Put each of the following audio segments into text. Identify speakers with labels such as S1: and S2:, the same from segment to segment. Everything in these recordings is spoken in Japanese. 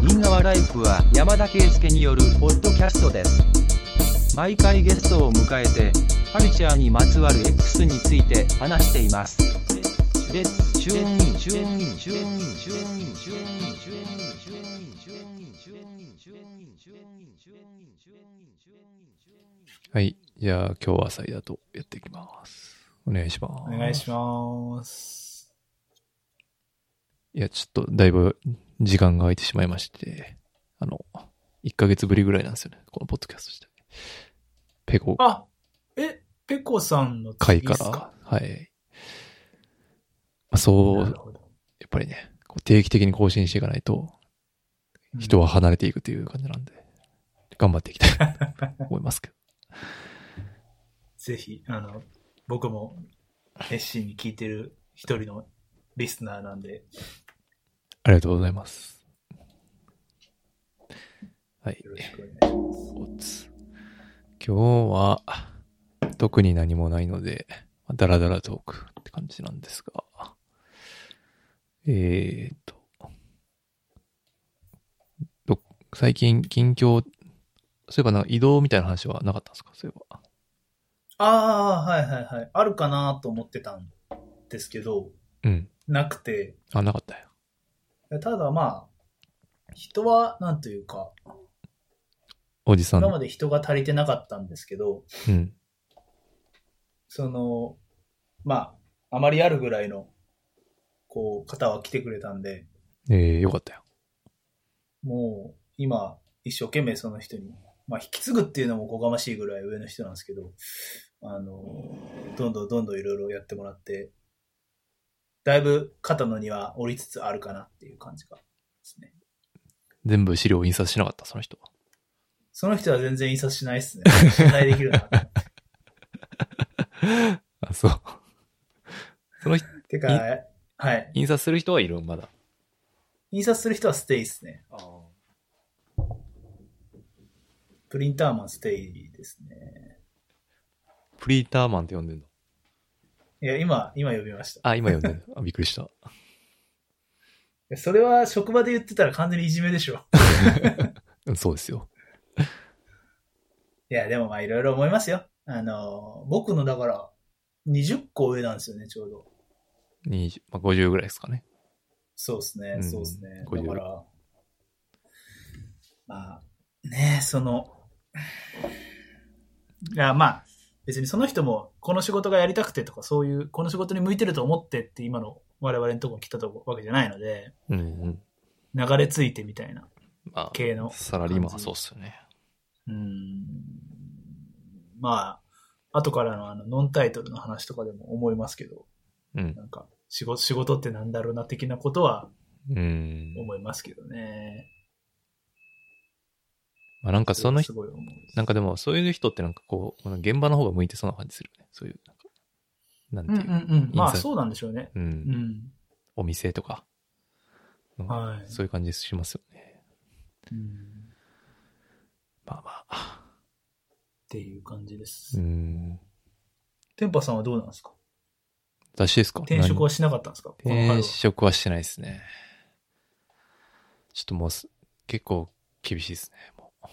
S1: 品川ライフは山田圭介によるポッドキャストです。毎回ゲストを迎えて、カルチャーにまつわる X について話しています。レッツチューンインチューンインチューンインチューンインチューンインチューンインチューンインチューンインチューンインチューンインチューンインチューンインチューンインチューンインチューンイン
S2: はい。じゃあ、今日はサイダーとやっていきます。お願いします。
S3: お願いします。
S2: いや、ちょっと、だいぶ時間が空いてしまいまして、あの、1ヶ月ぶりぐらいなんですよね。このポッドキャストして。ペコ
S3: あ、え、ペコさんの
S2: 会
S3: 次
S2: か
S3: です
S2: ら、はい。まあそう、
S3: な
S2: や
S3: るほど
S2: っぱりね、こう定期的に更新していかないと、人は離れていくという感じなんで、頑張っていきたいと思います けど。
S3: ぜひ、あの、僕も熱心に聞いてる一人のリスナーなんで、
S2: ありがとうございます。はい
S3: よ。ろしくお願いします。
S2: おつ今日は特に何もないので、ダラダラトークって感じなんですが、えー、っと、ど最近近況、そういえばなんか移動みたいな話はなかったんですかそういえば。
S3: ああ、はいはいはい。あるかなと思ってたんですけど、
S2: うん。
S3: なくて、
S2: あ、なかったよ。
S3: ただまあ、人は、なんというか、
S2: おじさん
S3: 今。まで人が足りてなかったんですけど、
S2: うん。
S3: その、まあ、あまりあるぐらいの、こう、方は来てくれたんで、
S2: えー、よかったよ。
S3: もう今、一生懸命その人に、まあ、引き継ぐっていうのもおこがましいぐらい上の人なんですけど、あの、どんどんどんどんいろいろやってもらって、だいぶ肩の荷は降りつつあるかなっていう感じがですね。
S2: 全部資料を印刷しなかった、その人は。
S3: その人は全然印刷しないですね。信頼できるな。
S2: あ、そう。 その人、
S3: てか、
S2: い
S3: はい。
S2: 印刷する人はいるまだ。
S3: 印刷する人はステイですね。プリンターマンステイですね。
S2: プリーターマンって呼んでんの
S3: いや、今、今呼びました。
S2: あ、今読んでる。あ、びっくりした。
S3: いやそれは職場で言ってたら完全にいじめでしょ。
S2: うんそうですよ。
S3: いや、でもまあいろいろ思いますよ。あの、僕のだから、20個上なんですよね、ちょうど。
S2: 20まあ、50ぐらいですかね。
S3: そうですね
S2: う、ん
S3: そうですね。
S2: 50
S3: だから、まあ、ねその、いや、まあ、別にその人も、この仕事がやりたくてとか、そういう、この仕事に向いてると思ってって、今の我々のとこに来たとこわけじゃないので、
S2: うんうん。
S3: 流れ着いてみたいな
S2: ま
S3: 系の
S2: あ、。サラリーマンはそうっすよね。
S3: うん。まあ、後からのあの、ノンタイトルの話とかでも思いますけど、
S2: うん。
S3: なんか仕事、仕事ってなんだろうな的なことは
S2: うん。
S3: 思いますけどね。
S2: まあ、なんかその
S3: す
S2: 人、
S3: ごい思う。
S2: なんかでもそういう人ってなんかこう、この現場の方が向いてそうな感じするよね。そういう、なん
S3: うん
S2: か、
S3: う
S2: なん
S3: ん
S2: ていう。
S3: うん。ま
S2: 印
S3: あ
S2: 刷
S3: そうなんでしょうね。
S2: うん。
S3: うん。
S2: お店とか、
S3: はい。
S2: そういう感じしますよね。
S3: うん
S2: まあまあ。
S3: っていう感じで
S2: う
S3: す。
S2: ん。
S3: 天パさんはどうなんですか
S2: 雑誌ですか
S3: 転職はしなかったんですかこの
S2: 何
S3: 春は
S2: 転職はしてないですね。ちょっともうす、結構厳しいですね。もう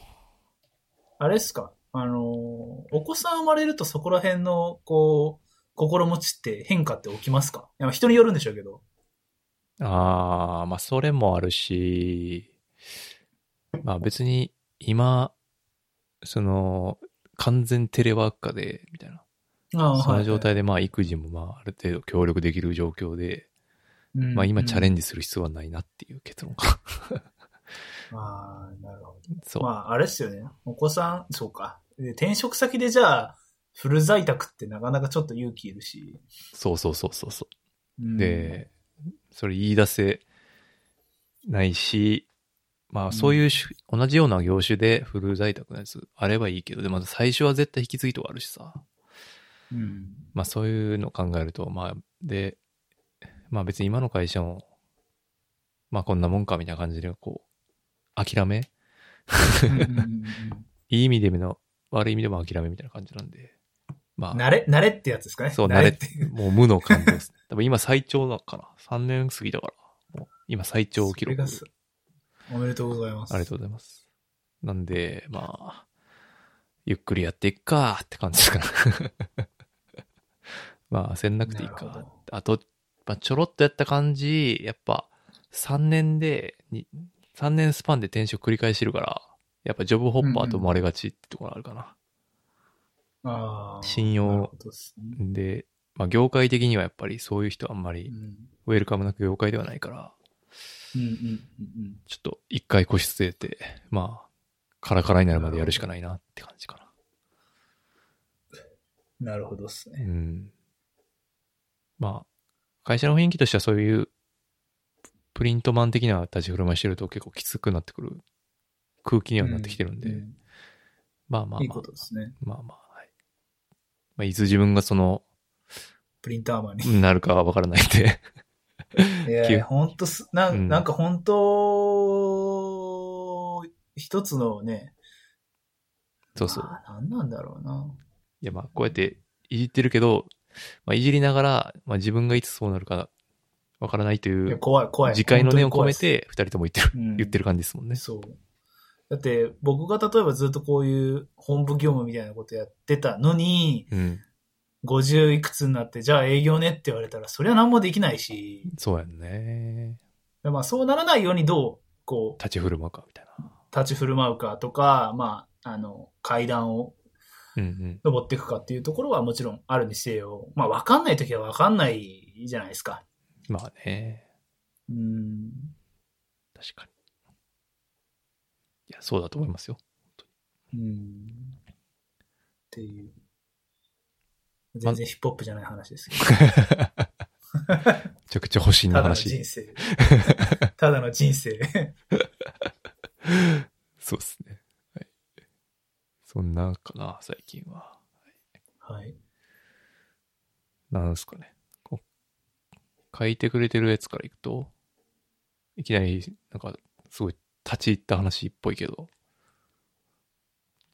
S3: あれですかあのー、お子さん生まれるとそこら辺の、こう、心持ちって変化って起きますかいや人によるんでしょうけど。
S2: ああ、まあそれもあるし、まあ別に今、その完全テレワーク化で、みたいな。
S3: ああ
S2: その状
S3: はい
S2: 態でまあ育児もまあある程度協力できる状況で、
S3: うん
S2: まあ今チャレン
S3: ジ。
S2: ジする必要はないなっていう結論か。
S3: ああ、なるほど。
S2: そう。
S3: まあ、あれですよね。お子さん、そうか。で転職先でじゃあ、フル在宅ってなかなかちょっと勇気いるし。
S2: そうそうそうそうそうう。
S3: ん、
S2: で、それ言い出せないし、まあそういうし、同じような業種でフル在宅のやつあればいいけど、でも最初は絶対引き継ぎとかあるしさ。
S3: うん。
S2: まあそういうのを考えると、まあ、で、まあ別に今の会社も、まあこんなもんかみたいな感じで、こう、諦め
S3: うんうんうん
S2: いい意味でも、悪い意味でも諦めみたいな感じなんで、ま
S3: う ん
S2: あ、
S3: 慣れ、慣れってやつですかね。
S2: そう、慣れて、もう無の感情ですね。多分今最長だから、3年過ぎたから、もう今最長記
S3: それ
S2: 録
S3: が。すおめでとうございます。
S2: ありがとうございます。なんで、まあ、ゆっくりやっていくかって感じですかね。 まあ、焦んなくていい
S3: なる
S2: か
S3: ほど。
S2: あと、まあ、ちょろっとやった感じ、やっぱ3年で、に3年スパンで転職繰り返してるから、やっぱジョブホッパーと思われがちってところあるかな。
S3: あー
S2: 信用
S3: なるほどっすね
S2: で、まあ、業界的にはやっぱりそういう人はあんま
S3: う
S2: り
S3: ん
S2: ウェルカムな業界ではないから、
S3: うんうんうんうん。
S2: ちょっと一回腰据えて、まあ、カラカラになるまでやるしかないなって感じかな。
S3: なるほどっす
S2: う
S3: ね。
S2: ん。まあ、会社の雰囲気としてはそういうプリントマン的な立ち振る舞いしてると結構きつくなってくる空気にはなってきてるんで、
S3: うん
S2: まあまあまあ、
S3: いいことですね。
S2: まあまあ、はい。まあ、いつ自分がその、
S3: プリンターマ ンに。
S2: なるかはわからないん で、
S3: い
S2: 急
S3: や、ほんとす、な
S2: うん
S3: んなんか本当、一つのね、
S2: そうそう。
S3: まあなんなんだろうな。
S2: いやまあこうやっていじってるけど、まあ、いじりながら、まあ、自分がいつそうなるかわからないとい
S3: いや
S2: う
S3: 怖い、怖い。
S2: 自戒の念を込
S3: 本当に怖い
S2: め
S3: っす
S2: て二人とも言ってる、
S3: うん
S2: 言ってる感じですもんね。
S3: そう。だって、僕が例えばずっとこういう本部業務みたいなことやってたのに、
S2: うん。
S3: 50いくつになって、じゃあ営業ねって言われたら、それは何もできないし、
S2: そうやんね。
S3: まあそうならないようにどう、こ、
S2: 立ち振る舞うかみたいう
S3: 立ち振る舞うかとか、まあ、あの、階段を
S2: な。うんうん。
S3: 登っていくかっていうところはもちろんあるにせよ、まあ分かんないときは分かんないじゃないですか。
S2: まあね。
S3: うん。
S2: 確かに。いや、そうだと思いますよ。
S3: うん。っていう。全然ヒップホップじゃない話ですけど。
S2: めちゃくちゃ保身
S3: た
S2: の
S3: だの
S2: 話
S3: 人。生。 ただの人生。
S2: そうですね。はい。そんなかな、最近は。
S3: はい。
S2: なんですかね。こう書いてくれてるやつからいくと、いきなり、なんか、すごい立ち入った話っぽいけど、
S3: あ、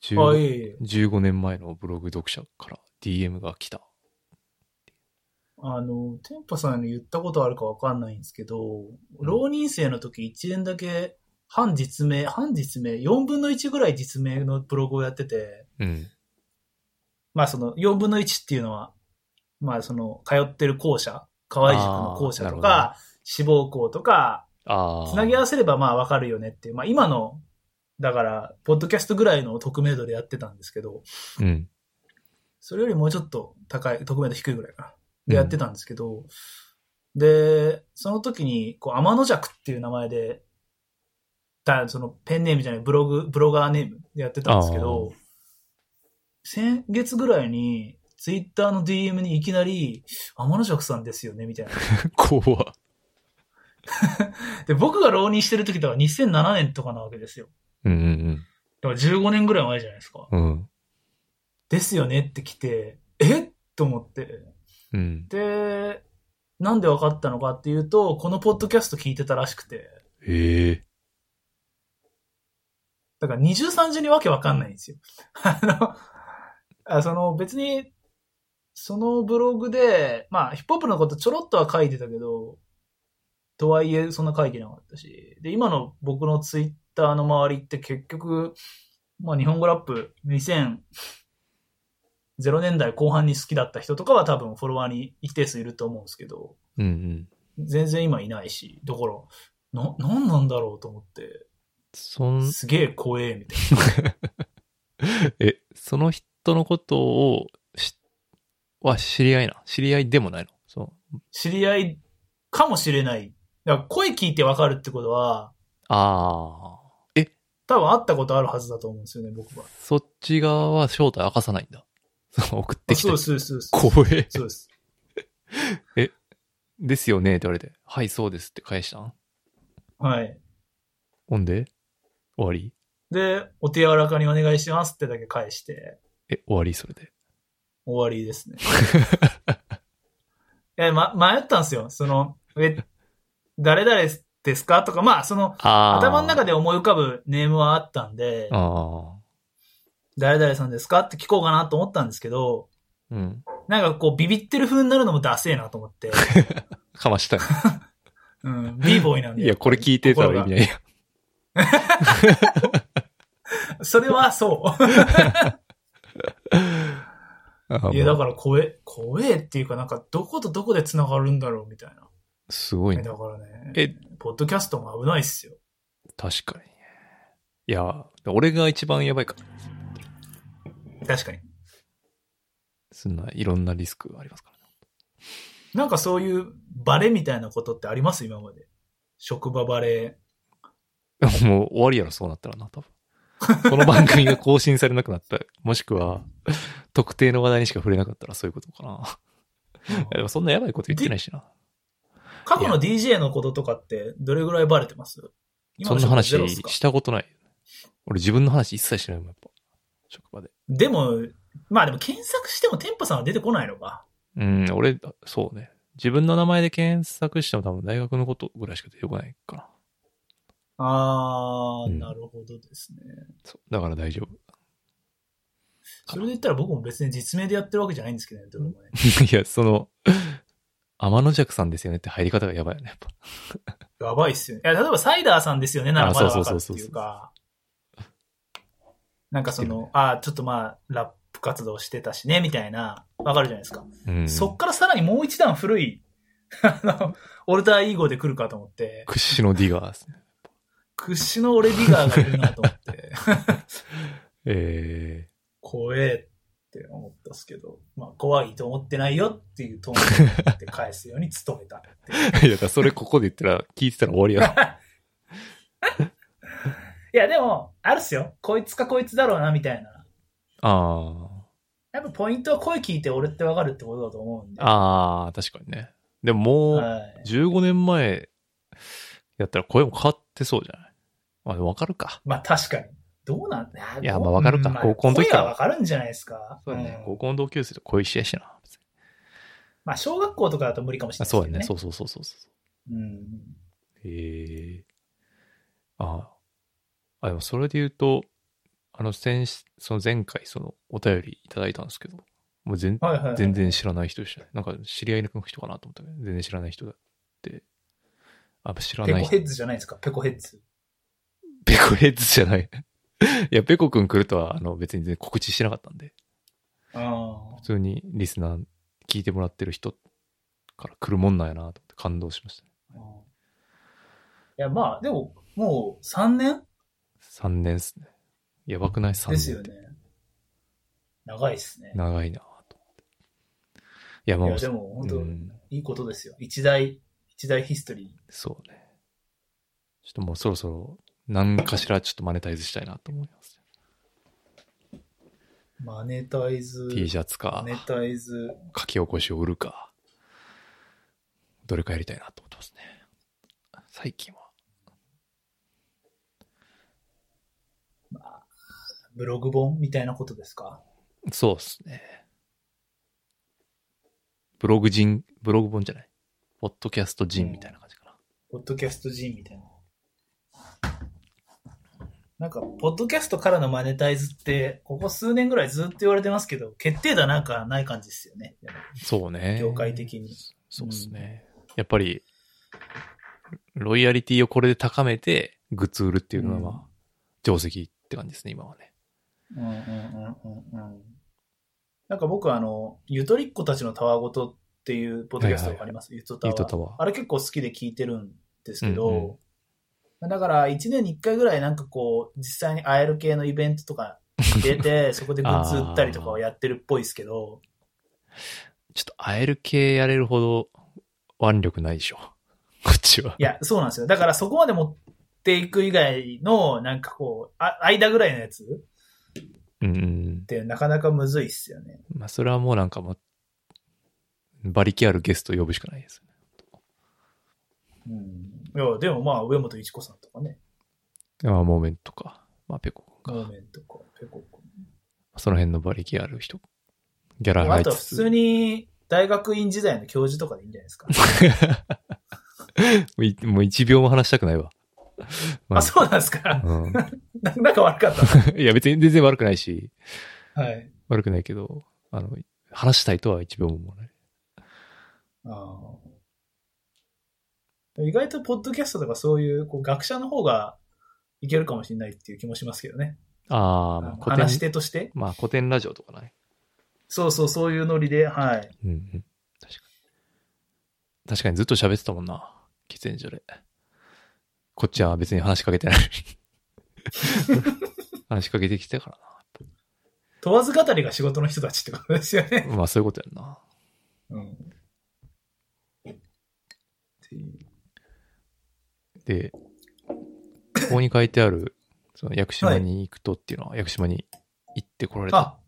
S2: 15,
S3: いえいえ。
S2: 15年前のブログ読者から DM が来た。
S3: あの、テンパさんに言ったことあるかわかんないんですけど、浪人生の時1年だけ、半実名、半実名、4分の1ぐらい実名のブログをやってて、
S2: うん。
S3: まあその4分の1っていうのは、まあその通ってる校舎、河合塾の校舎と
S2: あーなる
S3: か、志望校とか、
S2: ああ。
S3: つなぎ合わせればまあわかるよねっていう、まあ今の、だから、ポッドキャストぐらいの匿名度でやってたんですけど、
S2: うん。
S3: それよりもうちょっと高い、匿名度低いぐらいかな。
S2: うん
S3: でやってたんですけど、で、その時に、こう、天の弱っていう名前で、だそのペンネームじゃない、ブログ、ブロガーネームでやってたんですけど、先月ぐらいに、ツイッターの DM にいきなり、天の弱さんですよね、みたいな。
S2: 怖っ
S3: で、僕が浪人してる時とか2007年とかなわけですよ。
S2: うんうん
S3: だから15年ぐらい前じゃないですか。
S2: うん。うん。
S3: ですよねって来て、えっと思って。
S2: うん。
S3: で、なんで分かったのかっていうと、このポッドキャスト聞いてたらしくて、
S2: ええ
S3: だから二重三重にわけわかんないんですよ。 あの、あその別に、そのブログで、まあヒップホップのことちょろっとは書いてたけど、とはいえそんな書いてなかったし、で、今の僕のツイッターの周りって結局、まあ日本語ラップ2000、0年代後半に好きだった人とかは多分フォロワーに一定数いると思うんですけど、
S2: うんうん。
S3: 全然今いないし、だから、な、なんなんだろうと思って、
S2: そん、
S3: すげえ怖え、みたい
S2: え、その人のことをし、は知り合いな。知り合いでもないの。そう。
S3: な。知り合いかもしれない。だから声聞いてわかるってことは、
S2: ああ。
S3: 多分会ったことあるはずだと思うんですよね、僕は。
S2: そっち側は正体明かさないんだ。その送ってき
S3: そ
S2: た
S3: うで。す、そうです。そうです
S2: 怖え。
S3: そうです。
S2: ですよねって言われて。はい、そうですって返したん
S3: はい。
S2: ほんで終わり
S3: で、お手柔らかにお願いしますってだけ返して、
S2: え、終わりそれで。
S3: 終わ りですね。え、ま、迷ったんですよ。その、え、誰々ですかとか、まあ、その、
S2: ああ。
S3: 頭の中
S2: で。
S3: で思い浮かぶネームはあったんで、
S2: ああ。
S3: 誰々さんですかって聞こうかなと思ったんですけど、
S2: うん。
S3: なんかこうビビってる風になるのもダセえなと思って。
S2: かましたい。
S3: うん、b ボーイなんで。
S2: いや、これ聞いてたら意味
S3: い。
S2: ないや。
S3: それはそ
S2: あ
S3: う。いや、だ
S2: まあ
S3: から怖え、怖えっていうか、なんか、どことどこで繋がるんだろうみたいな。
S2: すごいね。
S3: だからね、
S2: え、
S3: ポッドキャストも危ないっすよ。
S2: 確かにね。いや、俺が一番やばいから。
S3: 確かに。
S2: そんないろんなリスクありますからね。
S3: なんかそういうバレみたいなことってあります今まで。職場バレ。
S2: もう終わりやろ、そうなったらな、多分。この番組が更新されなくなった、 もしくは、特定の話題にしか触れなかったらそういうことかな。 いやでもそんなやばいこと言ってないしな。
S3: 過去の DJ のこととかってどれぐらいバレてます
S2: そんな話
S3: 今の職場ゼロっすか
S2: したことない。俺自分の話一切しないもん、やっぱ。職場で。
S3: でも、まあでも検索してもテンパさんは出てこないのか。
S2: うん、俺、そうね。自分の名前で検索しても多分大学のことぐらいしか出てこないかな。
S3: あー、
S2: うん
S3: なるほどですね。
S2: そう。だから大丈夫。
S3: それで言ったら僕も別に実名でやってるわけじゃないんですけどね、どれもね。
S2: いや、その、天の弱さんですよねって入り方がやばいよね、やっぱ。
S3: やばいっすよね。いや、例えばサイダーさんですよねなら
S2: あ
S3: まだ
S2: そう
S3: わか
S2: そう
S3: るって
S2: そう
S3: い
S2: そうう
S3: か。なんかそ
S2: 知ってる
S3: の、あーちょっとまあ、ラップ活動してたしね、みたいな、わかるじゃないですか。
S2: うん。
S3: そっからさらにもう一段古い、 あの、オルターイーゴで来るかと思って、
S2: 屈指のディガーですね。
S3: 屈指の俺ディガーがいるなと思って、
S2: え
S3: 怖えって思ったっすけど、まあ怖いと思ってないよっていうトーンで言って返すように努めたっていう。
S2: え いや、だからそれここで言ったら、聞いてたら終わりやろ。
S3: いやでも、あるっすよ。こいつかこいつだろうなみたいな。
S2: あ
S3: やっぱポイントは声聞いて俺ってわかるってことだと思うんで。
S2: あ。ああ、確かにね。でももう、
S3: はい。
S2: 15年前やったら声も変わってそうじゃないまあ、でもわかるか。
S3: まあ確かに。どうなんだ
S2: いやまあわかるか高校の時から
S3: はわかるんじゃないですか。
S2: そうだね。
S3: う
S2: 高
S3: ん
S2: 校の同級生と声一緒やしな。別に
S3: まあ小学校とかだと無理かもし
S2: あ
S3: れないですけ
S2: そう
S3: ど
S2: だね。そうそうそうそうそう。
S3: うん。
S2: へえ。ああ。あ、でもそれで言うと、あの、先し、その前回、その、お便りいただいたんですけど、もう全、
S3: はいはいはい
S2: 全然知らない人でしたね。なんか、知り合いの人かなと思ったけど、全然知らない人だって。あ、知ら
S3: ペ
S2: な
S3: コ
S2: い
S3: ヘ
S2: 人。
S3: ッズじゃないですか、ペコヘッズ。
S2: ペコヘッズじゃない。いや、ペコくん来るとは、あの、別に全然告知してなかったんで、
S3: あ
S2: 普通にリスナー、聞いてもらってる人から来るもんなんやなと思って感動しましたね。
S3: あ。いや、まあ、でも、もう3年
S2: 3年っすね。やばくない ?3 年
S3: で
S2: って。
S3: すよね。長いですね。
S2: 長いなと思って。いや、
S3: い
S2: まあ、
S3: や、でも、本当、
S2: うん
S3: いいことですよ。一大、一大ヒストリ
S2: そうね。ちょっともうそろそろ、何かしらちょっとマネタイズしたいなと思います。
S3: ー。マネタイズ、
S2: T シャツ
S3: マ
S2: か、
S3: ネタイズ、
S2: 書き起こしを売るか、どれかやりたいなと思ってますね。最近は。
S3: ブログ本みたいなことですか
S2: そうっすね。ブログ人、ブログ本じゃない。ポッドキャスト人みたいな感じかな。
S3: ポッドキャスト人みたいな。なんか、ポッドキャストからのマネタイズって、ここ数年ぐらいずっと言われてますけど、決定打なんかない感じですよね。
S2: そうね。
S3: 業界的に。
S2: そうですね。やっぱり、ロイヤリティをこれで高めて、グッズ売るっていうのは、まあ
S3: うん
S2: 定石って感じですね、今はね。
S3: うんうんうんうんうんなんか僕はあの、ゆとりっ子たちのたわごとっていうポッドキャストがあります、ゆとたわ。
S2: ゆとたわ
S3: あれ結構好きで聞いてるんです
S2: う
S3: け
S2: ん
S3: ど、だから1年に1回ぐらいなんかこう、実際に会える系のイベントとか 出て、そこでグッズ売ったりとかをやってるっぽいですけ ど、
S2: ちょっと会える系やれるほど腕力ないでしょ。こっちは。
S3: いや、そうなんですよ。だからそこまで持っていく以外の、なんかこう、あ間ぐらいのやつっ
S2: うんうん。
S3: てなかなかむずいっすよね。
S2: まあ、それはもうなんかもう、馬力あるゲスト呼ぶしかないですね。
S3: うん。いや、でもまあ、上本一子さんとかね、
S2: まあ、モーメントか、まあ、ペコ君
S3: ガ
S2: か、
S3: ーメンとか、ペコ君
S2: その辺の馬力ある人、ギャラ
S3: あ
S2: 入
S3: と
S2: り
S3: は
S2: つ
S3: 普通
S2: つ、
S3: に大学院時代の教授とかでいいんじゃないで すか。
S2: もういもう一秒も話したくないわ。ま
S3: あ、そうなんですか。
S2: うん。
S3: ななんか悪かった
S2: いや、別に全然悪くないし、
S3: な。はい。
S2: 悪くないけど、あの、話したいとは一秒も思わない。
S3: あー意外とポッドキャストとかそういうこう学者の方がいけるかもしれないっていう気もしますけどね。
S2: ああ、
S3: あ
S2: まあ
S3: の
S2: 古
S3: 話し
S2: 典、
S3: 手として。
S2: まあ古典ラジオとかね。
S3: そうそう、そういうノリで、はい。
S2: うんうん。確かに。確かにずっと喋ってたもんな。喫煙所で。こっちは別に話しかけて ない。話しかけてきてたから
S3: 問わず語りが仕事の人たちってことですよ ね。
S2: な。まあそういうことやんな。
S3: うん。
S2: で、ここに書いてある、その屋久島に行くとっていうのは、屋久島に行ってこられた。
S3: あ、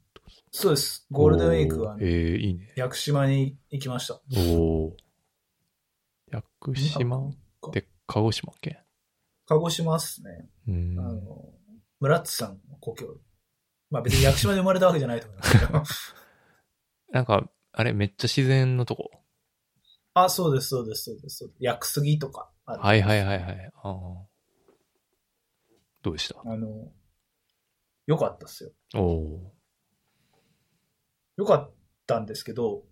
S3: そうです。ゴールデンウィークは、
S2: おーええいいね。
S3: 屋久島に行きました。
S2: おお。屋久島って鹿児島県。
S3: 鹿児島っすね。
S2: う
S3: あ
S2: ん。
S3: の、村津さんの故郷。まあ別に屋久島で生まれたわけじゃないと思いますけど。
S2: なんか、あれ、めっちゃ自然のとこ。
S3: あ、そうです、そうです、そうです。そうです屋久杉とかある。
S2: はいはいはいはい。あーどうでした
S3: あの、良かったっすよ。
S2: おお
S3: 良かったんですけど、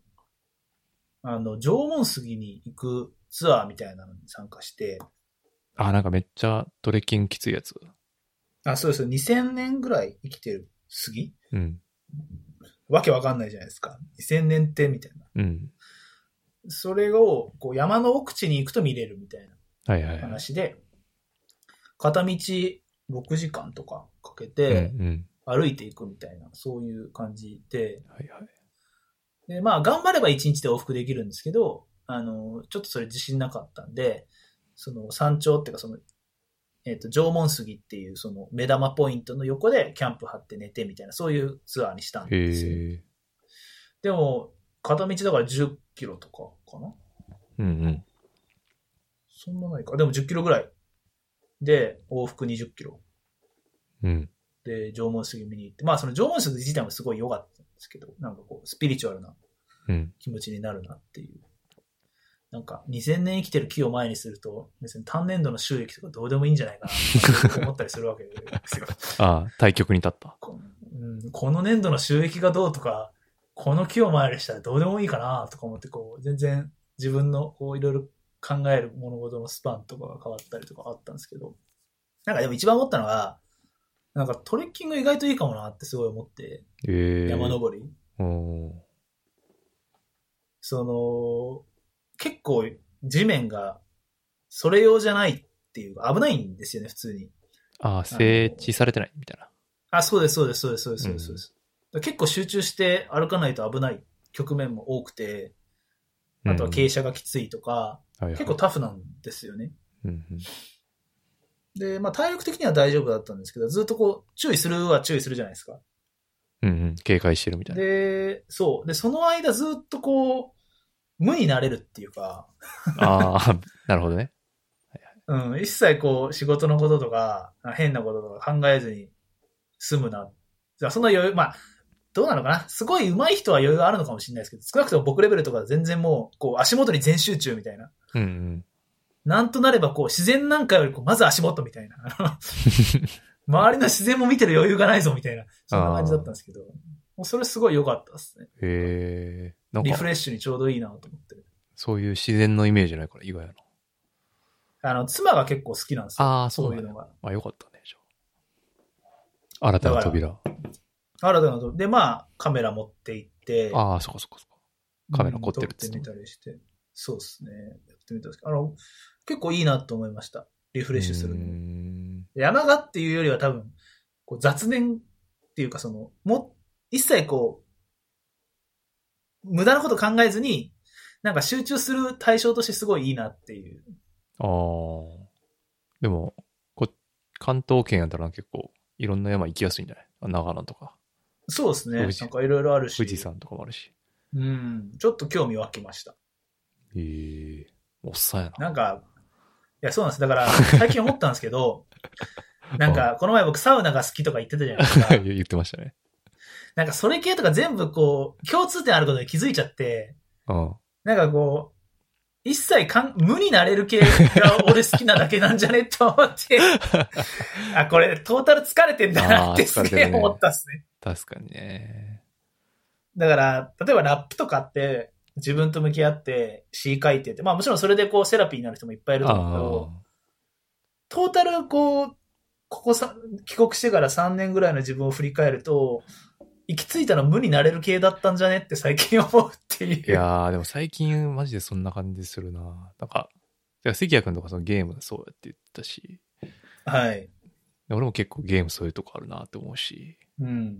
S3: あの、縄文杉に行くツアーみたいなのに参加して、
S2: ー。あ、なんかめっちゃトレッキングきついやつ。
S3: あ、そうです。2000年ぐらい生きてる杉
S2: うん。
S3: わけわかんないじゃないですか。2000年ってみたいな。
S2: うん。
S3: それを、こう、山の奥地に行くと見れるみたい
S2: はいはい
S3: な
S2: はい。
S3: 話で、片道6時間とかかけ
S2: うんう
S3: て
S2: ん。
S3: 歩いていくみたいな、そういう感じで、
S2: はいはい。
S3: で、まあ、頑張れば1日で往復できるんですけど、あの、ちょっとそれ自信なかったんで、その山頂っていうか、その、えっ、と、縄文杉っていうその目玉ポイントの横でキャンプ張って寝てみたいな、そういうツアーにしたんですよ。
S2: へえ。
S3: でも、片道だから10キロとかかな
S2: うんうん。
S3: そんなないか。でも10キロぐらい。で、往復20キロ。
S2: うん。
S3: で、縄文杉見に行って。まあ、その縄文杉自体もすごい良かったんですけど、なんかこう、スピリチュアルな
S2: うん。
S3: 気持ちになるなっていう。なんか、2000年生きてる木を前にすると、別に単年度の収益とかどうでもいいんじゃないかなって思ったりするわけですよ。
S2: ああ、対局に立った。
S3: こうんこの年度の収益がどうとか、この木を前にしたらどうでもいいかなとか思って、こう、全然自分の、こう、いろいろ考える物事のスパンとかが変わったりとかあったんですけど、なんかでも一番思ったのが、なんかトレッキング意外といいかもなってすごい思って、
S2: ええ。
S3: 山登り。
S2: おお
S3: その、結構地面がそれ用じゃないっていうか、危ないんですよね、普通に。
S2: ー。ああ、整地されてないみたいな。
S3: あ、そうです、そうです、そうです、そうです、そうですそうです。結構集中して歩かないと危ない局面も多くて、あとは傾斜がきついとか、
S2: 斜
S3: 結構、タフなんですよね。
S2: うんうん
S3: で、まあ体力的には大丈夫だったんですけど、ずっとこう、注意するは注意するじゃないですか。
S2: うんうん、警戒してるみたいな。
S3: で、そう。で、その間ずっとこう、無になれるっていうか、
S2: ああ、 なるほどね。
S3: うん、一切こう、仕事のこととか、変なこととか考えずに済むな。じゃあそんな余裕、まあ、どうなのかなすごい上手い人は余裕あるのかもしれないですけど、少なくとも僕レベルとかは全然もう、こう、足元に全集中みたいな。
S2: うんうん。
S3: なんとなればこう、自然なんかよりこう、まず足元みたいな。 周りの自然も見てる余裕がないぞみたいな。そんな感じだったんですけど、もうそれすごい良かったですね。
S2: へえ。なん
S3: リフ
S2: か、
S3: レッシュにちょうどいいなと思って。
S2: そういう自然のイメージないから意外やな。
S3: あの、妻が結構好きなんですよ。
S2: ああ、そ
S3: そうう
S2: な
S3: いうん
S2: だ
S3: の。が。
S2: まあよかったね、じゃあ。新たな扉。
S3: 新たなと。で、まあ、カメラ持って行って、
S2: ああ、そっかそっかそっか。カメラ凝ってるっ
S3: っ
S2: つ
S3: て
S2: って
S3: みたりして。そうですね。やってみたんですけど、あの、結構いいなと思いました。リフ
S2: フ
S3: レッシュする
S2: うー
S3: の。
S2: ん。
S3: 山がっていうよりは多分、こう雑念っていうかその、も、一切こう、無駄なこと考えずに、なんか集中する対象としてすごいいいなっていう。
S2: ああ。でも、こ関東圏やったら結構、いろんな山行きやすいんじゃないあ長野とか、
S3: そうですね。
S2: 富士
S3: なんかいろいろあるし。
S2: 富士山とかもあるし。
S3: うん。ちょっと興味湧きました。
S2: へえ。おっさんやな。。
S3: なんか、いや、そうなんです。だから、最近思ったんですけど、なんか、この前僕サウナが好きとか言ってたじゃないです か
S2: 言ってましたね。
S3: なんかそれ系とか全部こう、共通点あることに気づいちゃって、
S2: うん。
S3: なんかこう、一切かん無になれ る系が俺好きなだけなんじゃねと思って、あ、これトータル疲れてんだなって
S2: あー
S3: す
S2: 疲れて
S3: げえ
S2: るね
S3: 思ったっすね。
S2: 確かにね。
S3: だから、例えばラップとかって、自分と向き合って詩書いてて、まあもちろんそれでこうセラピーになる人もいっぱいいると思うけど、
S2: あ
S3: トータルこう、ここさ、帰国してから3年ぐらいの自分を振り返ると、行き着いたの無になれる系だったんじゃねって最近思うってい
S2: い
S3: う。
S2: やー、でも最近マジでそんな感じするな。なんか、いや関谷くんとかそのゲームそうやって言ったし、
S3: はい。
S2: 俺も結構ゲームそういうとこあるなって思うし、
S3: うん。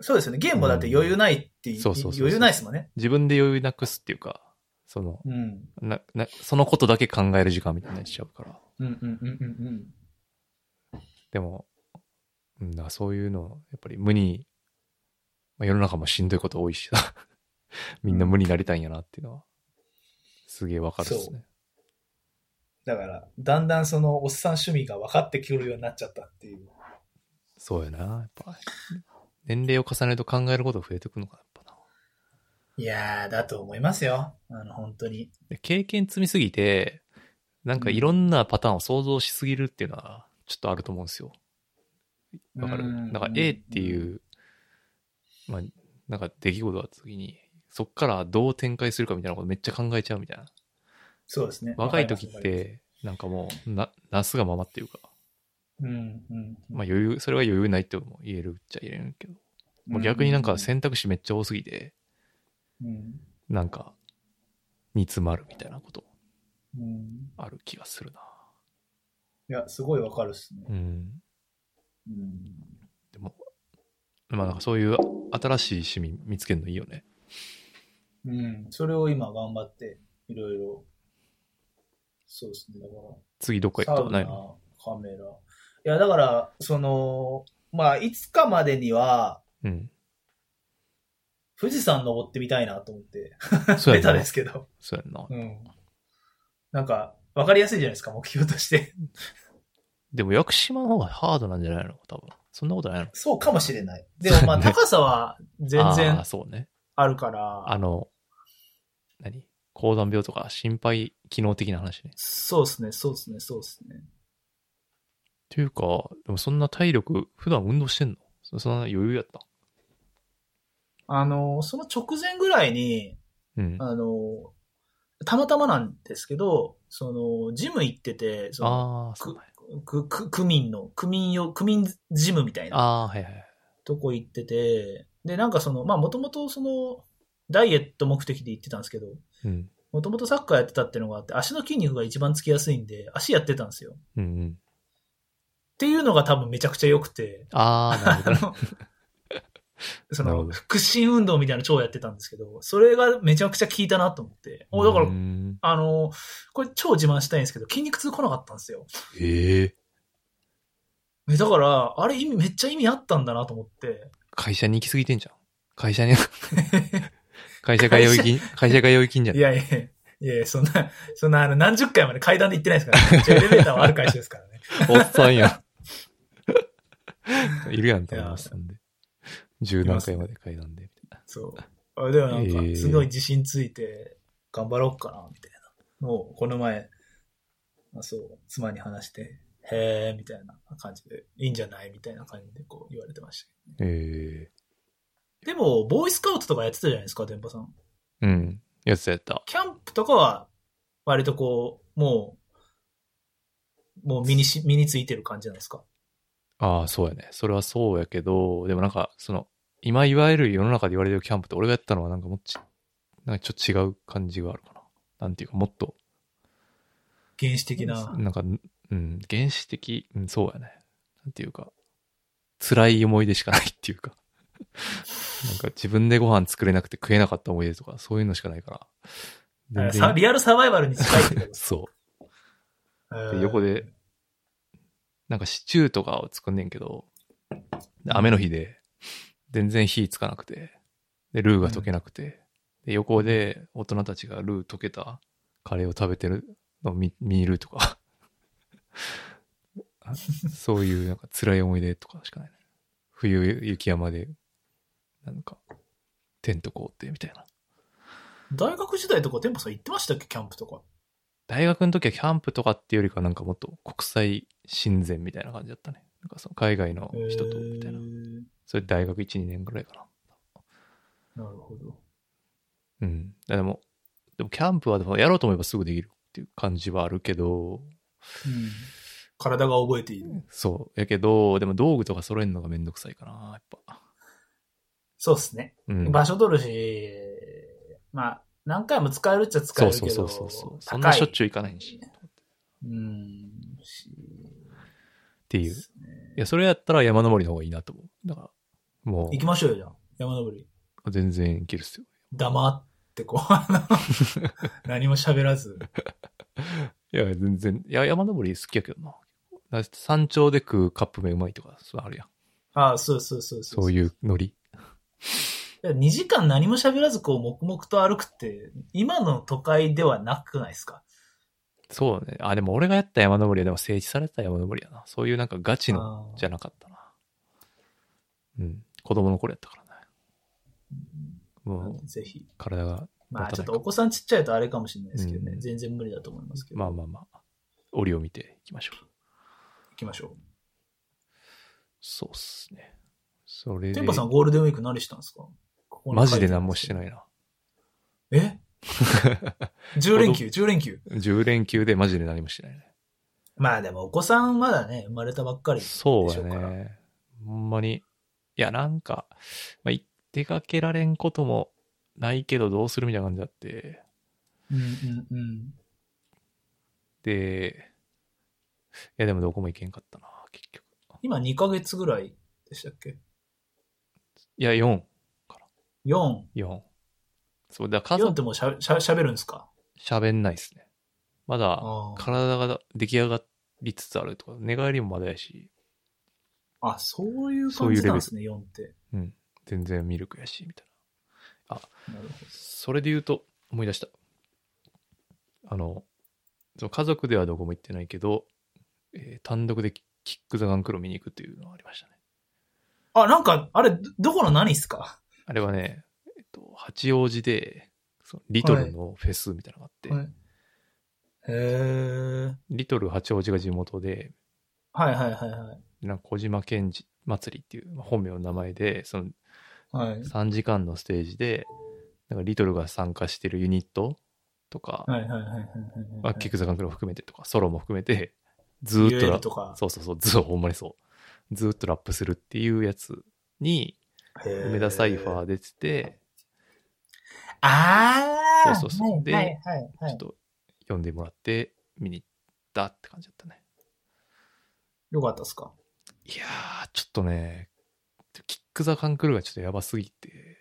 S3: そうですよね。ゲームもだって余裕ないって、
S2: んそうそうそうそう
S3: 余裕ないですもんね。
S2: 自分で余裕なくすっていうか、その、
S3: うん。
S2: な、な、そのことだけ考える時間みたいになっちゃうから。
S3: うんうんうんうんうん。
S2: でも、うん、だからそういうの、やっぱり無に、まあ、世の中もしんどいこと多いしさ、 みんな無になりたいんやなっていうのは、すげえわかるですね。
S3: だから、だんだんそのおっさん趣味が分かってくるようになっちゃったっていう。
S2: そうやな、やっぱ。年齢を重ねると考えることが増えてくるのかな、やっぱな。
S3: いやー、だと思いますよ。あの、本当に。
S2: で経験積みすぎて、なんかいろんなパターンを想像しすぎるっていうのは、ちょっとあると思うんですよ。わかる
S3: うん
S2: なんか A っていう、まあ、なんか出来事があった時に、そっからどう展開するかみたいなことめっちゃ考えちゃうみたいな。
S3: そうですね。
S2: 若い時っ
S3: わかり
S2: て、なんかもう、な、なすがままっていうか、
S3: ます、うんうん。
S2: まあ余裕、それは余裕ないっても言えるっちゃ言えるけど、ま
S3: う
S2: あ、逆になんか選択肢めっちゃ多すぎて、
S3: うん
S2: なんか、煮詰まるみたいなこと
S3: うん。
S2: ある気がするな。
S3: いや、すごいわかるっすね。
S2: うん。
S3: うん。
S2: でも、まあなんかそういう新しい趣味見つけるのいいよね。
S3: うん。それを今頑張って、いろいろ。そうですね。だから、
S2: 次どこへ行く
S3: サ
S2: と
S3: ウ
S2: かな
S3: ナ、
S2: い
S3: カ
S2: の
S3: メラ。いや、だから、その、まあ、いつかまでには、
S2: うん。
S3: 富士山登ってみたいなと思って、
S2: そう
S3: ベ
S2: や
S3: タ
S2: ん
S3: で
S2: な
S3: す。けど。
S2: そうやんな
S3: う。ん。なんか、わかりやすいじゃないですか、目標として。
S2: でも屋久島の方がハードなんじゃないの多分。そんなことないの
S3: そうかもしれない。でもま
S2: そう
S3: あ、
S2: ね
S3: 高さは全
S2: あー
S3: 然
S2: そうね。
S3: あるから、
S2: あの、何高山病とか心配機能的な話ね。
S3: そうですね、そうですね、そうですね。
S2: っていうか、でもそんな体力、普段運動してんのそそんな余裕やった。
S3: あの、その直前ぐらいに、
S2: うん。あ
S3: あの、たまたまなんですけど、その、ジム行ってて、その
S2: あー、そうなんや
S3: くく区民の、区民用、区民ジムみたいな
S2: ああ、はいはいはい。
S3: とこ行ってて、で、なんかその、まあ、もともとその、ダイエット目的で行ってたんですけど、
S2: うん。
S3: もともとサッカーやってたっていうのがあって、足の筋肉が一番つきやすいんで、足やってたんですよ。っ
S2: うんうん。
S3: ていうのが多分めちゃくちゃ良くて、
S2: ああ、なるほ
S3: あ
S2: どね。
S3: の そ
S2: なる
S3: の
S2: ほど
S3: 屈伸運動みたいなの超やってたんですけど、それがめちゃくちゃ効いたなと思って、おだから、
S2: うん
S3: あの、これ超自慢したいんですけど、筋肉痛来なかったんですよ。
S2: ええ
S3: えだから、あれ意味、めっちゃ意味あったんだなと思って、
S2: 会社に行き過ぎてんじゃん。会社に、 会社が良い金、会社が良い金じゃ
S3: い
S2: ん。
S3: やいやいや、いやそんな、そんな、あの、何十回まで階段で行ってないですからね。一応エレベーターはある会社ですからね。
S2: おっさんや ん。いるやん、多
S3: いや
S2: 分おっさんで。十何回まで階段で。みたいな
S3: そう。あでもなんか
S2: え、ー
S3: すごい自信ついて、頑張ろうかな、みたいな。もう、この前、あそう、妻に話して、へーみたいな感じで、いいんじゃないみたいな感じでこう言われてました。
S2: え
S3: でも、ボーイスカウトとかやってたじゃないですか、電波さん。
S2: えうん。やつやった。
S3: キャンプとかは、割とこう、もう、もう身にし、身についてる感じなんですか
S2: ああ、そうやね。それはそうやけど、でもなんか、その、今いわゆる世の中で言われてるキャンプと俺がやったのはなんかもっち、なんかちょっと違う感じがあるかな。なんていうか、もっと、
S3: 原始的な。
S2: なんか、うん、原始的、うん、そうやね。なんていうか、辛い思い出しかないっていうか、なんか自分でご飯作れなくて食えなかった思い出とか、そういうのしかないから。
S3: さリアルサバイバルに近いってことです
S2: そう。
S3: へ
S2: で
S3: ー
S2: 横で、なんかシチューとかを作んねんけど、で雨の日で、全然火つかなくて、で、ルーが溶けなくて、で、横で大人たちがルー溶けたカレーを食べてるのを見見るとか、 あそういうなんか辛い思い出とかしかないね。冬雪山で、なんか、テント凍ってみたいな。
S3: 大学時代とか電波さん行ってましたっけキャンプとか。
S2: 大学の時はキャンプとかっていうよりかなんかもっと国際親善みたいな感じだったね。なんかその海外の人とみたいな
S3: へ。ー
S2: それ大学1、2年ぐらいか
S3: なるほど。
S2: な。うん。でも、でもキャンプはでもやろうと思えばすぐできるっていう感じはあるけど、
S3: うん。体が覚えている。
S2: そう。やけど、でも道具とか揃えるのがめんどくさいかな、やっぱ。
S3: そうっすね。
S2: うん。
S3: 場所取るし、まあ、何回も使えるっちゃ使え
S2: そ
S3: る
S2: う
S3: け
S2: そ
S3: ど。
S2: うそうそうそう。そんなしょっちゅう行かないし。っ
S3: う。うん。し
S2: ていう。いや、それやったら山登りの方がいいなと思う。だから、も
S3: 行きましょうよ、じゃあ。山登り。
S2: う、全然いけるっすよ。
S3: 黙って、こう、あの 何も喋らず。
S2: いや、全然。いや、山登り好きやけどな。だって山頂で食うカップ麺うまいとか、そうあるやん。
S3: ああ、そうそうそうそう。
S2: そういうノリ。
S3: 2時間何も喋らず、こう、黙々と歩くって、今の都会ではなくないですか
S2: そうね。あ、でも俺がやった山登りは、でも整地された山登りやな。そういうなんかガチの
S3: あー
S2: じゃなかったな。うん。子供の頃やったからね。もう、
S3: ぜひ。
S2: 体が、
S3: ま
S2: 持
S3: あ、
S2: た
S3: ち
S2: な
S3: ょ
S2: い
S3: っとお子さんちっちゃいとあれかもしれないですけどね。
S2: うん
S3: 全然無理だと思いますけど。
S2: まあまあまあ、折を見ていきましょう。
S3: 行きましょう。
S2: そうっすね。それで
S3: テンパさん、ゴールデンウィーク何したんですかここに
S2: マジで何もしてないな。
S3: え ?10 連休、10連休。
S2: 10連休でマジで何もしてないね。
S3: まあでもお子さんまだね、生まれたばっかりでし
S2: そ
S3: ょ
S2: うや
S3: うから。
S2: ね。ほんまに。いや、なんか、まあ、い出かけられんこともないけどどうするみたいな感じだって。
S3: うんうんうん。
S2: で、いや、でもどこも行けんかったな、結局。
S3: 今2ヶ月ぐらいでしたっけ
S2: いや、4、
S3: ?4。
S2: 4。そう、だから
S3: 4
S2: 家
S3: って
S2: 族
S3: もうしゃしゃしゃべるんですか
S2: 喋んないっすね。まだ
S3: あー
S2: 体が出来上がりつつあるとか、寝返りもまだやし、
S3: あ、そういう
S2: そうい
S3: 感
S2: うレベ
S3: じ
S2: ル
S3: なんですね、4って。
S2: うん、全然ミルクやし、みたいな。
S3: なるほ
S2: それで言うと、思い出した。あの、そう家族ではどこも行ってないけど、えー単独でキキック・ザ・ガンクロ見に行くっていうのがありましたね。
S3: ど。あ、なんか、あれ、どどこの何っすか
S2: あれはね、えっと、八王子で、そのリトルのフェスみたいなのがあって、
S3: はいへー。
S2: リトル八王子が地元で、
S3: はいはいはいはい。
S2: なんか小島健二祭りっていうまあ本名の名前で、その
S3: はい。
S2: 3時間のステージで、なんかリトルが参加してるユニットとか、
S3: はいはいはいはいはい
S2: ま
S3: は
S2: あ、
S3: い。
S2: キック・ザ・ガンクロ含めてとか、ソロも含めて、ず
S3: ユ
S2: ーっ
S3: エ
S2: と
S3: ル
S2: ラ
S3: とか。
S2: そうそうそう、ずっとほんまにそう。ずーっとラップするっていうやつに、梅田サイファ
S3: ー。
S2: ー出てて、
S3: あー
S2: そうそうそうで
S3: はいはいは
S2: ちょ
S3: い
S2: っ。と呼んでもらって見に行ったって感じだったね。
S3: よかったっすか
S2: いやー、ちょっとね、キック・ザ・カンクルーがちょっとやばすぎて、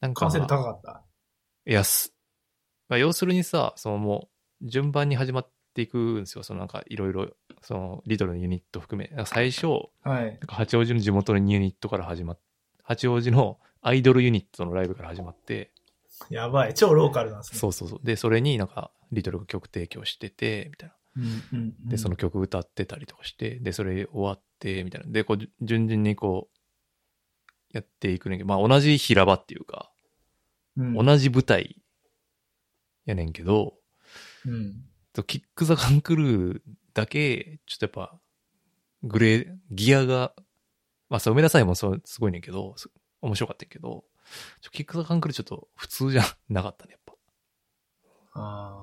S2: なんか
S3: 完成、度高かった。
S2: いやす、まあ、要するにさ、そのもう、順番に始まっていくんですよ。そのなんか、いろいろ、その、リトルのユニット含め、なんか最初、
S3: はい。
S2: なんか八王子の地元のユニットから始まっ八王子のアイドルユニットのライブから始まって、
S3: やばい。超ローカルなんですね。
S2: そうそうそう。で、それになんか、リトルが曲提供してて、みたいな。
S3: うんうんうん
S2: で、その曲歌ってたりとかして、で、それ終わって、みたいな。で、こう、順々にこう、やっていくねんけど、まあ同じ平場っていうか、
S3: うん
S2: 同じ舞台やねんけど、
S3: うん
S2: キック・ザ・カンクルーだけ、ちょっとやっぱ、グレー、ギアが、まあ、そう、梅田さえもそう、すごいねんけど、す面白かったんやけど、ちょキック・ザ・カンクルーちょっと普通じゃなかったね、やっぱ。
S3: あー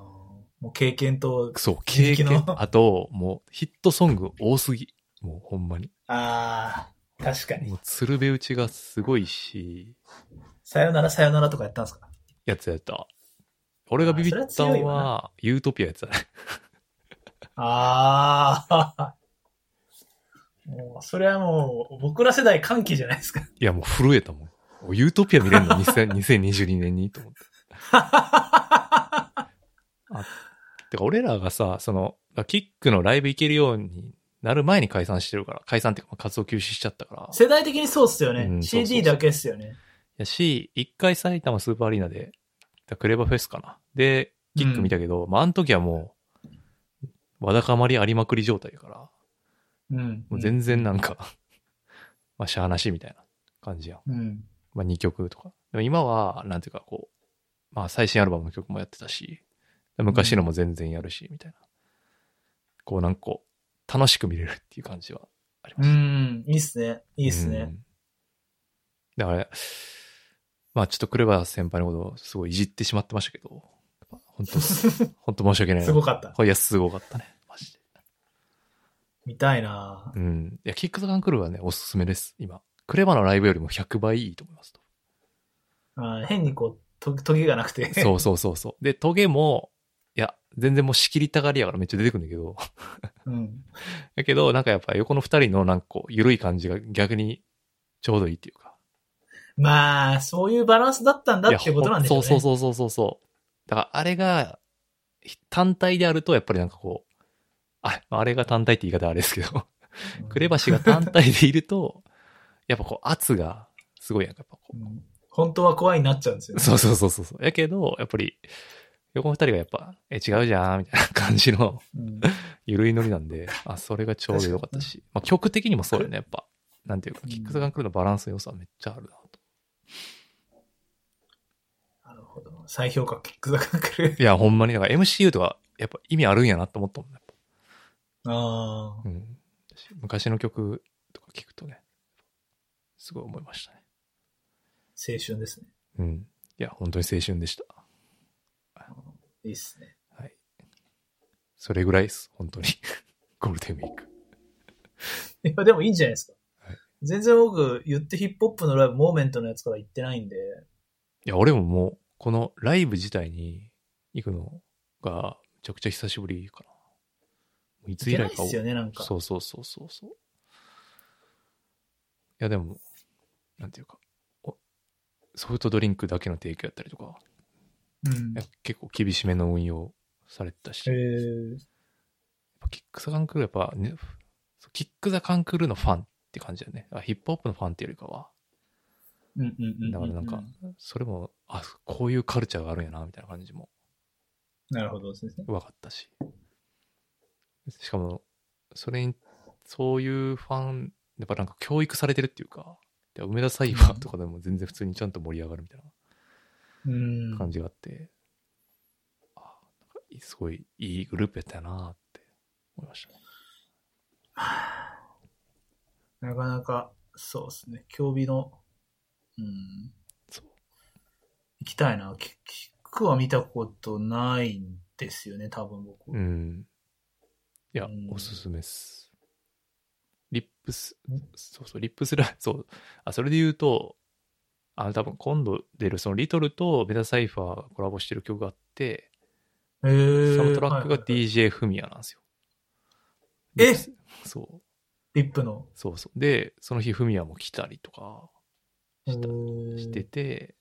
S3: もう経験と、
S2: そう、経
S3: 人気の
S2: 験。あと、もう、ヒットソング多すぎ。もう、ほんまに。
S3: ああ、確かに。
S2: もう、鶴瓶打ちがすごいし、
S3: さよならさよならとかやったんですか
S2: やつやった。俺がビビった
S3: あそれは強い
S2: の
S3: わ
S2: は、ユートピアやつだね。
S3: ああ、もう、それはもう、僕ら世代歓喜じゃないですか。
S2: いや、もう震えたもん。おユートピア見れ んの2000 ?2022 年に と思って。てか俺らがさ、その、キックのライブ行けるようになる前に解散してるから、解散っていうかまあ活動休止しちゃったから。
S3: 世代的にそうっすよね。
S2: うんそう
S3: CD
S2: そうそう
S3: だけっすよね。
S2: やし、一回埼玉スーパーアリーナで、だクレバフェスかな。で、キック見たけど、まああの時はもう、わだかまりありまくり状態だから、
S3: うん。
S2: もう全然なんか、 まあしゃあなしみたいな感じやん。
S3: うん。
S2: まあ2曲とか。でも今は、なんていうかこう、まあ最新アルバムの曲もやってたし、昔のも全然やるし、みたいな。こうなんかこう、楽しく見れるっていう感じはありま
S3: う
S2: した。
S3: ん、いいっすね。い
S2: い
S3: いっすね。。
S2: だから、まあちょっとクレバー先輩のことをすごいいじってしまってましたけど、 本当本当申し訳ない。
S3: すごかった。
S2: いや、すごかったね。マジで。
S3: 見たいな
S2: うん。いや、キックスガンクルーはね、おすすめです、今。クレバのライブよりも100倍いいと思います。
S3: あー変にこう、と、トゲがなく て。
S2: そうそうそうそう。で、トゲも、いや、全然もう仕切りたがりやからめっちゃ出てくるんだけど、
S3: うん。
S2: だけど、なんかやっぱ横の二人のなんかこう、緩い感じが逆にちょうどいいっていうか。
S3: まあ、そういうバランスだったんだ
S2: いや
S3: ってことなんでしょうね。
S2: ほんそうそうそうそうそう。だからあれが、ひ単体であるとやっぱりなんかこう、ああれが単体って言い方あれですけど、
S3: うん
S2: クレバシが単体でいると、やっぱこう圧がすごいやんかやっぱこう
S3: う。ん本当は怖いになっちゃうんですよね。
S2: そうそうそうそうそう。やけど、やっぱり、横の二人がやっぱ、え、違うじゃん、みたいな感じの、
S3: うん
S2: ゆるいノリなん で、あ、それがちょうど良かったし、まあ、曲的にもそうよね、やっぱ。なんていうか、
S3: うん
S2: キックスガンクルーのバランスの良さはめっちゃあるなと。
S3: なるほど。再評価キックザカンクル。
S2: いや、ほんまに、だから MCU とか、やっぱ意味あるんやなって思ったもんね。やっぱ
S3: ああ。
S2: うん。昔の曲とか聞くとね、すごい思いましたね。
S3: 青春ですね。
S2: うん。いや、本当に青春でした。
S3: いいっすね。
S2: はい。それぐらいです、本当に。 ゴールデンウィーク。
S3: いや、でもいいんじゃないですか
S2: はい。
S3: 全然僕、言ってヒップホップのライブ、モーメントのやつから行ってないんで。
S2: いや、俺ももう、このライブ自体に行くのが、めちゃくちゃ久しぶりかな。いつ
S3: 行
S2: 以
S3: けない
S2: 来
S3: っ
S2: か、
S3: すよね、なんか。
S2: そうそうそうそうそう。いや、でも、なんていうか、おソフトドリンクだけの提供やったりとか、
S3: うん
S2: やっぱ結構厳しめの運用されてたし、
S3: え
S2: やっ
S3: ー、
S2: ぱキックザカンクルーやっぱ、ね、そうキックザカンクルーのファンって感じだよね。あヒップホップのファンっていうよりかは、
S3: うんうんうんうん。
S2: だからなんか、それも、あ、こういうカルチャーがあるんやな、みたいな感じも
S3: なるほどですね。
S2: 分かったし。しかも、それに、そういうファン、やっぱなんか教育されてるっていうか、で梅田サイファーとかでも全然普通にちゃんと盛り上がるみたい
S3: うん
S2: な。感じがあって、あなんかすごいいいグループやったよなって思いましたね。
S3: なかなか、そうですね。競技の、うん、
S2: そう。
S3: 行きたいな。キキックは見たことないんですよね、多分僕。
S2: うん。いや
S3: うん、
S2: おすすめっす。リップス、そうそう、リップスラ イ、そう。あ、それで言うと、あの、多分今度出る、そのリトルとベタサイファーがコラボしてる曲があって、
S3: へー
S2: そのトラックが
S3: はいはいはい
S2: DJ フミヤなんですよ。
S3: え
S2: リップスそう、
S3: リップの。
S2: そうそう。で、その日フミヤも来たりとかしたして
S3: て
S2: て、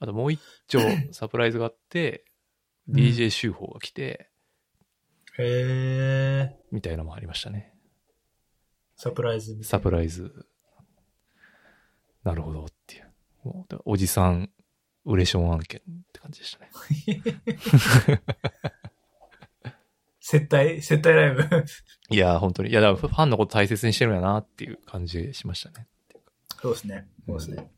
S2: あともう一 丁サプライズがあって、
S3: うん
S2: DJ 修法が来て、
S3: へえ。
S2: みたいなのもありましたね。
S3: サプライズみた
S2: サ
S3: い
S2: プライズ。なるほどっていう。もうだからおじさん、ウレション案件って感じでしたね。
S3: 接待、接待ライブ。
S2: いやー、本当に。いや、だからファンのこと大切にしてるんやなっていう感じしましたね。
S3: そうですね。そうですね。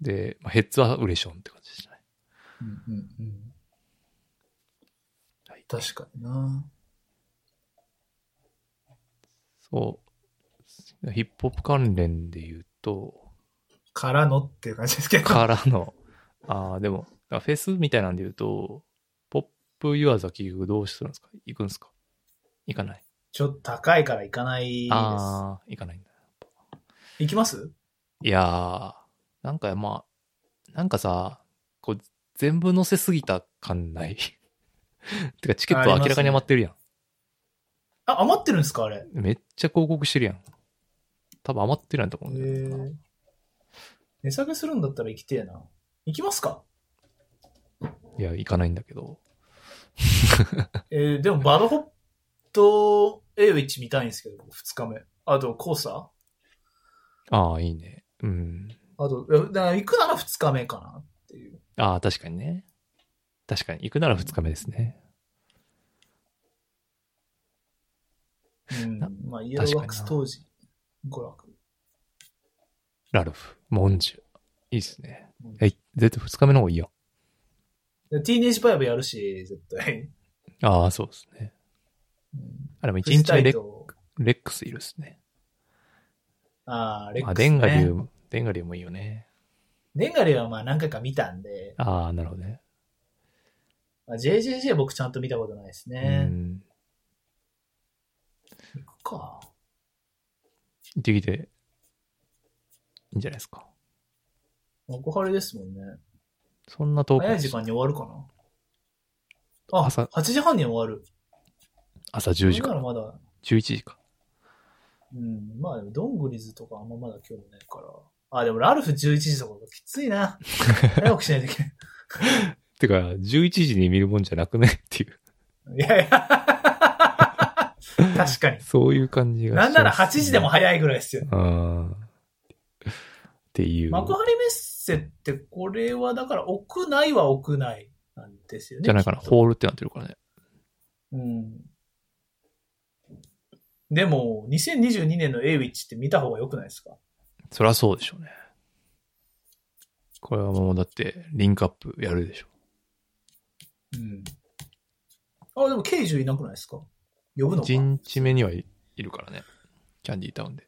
S2: で、まあ、ヘッズはウレションって感じでしたね。
S3: うんうんうん。
S2: はい
S3: 確かにな。
S2: そう。ヒップホップ関連で言う と、
S3: からのっていう感じですけど。
S2: からの、ああ、でも、あフェスみたいなんで言うと、ポップユアザキどうするんですか行くんですか行かない。
S3: ちょっと高いから行かないです。行
S2: ああ、行かないんだ。
S3: きます
S2: いやー、なんかまあ、なんかさ、こう、全部載せすぎた感ない。 てか、チケット
S3: ありますね
S2: 明らかに余ってるやん。
S3: あ、余ってるんですかあれ。
S2: めっちゃ広告してるやん。多分余ってるやんと思うんだよな
S3: へえ値下げするんだったら行きてえな。行きますか
S2: いや、行かないんだけど。
S3: えー、でもバドホット A ウィッチ見たいんですけど、2日目。あと、コーサーあ
S2: ああ、いいね。うん。
S3: と、えだから行くなら2日目かなっていう。
S2: ああ、確かにね。確かに。行くなら2日目ですね。
S3: うん
S2: な。
S3: まあ、イエローワックス
S2: 確かに
S3: 当時、娯楽。
S2: ラルフ、モンジュ。いいですね
S3: うん。
S2: はい。絶対2日目の方がいいよ。
S3: でティーネージパイブやるし、絶対。
S2: ああ、そうですね。
S3: うん
S2: あ、でも1
S3: フジ
S2: 日
S3: タ
S2: 目
S3: イ
S2: レッ
S3: ト
S2: レックスいるですね。
S3: ああ、レッ
S2: あ、
S3: ク
S2: デ
S3: ス、
S2: ンガリュ
S3: ね。
S2: ー、デンガリューもいいよね。
S3: デンガリューはまあ何回か見たんで、
S2: ああ、なるほどね。
S3: まあ、JJJ 僕ちゃんと見たことないです
S2: う
S3: ね。
S2: ん。
S3: 行くか。
S2: 行ってきて、いいんじゃないですか。
S3: 幕張ですもんね。
S2: そんな遠く
S3: 早
S2: ないい
S3: 時間に終わるかな。あ、
S2: 朝
S3: 8時半には終わる。
S2: 朝10時
S3: それ
S2: か
S3: な
S2: ら
S3: らまだ、
S2: 11時か。
S3: うん、まあでも、どんぐりずとかあんままだ興味ないから。あ、でも、ラルフ11時とかがきつい な。早くしないといけない。
S2: てか、11時に見るもんじゃなくねっていう、
S3: いやいや。 確かに。
S2: そういう感じが
S3: なんなら
S2: しま
S3: 8
S2: すね
S3: 時でも早いぐらいですよ。
S2: うん。っていう。
S3: 幕張メッセって、これはだから屋内は屋内なんですよね。
S2: じゃないかな。
S3: きっと
S2: ホールってなってるからね。
S3: うん。でも、2022年のエイウィッチって見た方が良くないですか
S2: そりゃそうでしょうね。これはもうだって、リンクアップやるでしょ。
S3: うん。あ、でも、刑事いなくないですか呼ぶのか
S2: 1日目にはいいるからね。キャンディータウンで。い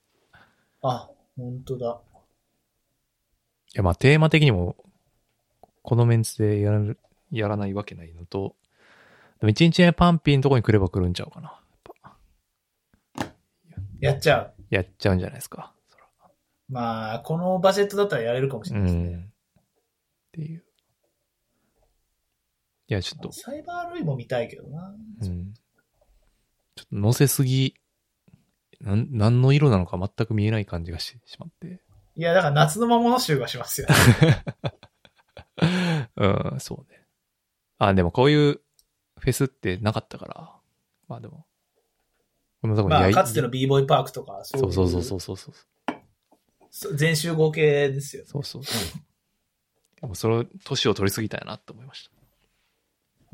S3: あ、本当だ。
S2: や、まあテーマ的にも、このメンツでやる、やらないわけないのと、でも1日目パンピーのとこに来れば来るんちゃうかな。やっぱ
S3: やっちゃう。
S2: やっちゃうんじゃないですか。そら
S3: まあ、このバジェットだったらやれるかもしれないです
S2: うん
S3: ね。
S2: っていう。いや、ちょっと、
S3: サイバールイも見たいけどな。
S2: うん。ちょっと乗せすぎ、なん、何の色なのか全く見えない感じがしてしまって。
S3: いや、だから夏の魔物集がしますよ。
S2: うん、そうね。あ、でもこういうフェスってなかったから。まあでも。こんなとこに
S3: まあ、
S2: 焼い
S3: かつての b ボーイパークとか、
S2: そうそうそう
S3: う
S2: そうそうそう。
S3: そう。全集合系ですよ。
S2: そうそうそう。でもそれ、年を取りすぎたよなと思いました。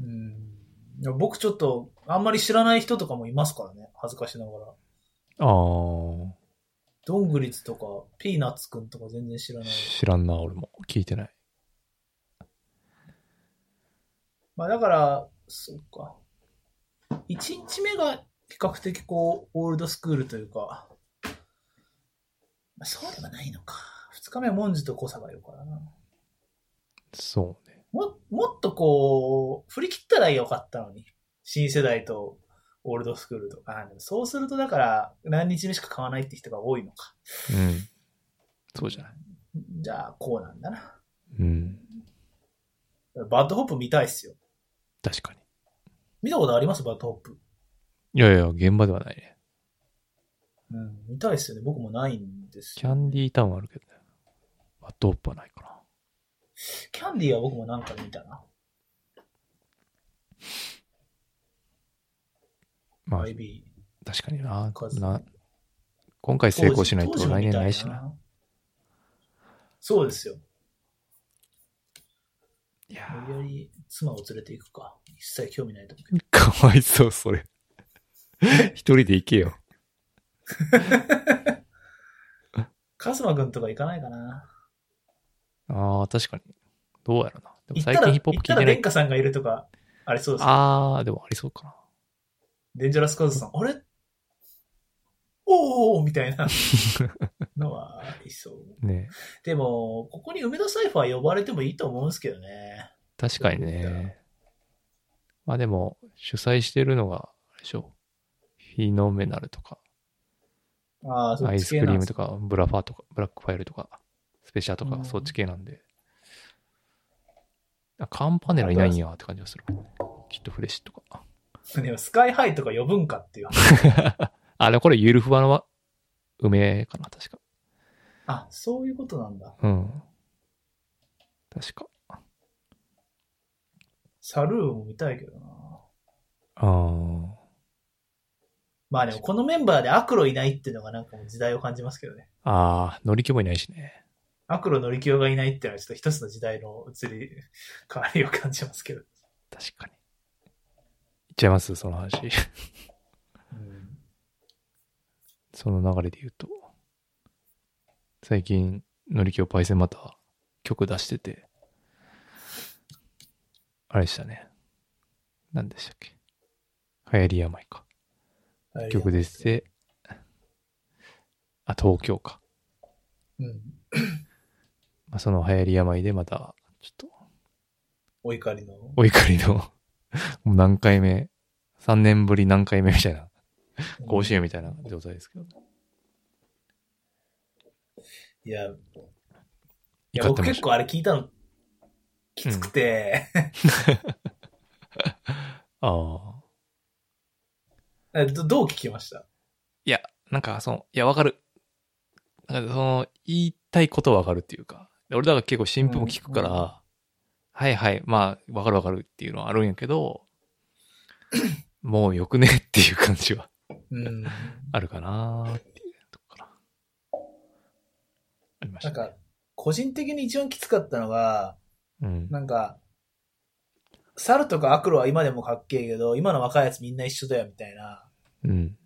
S3: うん。いや僕ちょっと、あんまり知らない人とかもいますからね。恥ずかしながら。
S2: あー、
S3: どんぐりつとか、ピーナッツくんとか全然知らない。
S2: 知らんな、俺も。聞いてない。
S3: まあだから、そうか。一日目が比較的こう、オールドスクールというか、まあ、そうではないのか。二日目はモンジとコサがいるからな。
S2: そうね。
S3: も、もっとこう、振り切ったらよかったのに。新世代とオールドスクールとか。あでもそうするとだから、何日目しか買わないって人が多いのか。
S2: うん。そうじゃない。
S3: じゃあ、こうなんだな。
S2: うん。
S3: バッドホップ見たいっすよ。
S2: 確かに。
S3: 見たことありますバッドホップ。
S2: いやいや、現場ではないね。
S3: うん、見たいっすよね。僕もないんです
S2: キ
S3: よ
S2: ャンディータウンはあるけどね。バッドホップはないかな。
S3: キャンディーは僕もなんかで見たな。
S2: まあ、
S3: IB
S2: 確かにな
S3: 数。
S2: な今回成功しないと
S3: 当時
S2: 来年ないし
S3: 当時も
S2: な。
S3: 見たいなそうですよ。
S2: いや
S3: 無理やり妻を連れていくか。一切興味ないと思うけ
S2: ーかわいそう、それ。 一人で行けよ。
S3: ど。カ馬くんとか行かないかな。
S2: ああ、確かに。どうやろな。でも
S3: 行った
S2: 最
S3: ら、
S2: 近ヒ
S3: 行
S2: ップホッ
S3: っ
S2: プ聞
S3: た
S2: いて
S3: ら
S2: な
S3: 殿
S2: い。
S3: 下さんがいるとか、あれそうです。
S2: ああ、でもありそうかな。
S3: デンジャラスカズさん、あれおーおーみ たいなのはありそう。
S2: ね
S3: でも、ここに梅田サイファー呼ばれてもいいと思うんですけどね。
S2: 確かにね。まあでも、主催してるのが、あれでしょ。フィノメナルとか、
S3: ああ、そ
S2: ア
S3: っ
S2: イ
S3: ち
S2: スク
S3: 系
S2: リ
S3: な
S2: ー
S3: んで
S2: ム
S3: す
S2: とか、ブラファーとか、ブラックファイルとか、スペシャルと
S3: う
S2: か、
S3: ん
S2: そっち系なんで。あカンパネラいないんやって感じがする。きっとフレッシュとか。
S3: でもスカイハイとか呼ぶんかっていう。
S2: あ、でもこれゆるふわのは、梅かな、確か。
S3: あ、そういうことなんだ。
S2: うん。確か。
S3: サルーも見たいけどな。
S2: ああ。
S3: まあでも、このメンバーでアクロいないっていうのがなんかもう時代を感じますけどね。
S2: ああ、乗り気もいないしね。
S3: アクロ乗り気がいないっていうのはちょっと一つの時代の移り変わりを感じますけど。
S2: 確かに。いっちゃいますその話。
S3: うん
S2: その流れで言うと。最近、乗り気をパイセンまた曲出してて。あれでしたね。何でしたっけ。流行り病か。曲出て。て。あ、東京か。
S3: うん。
S2: まあ、その流行り病でまた、ちょっと、
S3: お怒りの。
S2: お怒りの、もう何回目、3年ぶり何回目みたいな甲子園みたいな状態ですけど。
S3: いや、いや
S2: 怒ってま
S3: 僕結
S2: した。
S3: 構あれ聞いたの、きつくて、
S2: ああ。
S3: え どどう聞きました
S2: いや、なんかその、いや、わかる。なんかその、言いたいことはわかるっていうか。で俺だから結構新婦も聞くから、
S3: うんう
S2: はいはい、まあ、わかるわかるっていうのはあるんやけ ど、もうよくねっていう感じは
S3: うん。
S2: あるかなーっていうとこかな。ありまし
S3: な
S2: た、
S3: ん
S2: ね。
S3: か、個人的に一番きつかったのが、
S2: うん。
S3: なんか、猿とかアクロは今でもかっけえけど、今の若いやつみんな一緒だよみたいな、
S2: うん。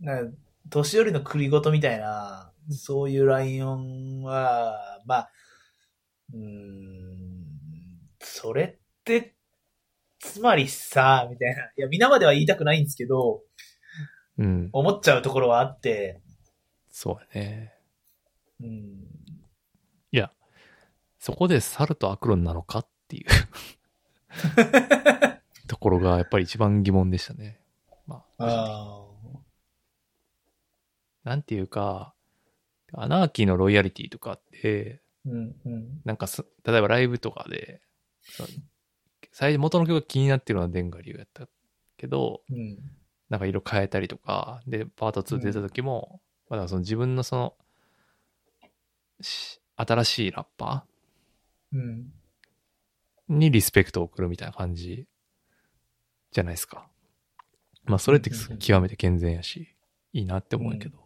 S3: なんか年寄りの繰り事みたいな、そういうライオンは、まあ、うーん、それって、つまりさ、みたいな。いや、皆までは言いたくないんですけど、
S2: うん。
S3: 思っちゃうところはあって、
S2: そうやね。
S3: うん、
S2: そこで猿とアクロンなのか っていうところがやっぱり一番疑問でしたね。まあ、
S3: あ
S2: なんていうか、アナーキーのロイヤリティとかって、
S3: ーうん、うん、
S2: なんかす、例えばライブとかで、その最初元の曲が気になってるのはデンガリュウやったけど、
S3: うん、
S2: なんか色変えたりとか、で、パート2出た時も、まあだからその自分のその、し新しいラッパー
S3: うん。
S2: にリスペクトを送るみたいな感じじゃないですか。まあそれって
S3: うんうん
S2: 極めて健全やし、いいなって思うけど、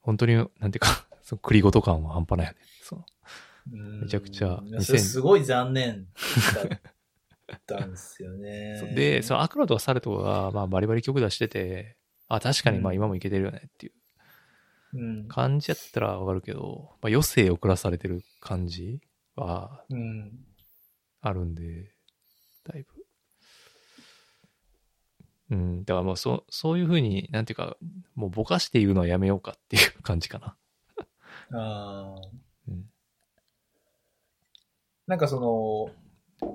S2: 本当に、なんていうか、 その繰りごと感は半端ないよね。その
S3: め
S2: ちゃくちゃ2000
S3: それすごい残念だったんですよ ね
S2: そう。で、そのアクロとかサルとかが、まあバリバリ曲出してて、あ、確かにまあ
S3: うん
S2: 今もいけてるよねっていう
S3: うん。
S2: 感じやったらわかるけど、まあ余生を暮らされてる感じは
S3: うん。
S2: あるんで、だいぶ。うん、だからもうそそういうふうに、なんていうか、もうぼかして言うのはやめようかっていう感じかな。
S3: あー
S2: うん。
S3: なんかその、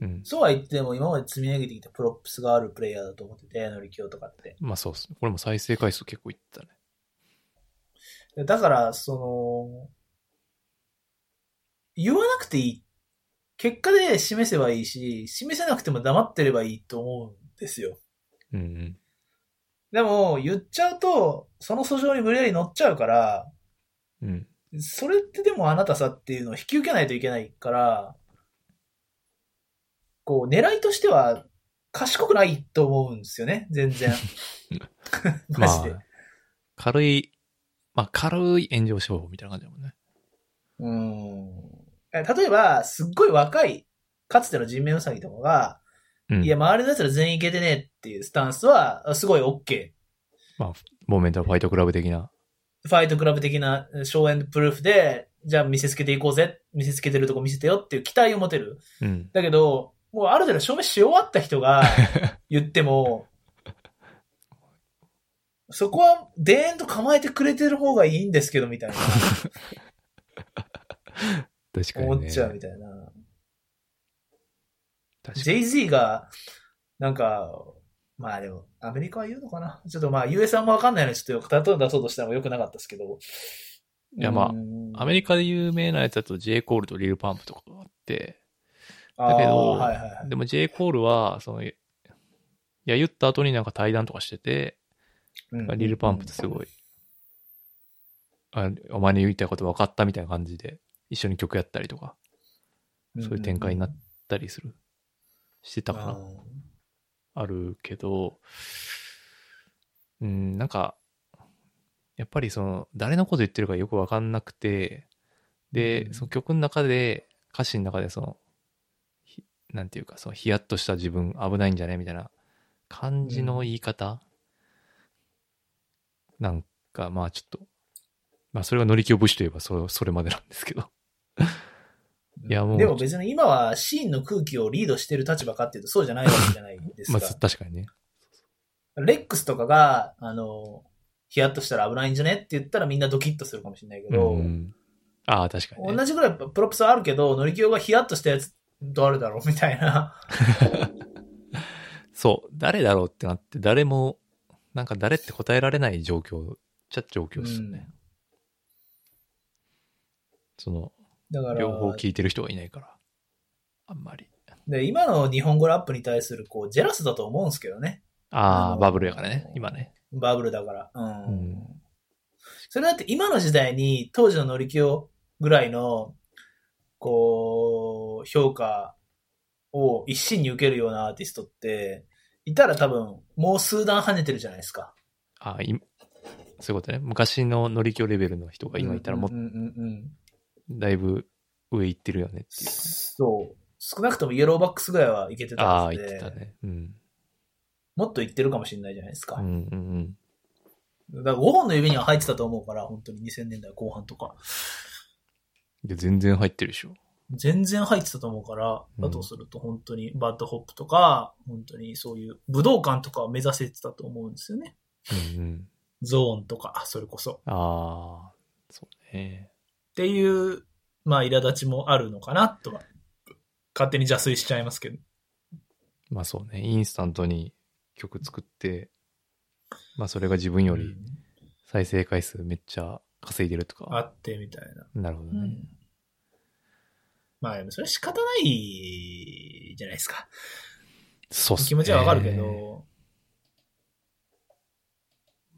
S2: うん。
S3: そうは言っても今まで積み上げてきたプロップスがあるプレイヤーだと思ってて、のりきょうとかって。
S2: まあそうっすね。これも再生回数結構いってたね。
S3: でだから、その、言わなくていい。結果で示せばいいし、示せなくても黙ってればいいと思うんですよ。
S2: うんうん。
S3: でも、言っちゃうと、その訴状に無理やり乗っちゃうから、
S2: うん。
S3: それってでもあなたさっていうのを引き受けないといけないから、こう、狙いとしては賢くないと思うんですよね、全然。マジで。
S2: まあ、軽い、まあ軽い炎上商法みたいな感じだもんね。
S3: うん。え例えば、すっごい若い、かつての人面ウサギとかが、
S2: うん。
S3: いや、周りの奴ら全員いけてねえっていうスタンスは、すごい OK。
S2: モーメンタルファイトクラブ的な。
S3: ファイトクラブ的な、ショーエンドプルーフで、じゃあ見せつけていこうぜ、見せつけてるとこ見せてよっていう期待を持てる。
S2: うん。
S3: だけど、もうある程度証明し終わった 人が言っても、そこは、でーんと構えてくれてる方がいいんですけど、みたいな。
S2: 確かに、ね。
S3: 思っちゃうみたいな。
S2: 確かに。
S3: JZ が、なんか、まあでも、アメリカは言うのかなちょっとまあ、US あんまわかんないので、ちょっと例えを出そうとしたのが良くなかったですけど。
S2: いやまあアメ
S3: リ
S2: リカで有名なやつだと J コールとリルパンプとかがあって、
S3: カ
S2: だけど
S3: はいはいはい。
S2: でも J. コールは、その、いや、言った後になんか対談とかしてて、
S3: うん
S2: リルパンプってすごい、あお前の言いたいこと分かったみたいな感じで、一緒に曲やったりとか、そういう展開になったりする、してたかな。
S3: うん
S2: あるけど、うん、なんか、やっぱりその、誰のこと言ってるかよくわかんなくて、
S3: う
S2: で、
S3: ん
S2: その曲の中で、歌詞の中でその、ひなんていうか、そのヒヤッとした自分危ないんじゃねみたいな感じの言い方、なんか、まあちょっと、まあそれが乗り気を武士といえばそ、それまでなんですけど。いやもう
S3: でも別に今はシーンの空気をリードしてる立場かっていうとそうじゃないわけじゃないです
S2: ま
S3: か
S2: あ。確かにね。
S3: レックスとかが、あの、ヒヤッとしたら危ないんじゃねって言ったらみんなドキッとするかもしれないけど、
S2: うん。ああ、確かに、ね。
S3: 同じぐらいプロプスはあるけど、乗り気がヒヤッとしたやつ誰だろうみたいな。
S2: そう、誰だろうってなって、誰も、なんか誰って答えられない状況、ちゃ状況ですよね。その、
S3: だから、
S2: 両方聞いてる人はいないから、あんまり。
S3: で今の日本語ラップに対する、こう、ジェラスだと思うんですけどね。
S2: あ
S3: あ
S2: あ、
S3: の
S2: バブルやからね、今ね。
S3: バブルだから。うん。
S2: うん
S3: それだって今の時代に当時の乗り気をぐらいの、こう、評価を一身に受けるようなアーティストって、いたら多分もう数段跳ねてるじゃないですか。
S2: ああ、いそういうことね。昔の乗り気レベルの人が今いたらも
S3: うんうんうんうん。
S2: だいぶ上行ってるよねっていう感じ。
S3: そう。少なくともイエローバックスぐらいはいけて
S2: あ
S3: た
S2: あ、
S3: ん
S2: 言っ
S3: で
S2: てたね。うん。
S3: もっといってるかもしれないじゃないですか。
S2: うんうんうん。
S3: だから5本の指には入ってたと思うから、本当に2000年代後半とか。
S2: いや全然入ってるでしょ。
S3: 全然入ってたと思うから、
S2: うん
S3: だとすると本当にバッドホップとか、本当にそういう武道館とかを目指せてたと思うんですよね。
S2: うんうん。
S3: ゾーンとか、それこそ。っ
S2: ああ、そうね。
S3: ていう、まあ、苛立ちもあるのかな、とは。勝手に邪推しちゃいますけど。
S2: まあそうね。インスタントに曲作って、まあそれが自分より再生回数めっちゃ稼いでると
S3: あ
S2: か。
S3: って、みたいな。
S2: なるほどね。
S3: まあ、でもそれは仕方ないじゃないですか。
S2: そうっすね。
S3: 気持ちはわかるけ。ど、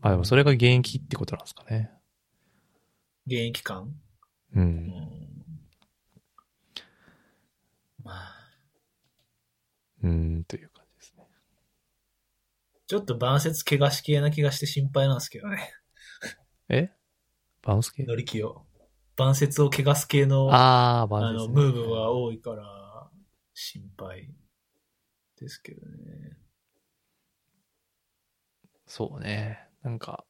S2: まあでもそれが現役ってことなんですかね。
S3: 現役感。
S2: う。
S3: うんんまあ
S2: うん、という感じですね。
S3: ちょっと晩節怪我し系な気がして心配なんですけどね。
S2: えバウンス系
S3: 乗り気を。晩節を怪我す系のあ
S2: ああ、バウンス
S3: の
S2: ですね
S3: ムーブが多いから心配ですけどね。
S2: そうね。なんか、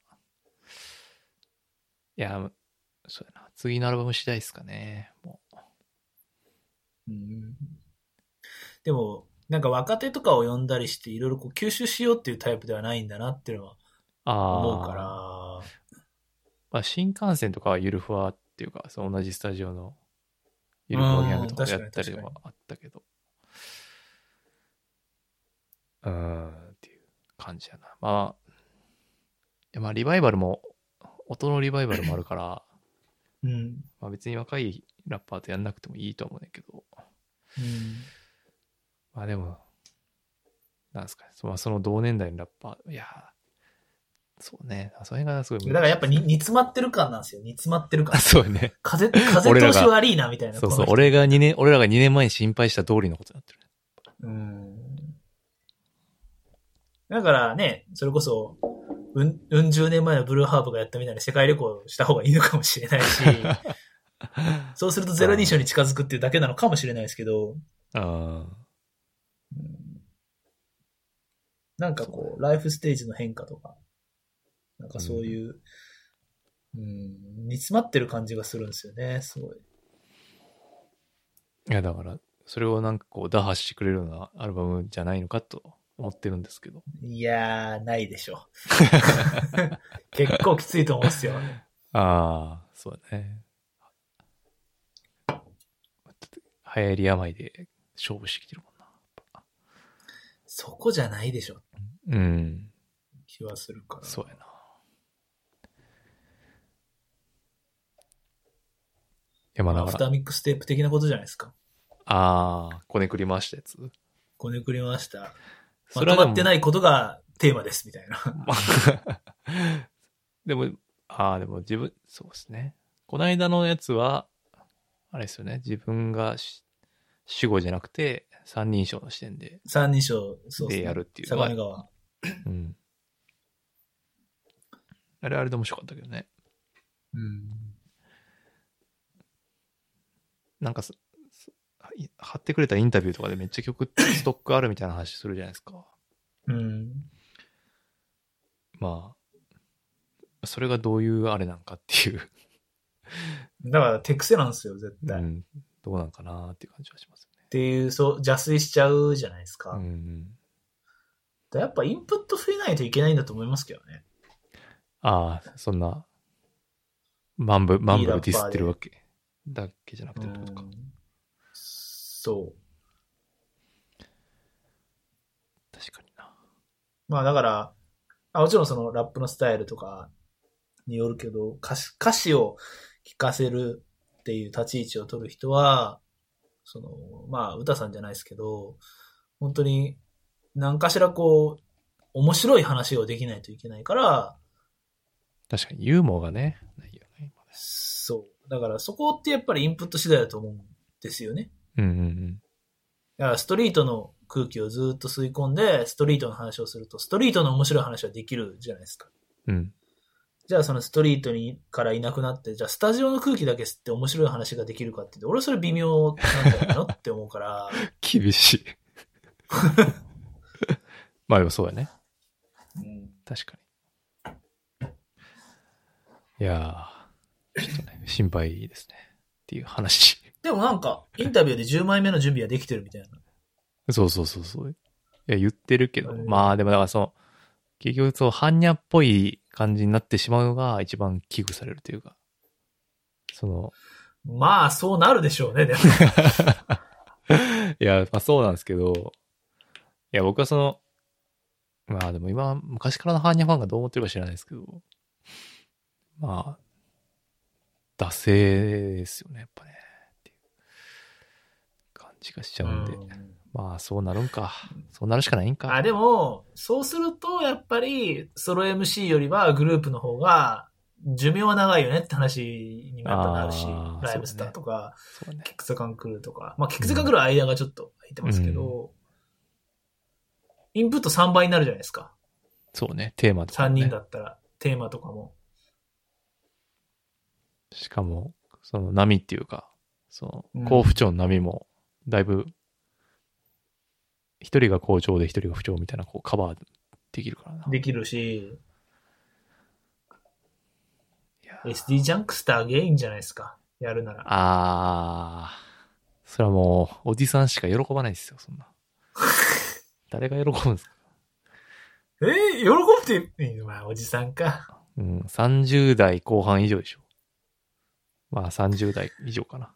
S2: いや、そうやな。次のアルバム次第ですかね。もう。
S3: うん、でも、なんか若手とかを呼んだりしていろいろこう吸収しようっていうタイプではないんだなっていうのは
S2: ああ。
S3: 思うから。
S2: まあ、新幹線とかはゆるふわっていうか、その同じスタジオのゆるふわギャングとか
S3: うん
S2: やったり
S3: 確かに確かに
S2: はあったけど。うーん、っていう感じやな。まあ、いやまあ、リバイバルも、音のリバイバルもある から、
S3: うん。
S2: まあ別に若いラッパーとやんなくてもいいと思うねんけど。
S3: うん
S2: まあでも、なんですかね、そまあその同年代のラッパー、いやー、そうね、あそれがすごい難しい。
S3: だからやっぱに煮詰まってる感なんですよ。煮詰まってる感
S2: あ。 そうね。
S3: 風、風
S2: 俺ら
S3: 通
S2: が
S3: し悪いなみたいな。
S2: そうそう、
S3: この人
S2: 俺が2年、俺らが2年前に心配した通りのことになってる。
S3: うんだからね、それこそ、うん、うん十年前のブルーハーブがやったみたいに世界旅行した方がいいのかもしれないし、そうするとゼロ人賞に近づくっていうだけなのかもしれないですけど、
S2: ああ、
S3: なんかこう、ライフステージの変化とか、なんかそういう、うん、煮詰まってる感じがするんですよね、すごい。
S2: いや、だから、それをなんかこう、打破してくれるようなアルバムじゃないのかと思ってるんですけど。
S3: いやー、ないでしょ。結構きついと思うんですよ。
S2: ああ、そうだね。流行り病で勝負してきてるもん
S3: そこじゃないでしょ、
S2: な。うん、
S3: 気はするから。
S2: そうやな。いや、まあ
S3: ア
S2: だ
S3: フ
S2: か
S3: タ
S2: ら、
S3: ーミックステープ的なことじゃないですか。
S2: ああ、こねくり回したやつ。
S3: こねくりました。
S2: そ
S3: ま
S2: れはで
S3: と
S2: も
S3: まってないことがテーマです、みたいな。
S2: まあ でも、ああ、でも自分、そうですね。こないだのやつは、あれですよね。自分がし主語じゃなくて、三人称の視点で。
S3: 三人称、そう
S2: でやるっていう
S3: 相模川。
S2: うん。あれはあれで面白かったけどね。
S3: うん。
S2: なんかす、すはい貼ってくれたインタビューとかでめっちゃ曲ストックあるみたいな話するじゃないですか。
S3: うん。
S2: まあ、それがどういうあれなんかっていう、
S3: だから手癖なんですよ、絶
S2: う
S3: 対。っ
S2: ん、どうなんかなっていう感じはしますよね。
S3: ていう、そう、邪推しちゃうじゃないですか。
S2: うんうん。
S3: だやっぱインプット増えないといけないんだと思いますけどね。
S2: ああ、そんな、マンブ、マンブ
S3: いい
S2: ル
S3: ラッパー
S2: デ
S3: で
S2: ィスってるわけ。だけじゃなくてってこと
S3: う
S2: か。
S3: んそう。
S2: 確かにな。
S3: まあだから、あもちろんそのラップのスタイルとかによるけど、歌詞歌詞を聞かせるっていう立ち位置を取る人は、その、まあ、歌さんじゃないですけど、本当に何かしらこう、面白い話をできないといけないから、
S2: 確かにユーモアがね、ないよね、今ね
S3: そう。だからそこってやっぱりインプット次第だと思うんですよね。
S2: うんうんうん。
S3: だからストリートの空気をずっと吸い込んで、ストリートの話をすると、ストリートの面白い話はできるじゃないですか。
S2: うん。
S3: じゃあそのストリートにからいなくなって、じゃあスタジオの空気だけ吸って面白い話ができるかって言って、俺はそれ微妙なんじゃないのって思うから、
S2: 厳しい。 まあでもそうやね。
S3: うん、
S2: 確かに。いやー、ちょっとね、心配ですね。っていう話。
S3: でもなんか、インタビューで10枚目の準備はできてるみたいな。
S2: そうそうそうそう。いや、言ってるけど、
S3: うん
S2: まあでもだからその、結局そう、般若っぽい感じになってしまうのが一番危惧されるというか、そ の、
S3: まあ、そうなるでしょうね、でも。
S2: いや、まあそうなんですけど、いや、僕はその、まあでも今、昔からのハーニャファンがどう思ってるか知らないですけど、まあ、惰性ですよね、やっぱね、っていう感じがしちゃうんで、
S3: うん
S2: まあそうなるんか、そうなるしかないんか。
S3: あ、でも、そうすると、やっぱり、ソロ MC よりはグループの方が、寿命は長いよねって話にもやっぱなるし
S2: あ、ー
S3: ライブスターとか、
S2: そうね。
S3: キックスカンクルーとか、まあ、キックスカンクルーは間がちょっと空いてますけど、インプット3倍になるじゃないですか。
S2: そうね、テーマとか
S3: 3
S2: もね、
S3: 人だったら、テーマとかも。
S2: しかも、その波っていうか、そ
S3: うん
S2: の、好不調の波も、だいぶ、一人が好調で一人が不調みたいな、こう、カバーできるからな。
S3: できるし、
S2: いや
S3: SD ジャンクスターゲインじゃないですか。やるなら。
S2: あー、それはもう、おじさんしか喜ばないですよ、そ んな。誰が喜ぶんですか
S3: えー、喜ぶって、うんまあ、おじさんか。
S2: うん、30代後半以上でしょ。まあ、30代以上かな。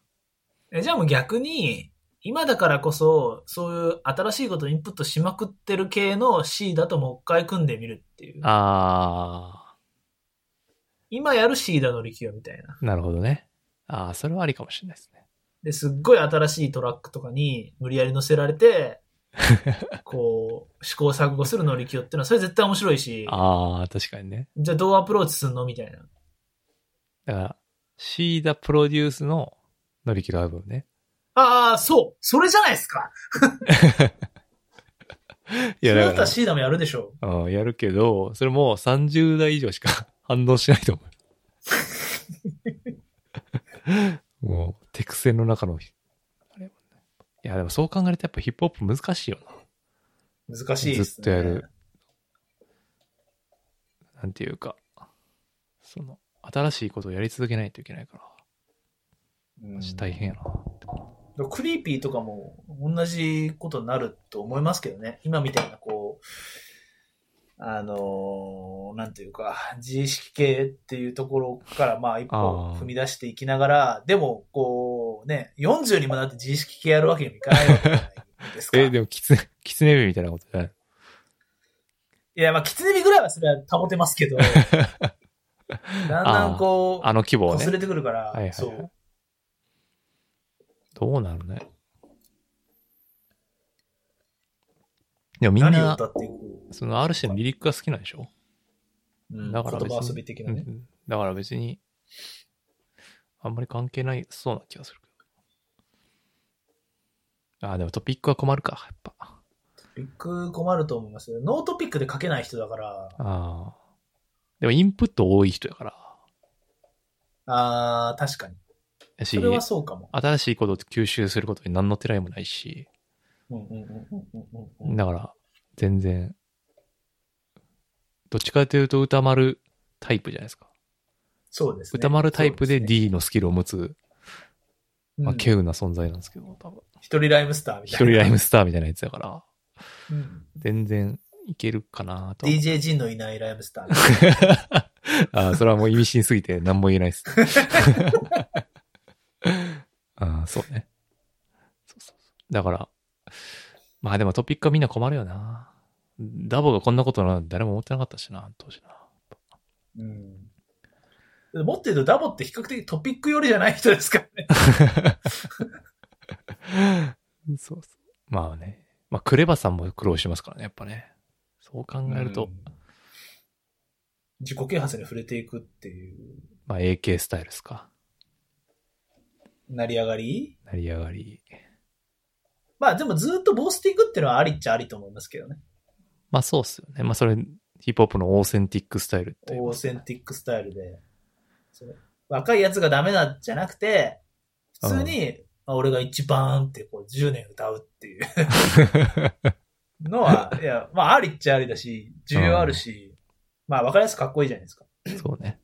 S3: えじゃあもう逆に、今だからこそ、そういう新しいことをインプットしまくってる系の C だともう一回組んでみるっていう。
S2: あ
S3: 今やる C だの力よみたいな。
S2: ー、なるほどね。あー、それはありかもしれないですね。
S3: で、すっごい新しいトラックとかに無理やり乗せら れて、こう、試行錯誤する乗り気よっていうのは、それ絶対面白いし、
S2: あー、確かにね。
S3: じゃあどうアプローチすんのみたいな。
S2: だから、シーダプロデュースの乗り切るアルバムね。
S3: ああ、そうそれじゃないですか
S2: い
S3: そ
S2: や、
S3: れだ
S2: だ
S3: った
S2: か
S3: ら C ダもやるでしょ
S2: ら、うん、やるけど、それもう30代以上しか反応しないと思 う。もう、手癖の中の、あれやもんねいや、でもそう考えるとやっぱヒップホップ難しいよ
S3: う。難しいです、
S2: ず
S3: ね。
S2: っとやる。な。なんていうか、その、新しいことをやり続けないといけないから、マジ大変やな。
S3: クリーピーとかも同じことになると思いますけどね。今みたいな、こう、あのーなんていうか、自意識系っていうところから、まあ、一歩
S2: あー
S3: 踏み出していきながら、でも、こう、ね、40にもなって自意識系やるわけにもいかないわけじゃないです か。
S2: え、でも、キツネ、キツネビみたいなことじゃない
S3: いや、まあ、キツネビぐらいはそれは保てますけ ど、だんだんこ
S2: あの規模
S3: う、
S2: をね
S3: 擦。れてくるから、
S2: はいはいはい
S3: そう。
S2: どうなるね。でもみん
S3: 何を
S2: な
S3: 歌、っていく、
S2: その R 氏のリリックが好きなんでしょ、
S3: うん、
S2: だから
S3: 言
S2: 別
S3: 葉
S2: に
S3: 遊び的なね。
S2: うんだから別に、あんまり関係ないそうな気がするけど。あー、でもトピックは困るか、やっぱ。あ
S3: ピック困ると思いますよノートピックで書けない人だから、
S2: あー。でもインプット多い人やから。
S3: ああ、確かに。
S2: やし
S3: それ、はそうかも。
S2: 新しいことを吸収することに何の手らいもないし、
S3: うんうんうんうんうんうんうん
S2: だから、全然、どっちかというと歌丸タイプじゃないですか。
S3: そうですね。
S2: 歌丸タイプで
S3: そう
S2: D のスキルを持つ、
S3: すね
S2: まあ、
S3: うん
S2: 稀有な存在なんですけど、多分。
S3: 一人ライムスターみ
S2: 一
S3: たいな。
S2: 人ライムスターみたいなやつだから、
S3: うん
S2: 全然いけるかなと。
S3: DJ ジンのいないライムスター。
S2: あーそれはもう意味深すぎて何も言えない です。あーそうね。そうそうそうだから、まあでもトピックはみんな困るよな。ダボがこんなことな、誰も思ってなかったしな、当時な。
S3: うん。持ってるとダボって比較的トピックよりじゃない人ですから ね。
S2: そうそう。まあね。まあ、クレバさんも苦労しますからね、やっぱね。そう考えると、
S3: うん自己啓発に触れていくっていう、
S2: まあ、AK スタイルですか。
S3: 成り上がり
S2: 成り上がり。
S3: まあでもずっと棒していくっていうのはありっちゃありと思いますけどね。
S2: まあ、そうっすよね。まあ、それ、ヒップホップのオーセンティックスタイルって言い
S3: オ
S2: ま
S3: ー
S2: す
S3: センティックスタイルで。それ若いやつがダメなんじゃなくて、普通に、あ俺が一番ってこう10年歌うっていう のは、いや、まあありっちゃありだし、需要あるし、まあわかりやすくかっこいいじゃないですか。
S2: そうね。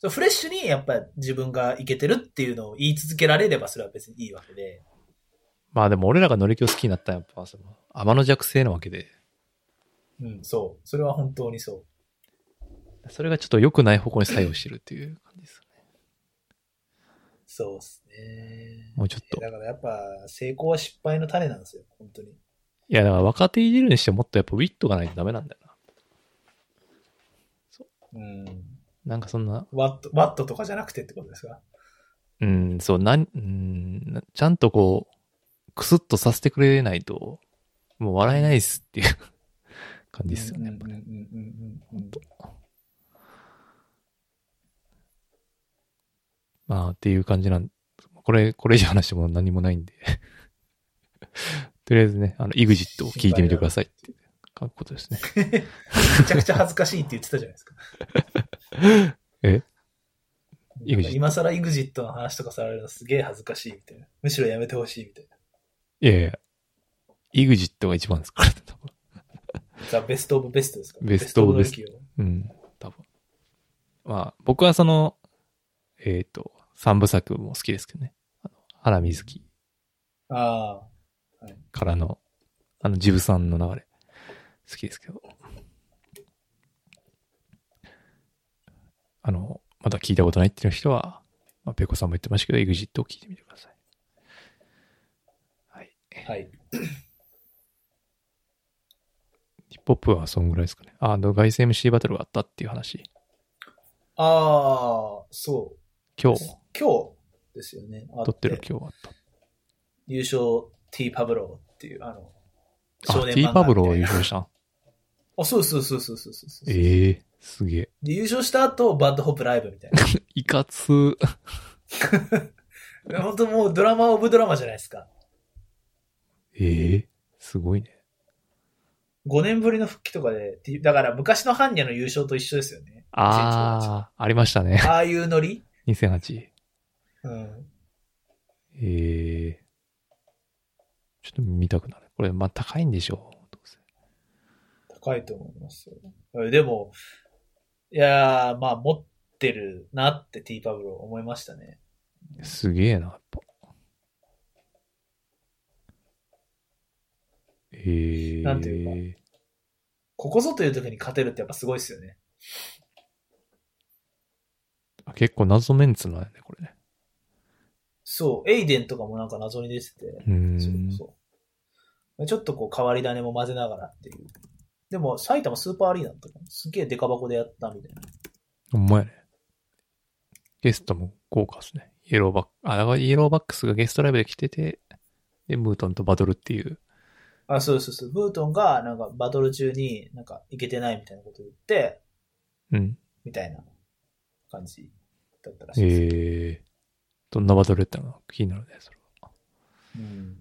S3: そうフレッシュにやっぱ自分がいけてるっていうのを言い続けられればそれは別にいいわけで。
S2: まあ、でも俺らが乗り気を好きになったのはやっぱ、その、天の弱性なわけで、
S3: うん、そう。それは本当にそ
S2: それがちょっと良くない方向に作用してるっていう感じですね。
S3: う。そうですね。
S2: もうちょっと。
S3: だからやっぱ成功は失敗の種なんですよ、本当に。
S2: いや、だから若手いじるにしてもっとやっぱウィットがないとダメなんだよな。
S3: うん。
S2: なんかそんな、
S3: ワット、ワットとかじゃなくてってことですか
S2: うん、そう、なん、うん、なちゃんとこう、くすっとさせてくれないと、もう笑えないっすっていう感じですよね。やっぱね
S3: うんうんうんうんうん
S2: まあ、っていう感じなん、これ、これ以上話しても何もないんで。 とりあえずね、あの、EXIT を聞いてみてくださいっていう書くことですね。
S3: めちゃくちゃ恥ずかしいって言ってたじゃないですか。
S2: え
S3: なんか
S2: EXIT
S3: 今更 EXIT の話とかされるのすげえ恥ずかしいみたいな。むしろやめてほしいみたい
S2: いやいや、EXIT が一番ですから、多分。
S3: な。ザ・ベスト・オブ・ベストですか
S2: ベストオブベスト
S3: トオの域を
S2: うん、多分。まあ、僕はその、えっ、と、三部作も好きですけどね。あの原瑞希
S3: ああ。
S2: からの、あの、ジブさんの流れ、好きですけど。あの、まだ聞いたことないっていう人は、まあ、ペコさんも言ってましたけど、EXIT を聞いてみてください。はい。
S3: はい。
S2: ヒップホップはそんぐらいですかね。あ、あの、外線 MC バトルがあったっていう話。
S3: ああ、そう。
S2: 今日、
S3: 今日ですよね。あ
S2: 撮ってる今日あった。
S3: 優勝 T パブローっていう、あの、
S2: あ、T パブロー優
S3: 優勝。
S2: 勝したん
S3: あ、そうそうそうそうそうそうそう
S2: ええすげえ。
S3: で、優勝した後、バッドホップライブみたいな。
S2: いかつ。
S3: 本当もうドラマオブドラマじゃないですか。
S2: ええすごいね。
S3: 5年ぶりの復帰とかで、T- だから昔のハンニャの優勝と一緒ですよね。
S2: ああ、ありましたね。
S3: ああいうノリ
S2: 2008。
S3: うん。
S2: ええちょっと見たくなる。これ、まあ、高いんでしょう。どうせ
S3: 高いと思いますよ。でも、いやー、まあ持ってるなって T パブロー思いましたね。
S2: すげえな、やっぱ。ええ
S3: なんていうここぞという時に勝てるってやっぱすごいですよね。
S2: か。結構謎メンツなんやね、これね。
S3: そう、エイデンとかもなんか謎に出てて。
S2: うーん。
S3: そうそう。ちょっとこう変わり種も混ぜながらっていう。でも埼玉スーパーアリーナとかもすげえデカ箱でやったみたいな。
S2: ほんまやね。ゲストも豪華ですね。イエローバック、あ、だからイエローバックスがゲストライブで来てて、で、ムートンとバトルっていう。
S3: あ、そうそうそう。ブートンがなんかバトル中になんかいけてないみたいなこと言って、
S2: うん。
S3: みたいな感じだったらしいです。
S2: えー、どんなバトルやったのか気になるね、それは。
S3: うん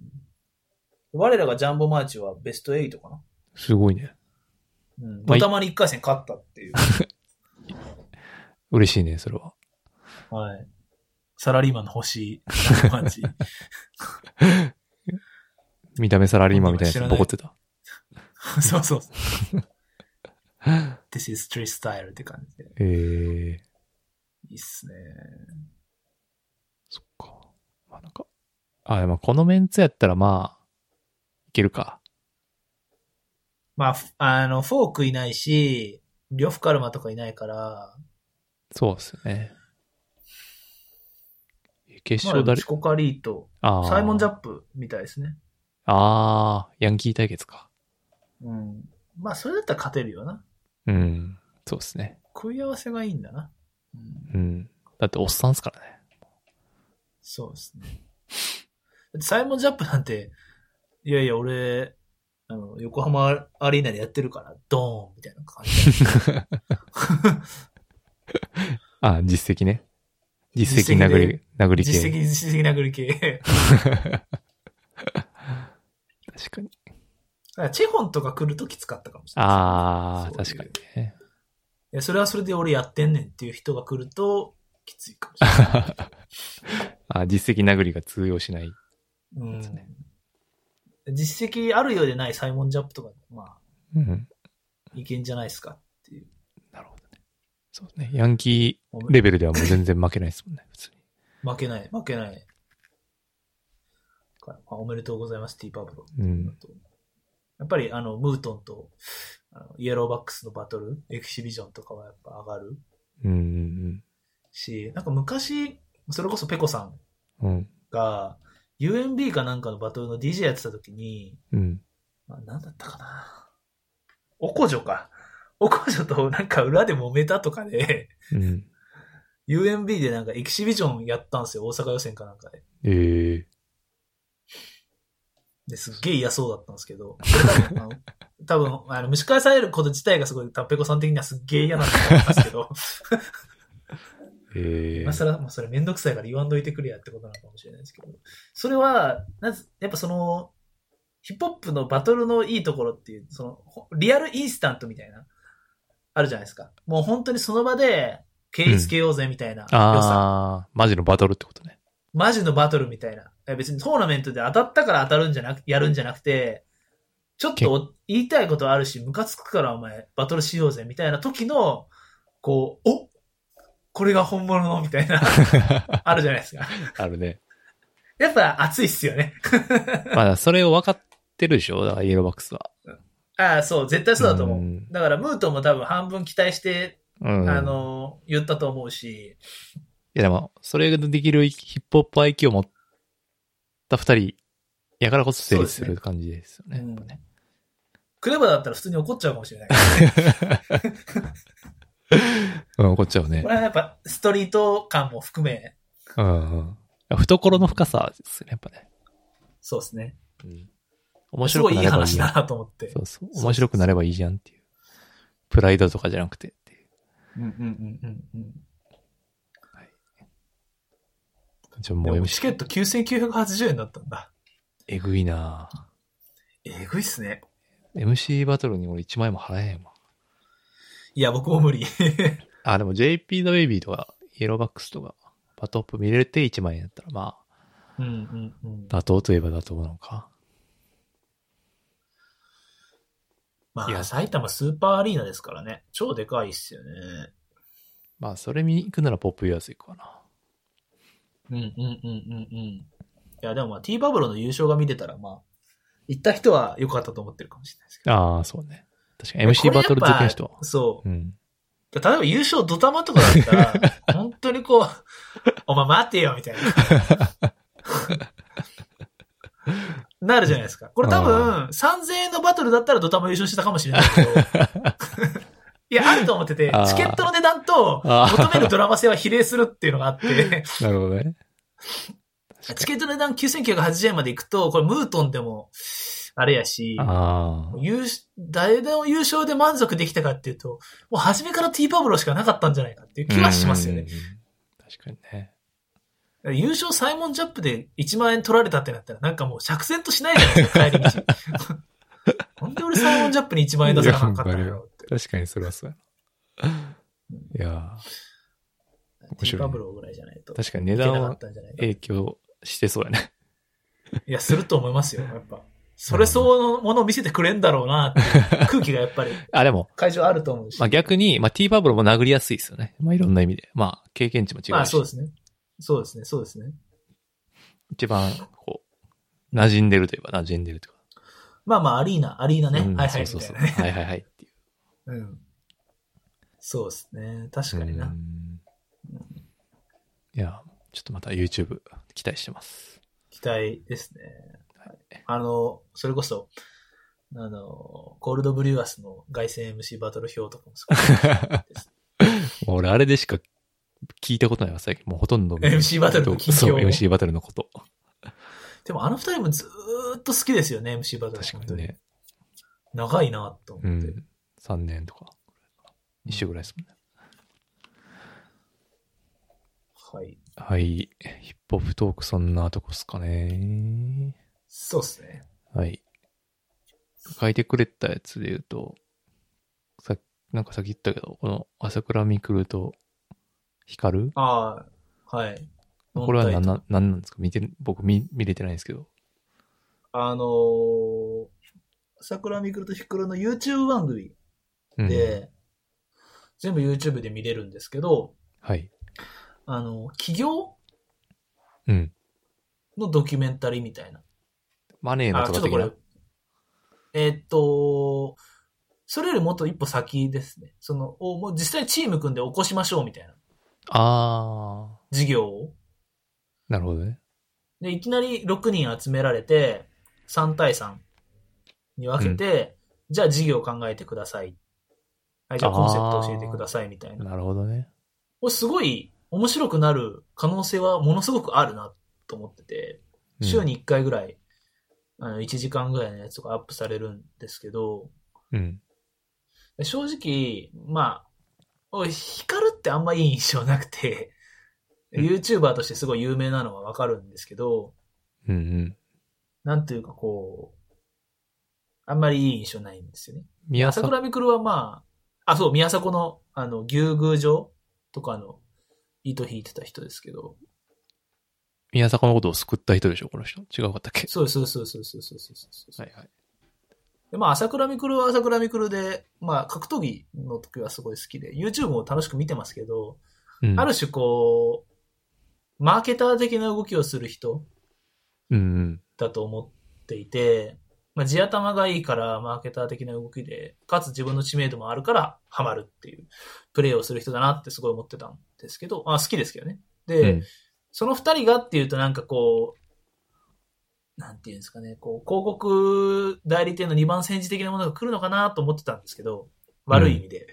S3: 我らがジャンボマーチはベスト8かな。
S2: すごいね。
S3: うん。
S2: まあ
S3: またまに1回戦勝った っていう。
S2: 嬉しいね、それは。
S3: はい。サラリーマンの星、ジャンボマー チ。
S2: 見た目サラリーマンみたいなやつボコってた。
S3: そうそう。This is tree style って感じで。
S2: えー、
S3: いいっすね。
S2: そっか。まあなんか、あ、でもこのメンツやったらまあ、いけるか。
S3: まあ、ふあの、フォークいないし、リョフカルマとかいないから、
S2: そうですよね。え決
S3: ま
S2: 勝
S3: あ、
S2: 誰、
S3: チコカリーと、
S2: あー
S3: サイモン・ジャップみたいですね。
S2: あー、ヤンキー対決か。
S3: うん。まあ、それだったら勝てるよな。
S2: うん。そうですね。
S3: 食い合わせがいいんだな。うん、
S2: うん。だっておっさんっすからね。
S3: そうですね。だってサイモンジャップなんて、いやいや、俺、あの、横浜アリーナでやってるから、ドーンみたいな感じ。
S2: あ、実績ね。実績殴
S3: 実績
S2: り、殴り系。
S3: 実績、実績殴り系。
S2: 確かに。
S3: だからチェホンとか来るときつかったかもしれない。
S2: ああ、
S3: そういう
S2: 確かにね。
S3: いや、それはそれで俺やってんねんっていう人が来ると、きついかもし れない。
S2: あ実績殴りが通用しない。
S3: うん
S2: ですね
S3: 実績あるようでないサイモンジャップとか、まあ、
S2: うん。
S3: いけんじゃないですかっていう。
S2: なるほどね。そうね。ヤンキーレベルではもう全然負けないですもんね、普通に。
S3: 負けない、負けない。からまあおめでとうございます、ティーパブロ。
S2: うん。
S3: やっぱり、あの、ムートンと、あのイエローバックスのバトル、エキシビジョンとかはやっぱ上がる
S2: うん。
S3: し、なんか昔、それこそペコさん
S2: うん。うん。
S3: が、UMB かなんかのバトルの DJ やってた時に、
S2: うん。
S3: あなんだったかな。おこじょか。おこじょとなんか裏で揉めたとかで、
S2: うん。
S3: UMB でなんかエキシビジョンやったんですよ、大阪予選かなんかで。
S2: ええ
S3: ですっげえ嫌そうだったんですけど、 これ多分、あの多分あの蒸し返されること自体がすごい、タッペコさん的にはすっげえ嫌なんだと思うんですけど、
S2: ええ
S3: 今更、もうそれめんどくさいから言わんどいてくれやってことなのかもしれないですけど、それは、なぜ、やっぱその、ヒップホップのバトルのいいところっていう、その、ほリアルインスタントみたいな、あるじゃないですか。もう本当にその場で、ケリつけようぜみたいな、良さ。
S2: ああ、マジのバトルってことね。
S3: マジのバトルみたいな。え別にトーナメントで当たったから当たるんじゃなく、やるんじゃなくて、ちょっと言いたいことあるし、ムカつくからお前バトルしようぜみたいな時の、こう、おこれが本物のみたい な、あるじゃないですか。
S2: あるね。
S3: やっぱ熱いっすよね。
S2: まあ、それを分かってるでしょだから、イエローバックスは。
S3: ああ、そう、絶対そうだと思う。
S2: うん
S3: だから、ムートンも多分半分期待して、
S2: うん。
S3: あ、の、言ったと思うし、
S2: いやでも、それができるヒップホップ IQ を持った二人、やからこそ成立する感じですよね。
S3: そうですね
S2: やっぱね
S3: クレバだったら普通に怒っちゃうか もしれない。
S2: うん、怒っちゃうね
S3: こ。れはやっぱ、ストリート感も含め、
S2: うんうん。いや懐の深さですね、やっぱね。
S3: そうですね。
S2: うん。面
S3: す
S2: 白
S3: ご
S2: く
S3: いい
S2: ないればい
S3: 話
S2: いやん
S3: だ。なと思って。
S2: そうそう。面白くなればいいじゃんっていう。プライドとかじゃなくてっていう。
S3: うんうんうんうんうん。
S2: じゃあもう
S3: でも
S2: MC
S3: チケット9980円だったんだ。
S2: えぐいなぁ
S3: えぐいっすね。
S2: MC バトルに俺1枚も払えへんわ。
S3: いや、僕も無理。
S2: あ、でも JP のベイビーとか、イエローバックスとか、バトップ見れて1万円だったら、まあ、
S3: うんうんうん。
S2: 妥当といえば妥当なのか。
S3: ま
S2: い
S3: あ、
S2: や
S3: 埼玉スーパーアリーナですからね。超でかいっすよね。
S2: まあ、それ見に行くならポップユアーズ行くわな。
S3: うんうんうんうんうん。いや、でもまあ、T バブロの優勝が見てたら、まあ、行った人は良かったと思ってるかもしれないですけど。
S2: ああ、そうね。確かに MC バトル好きな人は
S3: これやっぱ。そう
S2: う。ん。
S3: 例えば優勝ドタマとか だったら、本当にこう、お前待てよ、みたい な。なるじゃないですか。これ多分、3000円のバトルだったらドタマ優勝してたかもしれない けど。いや、あると思ってて
S2: あー、
S3: チケットの値段と、
S2: あー
S3: 求めるドラマ性は比例するっていうのがあ って、
S2: なるほどね。
S3: チケットの値段9980円までいくと、これムートンでも、あれやし、
S2: ああ。
S3: 優勝誰でも優勝で満足できたかっていうと、もう初めから T パブロしかなかったんじゃないかっていう気はしますよね
S2: うん。うんうん。確かにね。
S3: 優勝サイモンジャップで1万円取られたってなったら、なんかもう釈然としないじゃないですか、帰り 道。なんで俺サイモンジャップに1万円出さなかったんだ
S2: いやわ
S3: ろうって。
S2: 確かにそれはそう やな。いや面白いね
S3: ティーパブロぐらいじゃないと。
S2: ー確かに
S3: い
S2: 値
S3: けな
S2: 段
S3: か
S2: は
S3: ったんじゃないか
S2: 影響してそうやね。
S3: いや、すると思いますよ、やっぱ。それ相応のものを見せてくれんだろうなっていう空気がやっぱり
S2: あ、でも、
S3: 会場あると思うし。
S2: まあ逆に、まあ T バブルも殴りやすいですよね。まあいろんな意味で。まあ経験値も違うし。
S3: まあそうですね。そうですね、そうですね。
S2: 一番、こう、馴染んでるといえば馴染んでるというか。
S3: まあまあ、アリーナ、アリーナね。
S2: うん
S3: はいはいみたいなね。
S2: そうそうそう。はいはいはいっていう。
S3: うん。そうですね。確かにな。
S2: うんいや、ちょっとまた YouTube 期待してます。
S3: 期待ですね。あの、それこそ、あの、こコールドブリュアスの凱旋 MC バトル表とかもすご いです。
S2: もう俺あれでしか聞いたことないわ、最近。もうほとんど。
S3: MC バトルの近況
S2: そう、MC バトルのこと。
S3: でもあの二人もずーっと好きですよね、MC バトル。
S2: 確かにね。
S3: 長いなと
S2: う
S3: 思って。
S2: ん。3年とか。一週ぐらいですもんね。
S3: はい。
S2: はい。ヒップホップトークそんなとこっすかね。
S3: そうっすね。
S2: はい。書いてくれたやつで言うと、さなんかさっき言ったけど、この朝倉未来と光
S3: ああ、はい。
S2: これは何
S3: ノンタイトル
S2: な何なんですか見てる、僕見見れてないんですけど。
S3: あのー、桜みくるとひくるの YouTube 番組
S2: うん、
S3: で、全部 YouTube で見れるんですけど、
S2: はい。
S3: あの、企業
S2: うん。
S3: のドキュメンタリーみたいな。
S2: マネーの
S3: あ、
S2: と
S3: ちょ
S2: か
S3: っと
S2: 的
S3: これ
S2: な。、
S3: えーっと、それよりもっと一歩先ですね。その、おもう実際チーム組んで起こしましょうみたいな
S2: あ
S3: 事業
S2: ー。
S3: を。
S2: なるほどね。
S3: で、いきなり6人集められて、3対3に分けて、じゃあ事業を考えてください。はい、じゃあコンセプト教えてくださいみたいな。
S2: なるほどね。
S3: これすごい面白くなる可能性はものすごくあるなと思ってて、
S2: うん
S3: 週。に1回ぐらい、あの1時間ぐらいのやつとかアップされるんですけど、
S2: うん。
S3: 正直、まあ、俺光ってあんまいい印象なくて、
S2: うん
S3: YouTuber としてすごい有名なのはわかるんですけど、
S2: うんうん。
S3: なんというかこう、あんまりいい印象ないんですよね。
S2: 宮
S3: 朝
S2: 坂、
S3: 倉未来はまあ、あ、そう、宮迫の、あの、牛宮城とかの糸引いてた人ですけど、
S2: 宮坂のことを救った人でしょ、この人。違うかったっけ
S3: そうそうそうそうそうそうそうそう。
S2: はいはい。
S3: で、まあ、朝倉未来は朝倉未来で、まあ、格闘技の時はすごい好きで、YouTube も楽しく見てますけど、
S2: うん、
S3: ある種こう、マーケター的な動きをする人
S2: うんうん。
S3: だと思っていて、まあ、地頭がいいからマーケター的な動きで、かつ自分の知名度もあるからハマるっていう、プレイをする人だなってすごい思ってたんですけど、まあ、好きですけどね。で、
S2: うん
S3: その二人がっていうとなんかこう、なんていうんですかね、こう、広告代理店の二番煎じ的なものが来るのかなと思ってたんですけど、悪い意味で。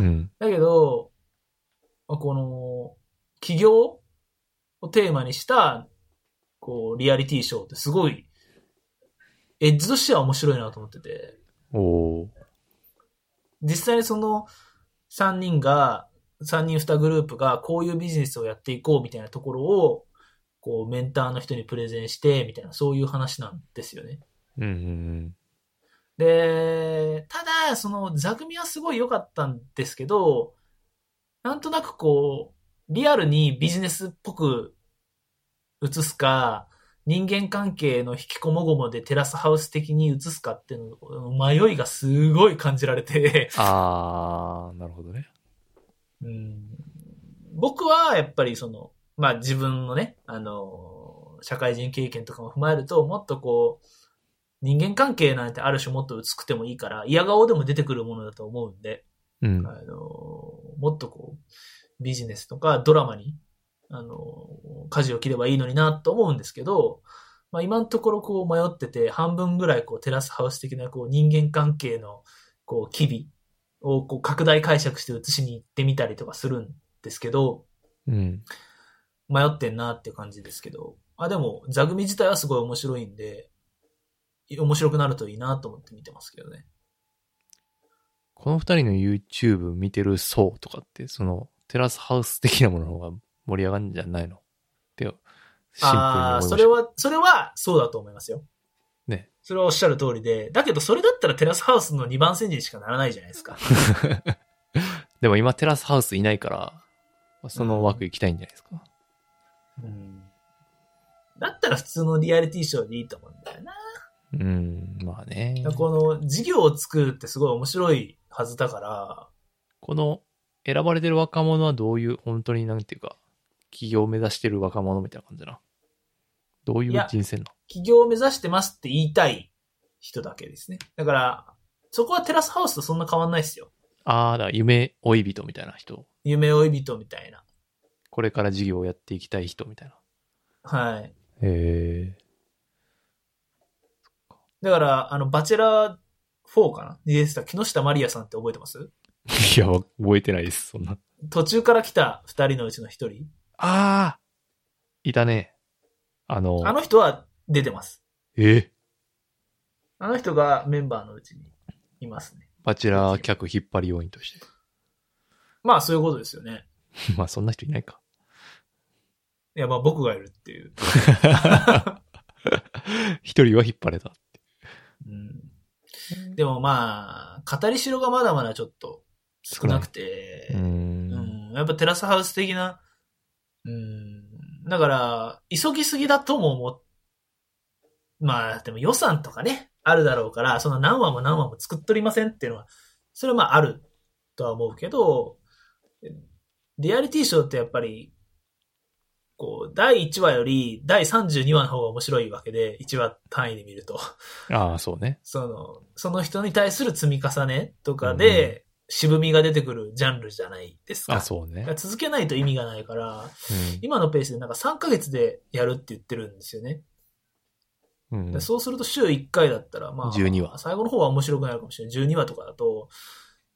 S2: うん。
S3: だけど、まあこの、起業をテーマにした、こう、リアリティショーってすごい、エッジとしては面白いなと思ってて、
S2: おー。
S3: 実際にその3人が、3人2グループがこういうビジネスをやっていこうみたいなところを、こうメンターの人にプレゼンして、みたいな、そういう話なんですよね。
S2: うんうん
S3: で、ただ、その座組はすごい良かったんですけど、なんとなくこう、リアルにビジネスっぽく映すか、人間関係の引きこもごもでテラスハウス的に映すかっていうの、迷いがすごい感じられて、
S2: うん。あー、なるほどね。
S3: うん僕はやっぱりその、まあ自分のね、あの、社会人経験とかも踏まえると、もっとこう、人間関係なんてある種もっと薄くてもいいから、嫌顔でも出てくるものだと思うんで、
S2: うん
S3: あ。の、もっとこう、ビジネスとかドラマに、あの、舵を切ればいいのになと思うんですけど、まあ今のところこう迷ってて、半分ぐらいこうテラスハウス的なこう人間関係のこう機微をこう拡大解釈して写しに行ってみたりとかするんですけど、
S2: うん。
S3: 迷ってんなっていう感じですけど、あ、でも座組自体はすごい面白いんで、い面白くなるといいなと思って見てますけどね。
S2: この二人の YouTube 見てる層とかって、その、テラスハウス的なものの方が盛り上がるんじゃないのって、シンプルに思い
S3: あ
S2: ま
S3: あー、
S2: した
S3: それは、それはそうだと思いますよ。
S2: ね。
S3: それはおっしゃる通りで、だけどそれだったらテラスハウスの2番煎じにしかならないじゃないですか。
S2: でも今テラスハウスいないから、その枠行きたいんじゃないですか。
S3: うんだったら普通のリアリティショーでいいと思うんだよな。
S2: うん、まあね。
S3: この事業を作るってすごい面白いはずだから、
S2: この選ばれてる若者はどういう、本当になんていうか、起業を目指してる若者みたいな感じな。どうい
S3: いうや
S2: 人生なの
S3: 起業を目指してますって言いたい人だけですね。だから、そこはテラスハウスとそんな変わんないですよ。
S2: ああ、だから夢追い人みたいな人。
S3: 夢追い人みたいな。
S2: これから事業をやっていきたい人みたいな。
S3: はい。
S2: へえ。
S3: だから、あの、バチェラー4かなに出てた木下まりやさんって覚えてます
S2: いや、覚えてないです、そんな。
S3: 途中から来た2人のうちの1人。
S2: ああいたね。あの、
S3: あの人は出てます。
S2: え
S3: あの人がメンバーのうちにいますね。
S2: バチェラー客引っ張り要員として。
S3: まあそういうことですよね。
S2: まあ、そんな人いないか。
S3: いやまあ僕がいるっていう。
S2: 一人は引っ張れた。
S3: うん、でもまあ、語りしろがまだまだちょっと少なくて、
S2: うーん。
S3: うんやっぱテラスハウス的な、うん、だから、急ぎすぎだとも思っまあ、でも予算とかね、あるだろうから、その何話も何話も作っとりませんっていうのは、それはまああるとは思うけど、リアリティショーってやっぱり、こう、第1話より第32話の方が面白いわけで、1話単位で見ると。
S2: ああ、そうね。
S3: その、その人に対する積み重ねとかで、渋みが出てくるジャンルじゃないですか。
S2: あそうね
S3: だか。ら続けないと意味がないから、
S2: う
S3: 今のペースでなんか3ヶ月でやるって言ってるんですよね。
S2: ん。うん
S3: でそうすると週1回だったら、まあ、
S2: 12話
S3: 最後の方は面白くなるかもしれない。12話とかだと、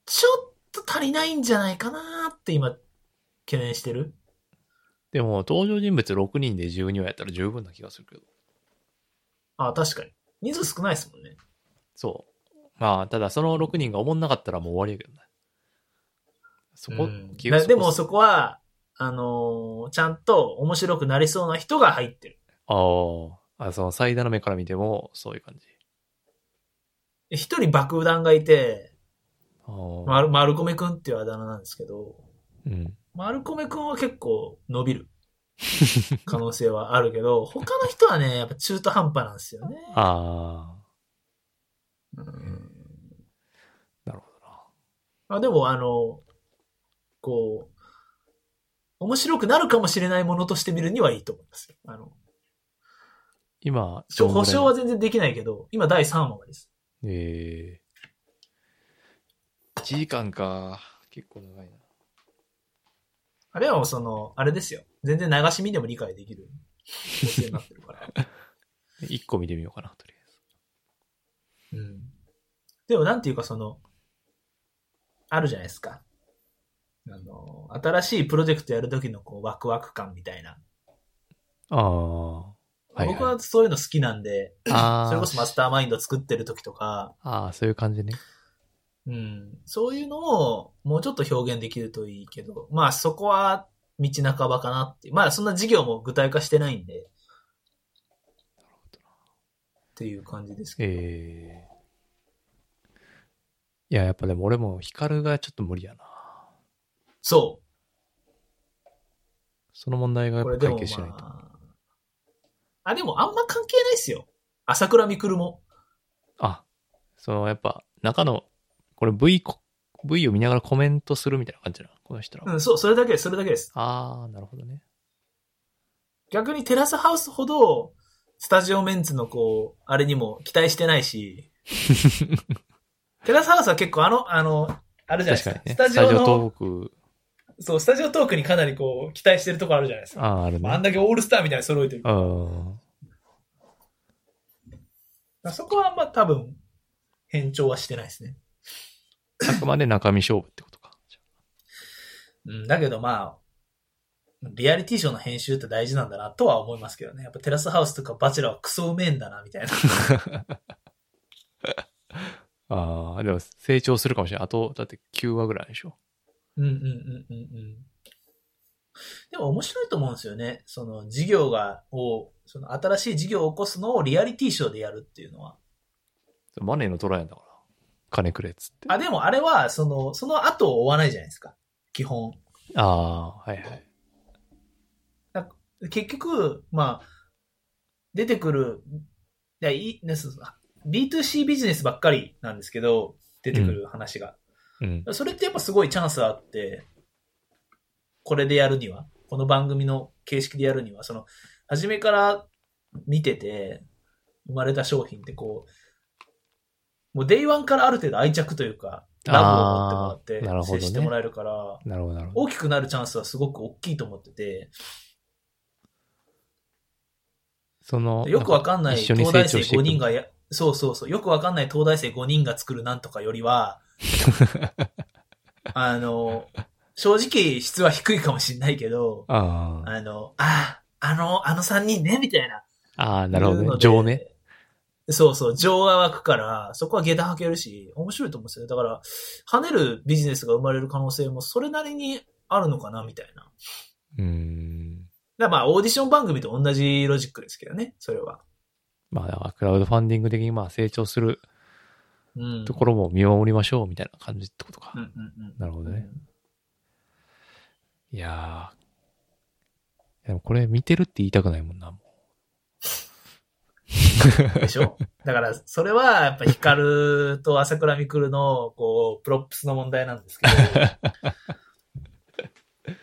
S3: ちょっと足りないんじゃないかなって今、懸念してる。
S2: でも、登場人物6人で12話やったら十分な気がするけど。
S3: ああ、確かに。人数少ないですもんね。
S2: そう。まあ、ただその6人が思んなかったらもう終わりやけどね。そこ、
S3: うん
S2: 気
S3: な
S2: が
S3: でもそこは、あのーちゃんと面白くなりそうな人が入ってる。
S2: あーあ、その最大の目から見ても、そういう感じ。
S3: 一人爆弾がいて、
S2: あー
S3: まる、まるこめくんっていうあだ名なんですけど、
S2: うん。
S3: まるこめくんは結構 伸びる可能性はあるけど、他の人 はね、やっぱ中途半端なんですよね。
S2: あ
S3: うん
S2: あ、なるほどな。
S3: まあでも、あの、こう、面白くなるかもしれないものとして見るにはいいと思いますよ。あの、
S2: 今、
S3: しょ保証は
S2: どんぐらい
S3: 全然できないけど、今第3話までです。
S2: えー、1時間か。結構長いな。
S3: あれはもうその、あれですよ。全然流し見でも理解でき る構成になってるから。
S2: 1個見てみようかな、とりあえず。
S3: うん。でもなんていうかその、あるじゃないですか。あの、新しいプロジェクトやるときのこうワクワク感みたいな。
S2: ああ。はい、はい。
S3: 僕はそういうの好きなんで、
S2: あー
S3: それこそマスターマインド作ってるときとか、
S2: ああ、そういう感じね。
S3: うん、そういうのをもうちょっと表現できるといいけど、まあそこは道半ばかなって。まあそんな事業も具体化してないんで。っていう感じですけど。
S2: ええいや、やっぱでも俺もヒカルがちょっと無理やな。
S3: そう。
S2: その問題がやっ
S3: これ
S2: ぱ
S3: で
S2: 解
S3: も、
S2: 決しない
S3: ま
S2: と。
S3: あ、あ、でもあんま関係ないっすよ。朝倉未来も。
S2: あ、そのやっぱ中の、これ V こ、V を見ながらコメントするみたいな感じなのこの人らは。
S3: うん、そう、それだけです、それだけです。
S2: ああ、なるほどね。
S3: 逆にテラスハウスほど、スタジオメンツのこう、あれにも期待してな いし、テラスハウスは結構あの、あの、あるじゃな
S2: 確か
S3: いですか
S2: に。ね。
S3: スタジオの
S2: トーク、
S3: そう、スタジオトークにかなりこう、期待してるとこあるじゃないですか。
S2: ああー、ある
S3: まあ、あん
S2: ね。
S3: だけオールスターみたいに揃えてる。
S2: うん。
S3: そこはあんま多分、変調はしてないですね。
S2: あくまで中身勝負ってことか。
S3: うん、だけどまあ、リアリティショーの編集って大事なんだなとは思いますけどね。やっぱテラスハウスとかバチェラーはクソうめえんだな、みたいな。
S2: ああ、でも成長するかもしれない。あと、だって9話ぐらいでしょ。
S3: うんうんうんうんうん。でも面白いと思うんですよね。その事業が、を、その新しい事業を起こすのをリアリティショーでやるっていうのは。
S2: マネーのトライアンだから。金くれっつって。
S3: あ、でもあれは、その、その後を追わないじゃないですか。基本。
S2: ああ、はいはい。
S3: 結局、まあ、出てくる、いや、いい、ね、そうそう B2C ビジネスばっかりなんですけど、出てくる話が。
S2: うん。
S3: それってやっぱすごいチャンスあって、これでやるには、この番組の形式でやるには、その、初めから見てて、生まれた商品ってこう、もうデイワンからある程度愛着というか、ラブを持って
S2: あー
S3: も
S2: な
S3: ら
S2: る
S3: っ
S2: ほど
S3: て、
S2: ね
S3: 接してもらえるから、
S2: なるほど、なるほど。
S3: 大きくなるチャンスはすごく大きいと思ってて、
S2: その、
S3: よくわかんない
S2: 一緒に
S3: 東
S2: 成
S3: 大
S2: 長
S3: 生
S2: してい
S3: 5
S2: く
S3: 人がやそうそうそう。よくわかんない東大生5人が作るなんとかよ りは、あの、正直質は低いかもしんないけど、
S2: ああ。
S3: あの、ああ、あの、あの3人ね、みたいな。
S2: ああ、なるほど
S3: いうの
S2: ね。
S3: で
S2: 情ね。。
S3: そうそう、情が湧くから、そこは下駄履けるし、面白いと思うんですよね。だから、跳ねるビジネスが生まれる可能性もそれなりにあるのかな、みたいな。だか
S2: うーん。
S3: らまあ、オーディション番組と同じロジックですけどね、それは。
S2: まあだから、クラウドファンディング的にまあ成長する
S3: うん。
S2: ところも見守りましょうみたいな感じってことか。
S3: うんうんうん。
S2: なるほどね。いやー。でもこれ見てるって言いたくないもんな。も
S3: でしょだから、それは、やっぱ、ヒカルと朝倉未来の、こう、プロップスの問題なんですけど、
S2: う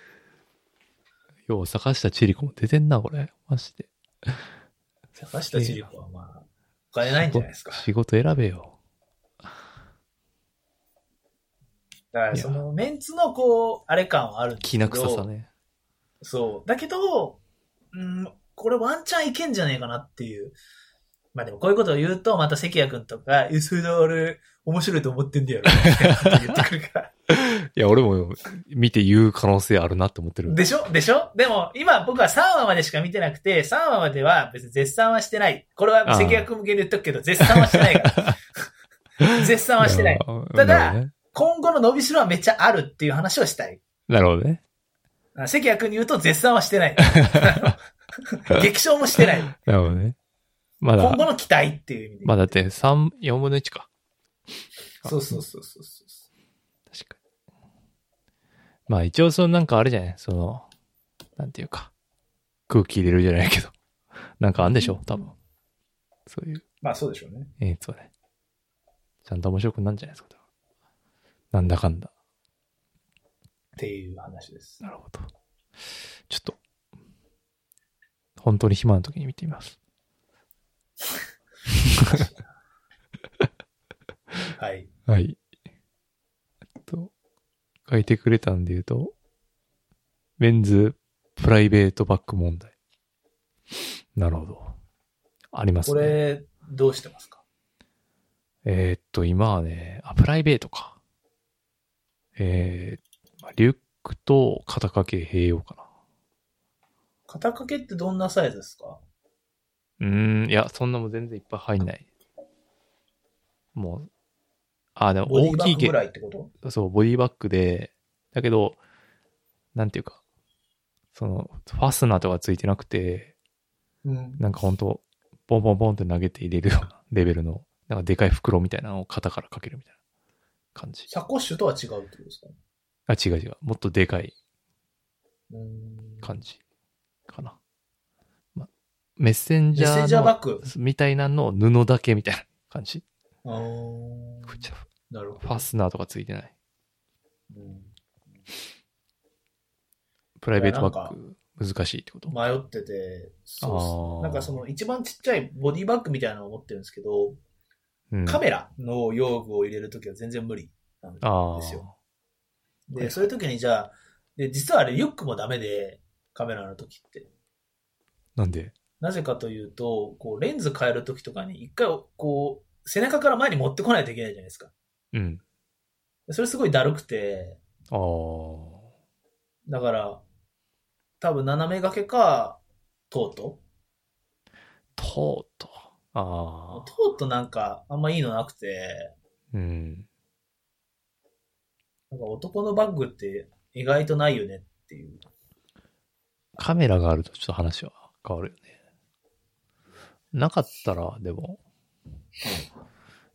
S2: よう、坂下千里子も出てんな、これ。マジで。
S3: 坂下千里子はまあ、お金ないんじゃないですか。
S2: 仕事選べよ。
S3: だから、その、メンツの、こう、あれ感はあるんです
S2: き
S3: けど。
S2: な臭さね。
S3: そう。だけど、うん、これワンチャンいけんじゃねえかなっていう。まあでもこういうことを言うと、また関谷くんとか、え、それで俺、面白いと思ってんだよ。みたいなこと言ってくるから。
S2: いや、俺も見て言う可能性あるなって思ってる。
S3: でしょでしょでも、今僕は3話までしか見てなくて、3話までは別に絶賛はしてない。これは関谷くん向けに言っとくけど、絶賛はし てないから。絶賛はしてない。
S2: あー
S3: ただ
S2: なるほどね
S3: 今後の伸びしろはめっちゃあるっていう話をしたい。
S2: なるほどね。
S3: あ関谷くんに言うと絶賛はしてない。 激賞もしてない。
S2: なるほどね。まだ
S3: 今、後の期待っていう意味で。
S2: まあだって3、4分の1か。
S3: そうそうそうそうそう。
S2: 確かに。まあ一応そのなんかあれじゃないその、なんていうか、空気入れるじゃないけど。 なんかあんでしょ多分。そういう
S3: まあそうでしょうね。
S2: 演出はね。ちゃんと面白くなんじゃないですか。多分なんだかんだ。
S3: っていう話です。
S2: なるほど。ちょっと、本当に暇な時に見てみます。
S3: はい。
S2: はい。えっと、書いてくれたんで言うと、メンズプライベートバッグ問題。なるほど。あります
S3: こ
S2: ね。
S3: れ、どうしてますか
S2: えーっと、今はね、あ、プライベートか。えー、まあリュックと肩掛け併用か
S3: 肩掛けってどんなサイズですか
S2: な。うーん、いや、そんなもん全然いっぱい入んない。もう、あ、でも
S3: ボディ
S2: 大
S3: バ
S2: き
S3: ッ
S2: い
S3: グ
S2: け
S3: ぐらいってこと
S2: そう、ボディバッグで、だけど、なんていうか、その、ファスナーとかついてなくて、
S3: うん。
S2: なんかほんと、ポンポンポンって投げて入れるようなレベルの、なんかでかい袋みたいなのを肩からかけるみたいな感じ。
S3: サコッシュとは違うってことですか
S2: あ、違う違う。もっとでかいう
S3: ーん。
S2: 感じかな。ま、メッセンジ
S3: メッ
S2: ャ
S3: センジャー
S2: ー
S3: バッグ。
S2: のみたいなのを布だけみたいな感じ。
S3: あー
S2: こっちは
S3: なるほ
S2: ファスナーとかついてない。
S3: ど。うん
S2: プライベートバ
S3: いやな
S2: ッグ、難しいってこと
S3: 迷ってて、そうっす
S2: あー
S3: なんかその一番ちっちゃいボディバッグみたいなのを持ってるんですけど、
S2: うん
S3: カメラの用具を入れるときは全然無理なんで
S2: あ
S3: すよ。
S2: あ。は
S3: で、
S2: い
S3: そういう時にじゃあ、で、実はあれ、リュックもダメで、カメラの時って。
S2: なんで
S3: なぜかというと、こう、レンズ変える時とかに、一回、こう、背中から前に持ってこないといけないじゃないですか。
S2: うん。
S3: でそれすごいだるくて、
S2: ああ。
S3: だから、多分斜め掛けか、トート
S2: とうとう。ああ。
S3: トートなんか、あんまいいのなくて、
S2: うん。
S3: なんか男のバッグって意外とないよねっていう。
S2: カメラがあるとちょっと話は変わるよね。なかったら、でも。い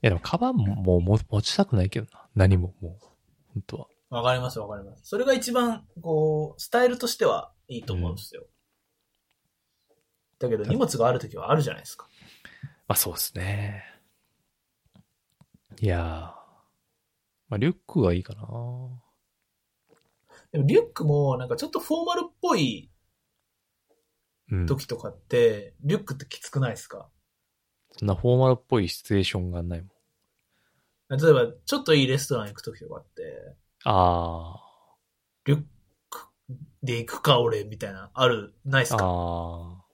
S2: やでも、カバンももうも持ちたくないけどな。何も、もう。本当は。
S3: わかりますわかります。それが一番、こう、スタイルとしてはいいと思うんですよ。だけど、荷物がある時はあるじゃないですか。
S2: まあそうですね。いやー。まあリュックがいいかな。
S3: でもリュックもなんかちょっとフォーマルっぽい
S2: うん。
S3: 時とかって、リュックってきつくないですか
S2: そんなフォーマルっぽいシチュエーションがないもん。
S3: 例えば、ちょっといいレストラン行く時とかって、
S2: あ
S3: リュックで行くか俺みたいな、ある、ない
S2: あ。
S3: です
S2: あ
S3: か
S2: あ。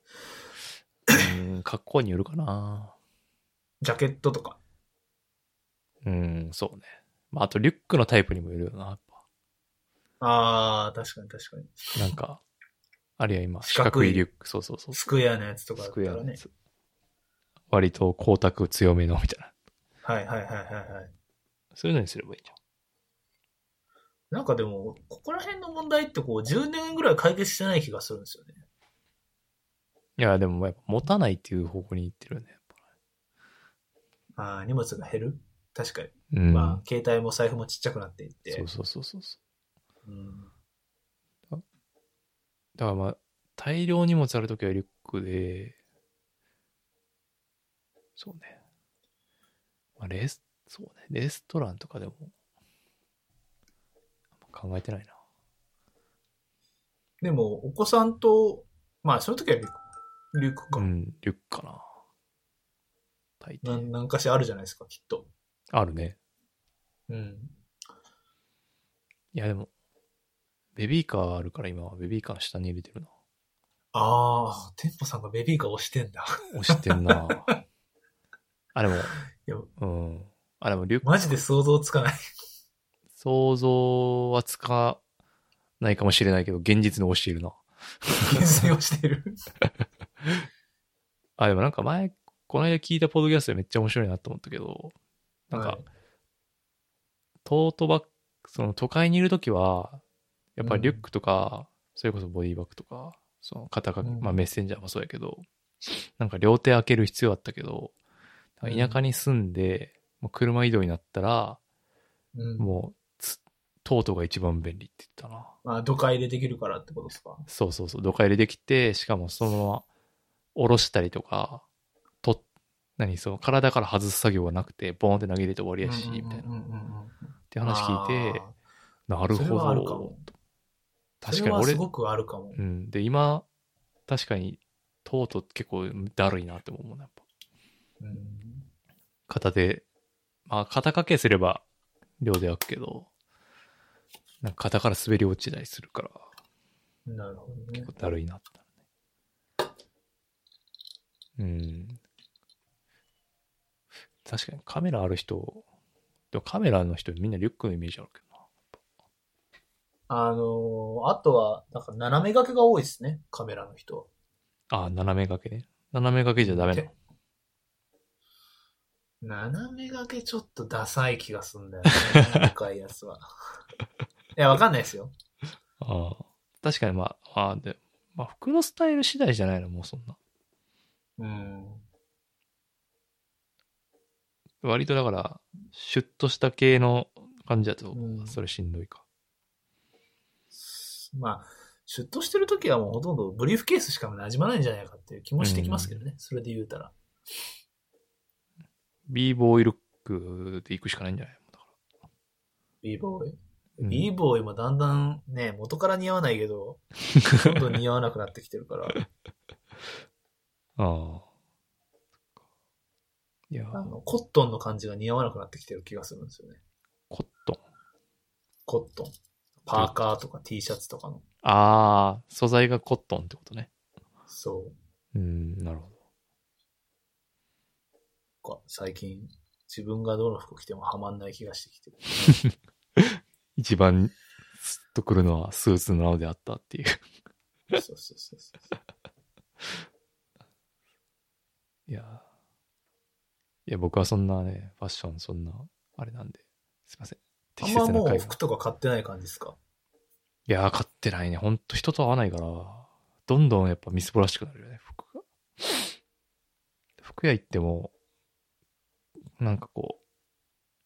S2: うん、格好によるかな。
S4: ジャケットとか。
S2: うん、そうね。まあ、あと、リュックのタイプにもよるよな、やっ
S3: ああ、確かに確かに。
S2: ぱ。なんか、あるいは今、
S3: 四
S2: 四
S3: 角
S2: 角
S3: い
S2: いリュック、そうそうそう。
S3: スクエアのやつとかだ
S2: ス
S3: った
S2: クエア
S3: ら
S2: の
S3: ね
S2: や。つ。割と光沢強めのみたいな。
S3: はいはいはいはいはい。
S2: そういうのにすればいいじゃん。
S3: なんかでも、ここら辺の問題ってこう、10年ぐらい解決してない気がするんですよね。
S2: いや、でもやっぱ持たないっていう方向に行ってるよね。やっ
S3: ああ、荷物が減る確かに。
S2: ぱうん。
S3: まあ、携帯も財布もちっちゃくなっていって。
S2: そうそうそうそうそう。
S3: うん
S2: だからまあ、大量荷物あるときはリュックで、そうね。まあ、レス、そうね。レストランとかでも、あんま考えてないな。
S3: でも、お子さんと、まあ、その時はリュックリュックか、
S2: うん、リュックかな。大
S3: な
S2: 抵。
S3: ん。なんかしらあるじゃないですか、きっと。
S2: あるね。
S3: うん。
S2: いや、でも、ベビーカーあるから今はベビーカーの下に入れてるな。
S3: ああ、店舗さんがベビーカー押してんだ。
S2: 押してんな。あ、で
S3: いや
S2: も、うん。あ、でもリュック、
S3: マジで想像つかない。
S2: 想像はつかないかもしれないけど、現実に押しているな。
S3: 懸垂をしてる。
S2: あ、でもなんか前、この間聞いたポッドキャストでめっちゃ面白いなと思ったけど、なんか、
S3: はい
S2: トートバッグ、その都会にいるときは、やっぱりリュックとか、それこそボディバッグとか、その肩掛け、
S3: うん
S2: まあメッセンジャーもそうやけど、なんか両手開ける必要あったけど、なんか田舎に住んで、もう車移動になったら、
S3: うん。
S2: もうつ、トートが一番便利って言ってたな。
S3: まあ、土管入れできるからってことですか。
S2: そうそうそう、どか入れできて、しかもそのまま下ろしたりとか、と、何、その体から外す作業がなくて、ボーンって投げ入れて終わりやし、みたいな。っ
S3: うんうんうんうんうん
S2: て話聞いて、なる
S3: それは
S2: ほ
S3: あるかも
S2: ど。確か
S3: それ
S2: に
S3: は
S2: 俺
S3: す、ごくあるかも。
S2: うん。で、今、確かに、とうとう結構だるいなって思うな、やっぱ。
S3: うん
S2: 片手、まあ、肩掛けすれば、両手開くけど、なんか肩から滑り落ちたりするから、
S3: なるほどね。
S2: だるいなってなるね。うん。確かにカメラある人、でもカメラの人みんなリュックのイメージあるけ
S3: あのーあとは、なんか斜め掛けが多いですね、カメラの人は。
S2: どな。あ、斜め掛けね。斜め掛けじゃダメなの。
S3: 斜め掛けちょっとダサい気がす んだよね、深いやつは。いや、わかんないですよ。
S2: ああ。確かにまあ、ああで、まあ服のスタイル次第じゃないの、もうそんな。
S3: うん。
S2: 割とだから、シュッとした系の感じだと
S3: う、ん
S2: それしんどいか。
S3: まあ、出頭してるときはもうほとんどブリーフケースしか馴染まないんじゃないかっていう気もしてきますけどね、それで言うたら。
S2: b ボーイルックで行くしかないんじゃないだか
S3: b ボーイ。
S2: ら。
S3: b
S2: ー
S3: ボーイもだんだんね、元から似合わない けど、どんどん似合わなくなってきてるから。
S2: ああ。いや、
S3: あの、コットンの感じが似合わなくなってきてる気がするんですよね。
S2: コットン。
S3: コットン。パーカーとか T シャツとかの。
S2: ああ、素材がコットンってことね。
S3: そ
S2: う
S3: う。
S2: ん、なるほど。
S3: か最近、自分がどの服着てもハマんない気がしてきてる。
S2: 一番スッとくるのはスーツなのであったっていう。
S3: そうそうそうそう。
S2: いやー。いや、僕はそんなね、ファッションそんな、あれなんで、すいません。
S3: あ
S2: 適
S3: ん
S2: 切
S3: ま
S2: な
S3: もう
S2: 会話。
S3: 服とか買ってない感じですか
S2: いやー、買ってないね。ほんと人と会わないから、どんどんやっぱみすぼらしくなるよね、服が。服屋行っても、なんかこ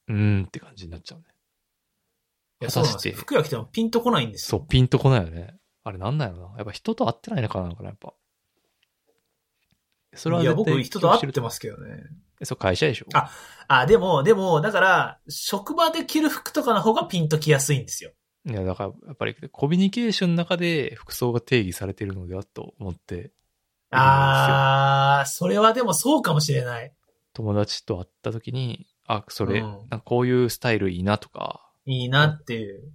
S2: う、うーんって感じになっちゃうね。
S3: いや、そ
S2: 果
S3: う
S2: た
S3: なん
S2: し
S3: です
S2: て
S3: よ。服屋着てもピンとこないんです
S2: そう
S3: よ。、
S2: ピンとこないよね。あれなんなんやろな。やっぱ人と会ってないのからなのかな、やっぱ。それはい
S3: や、
S2: 絶対
S3: 僕人と会って
S2: も
S3: ますけどね。
S2: そう、会社でしょ。
S3: ああ、でも、でも、だから、職場で着る服とかの方がピンときやすいんですよ。
S2: いや、だから、やっぱりコミュニケーションの中で服装が定義されてるのではと思って、
S3: あー、それはでもそうかもしれない。
S2: 友達と会った時に、あ、それ、
S3: うん
S2: なんかこういうスタイルいいなとか、
S3: いいなっていう。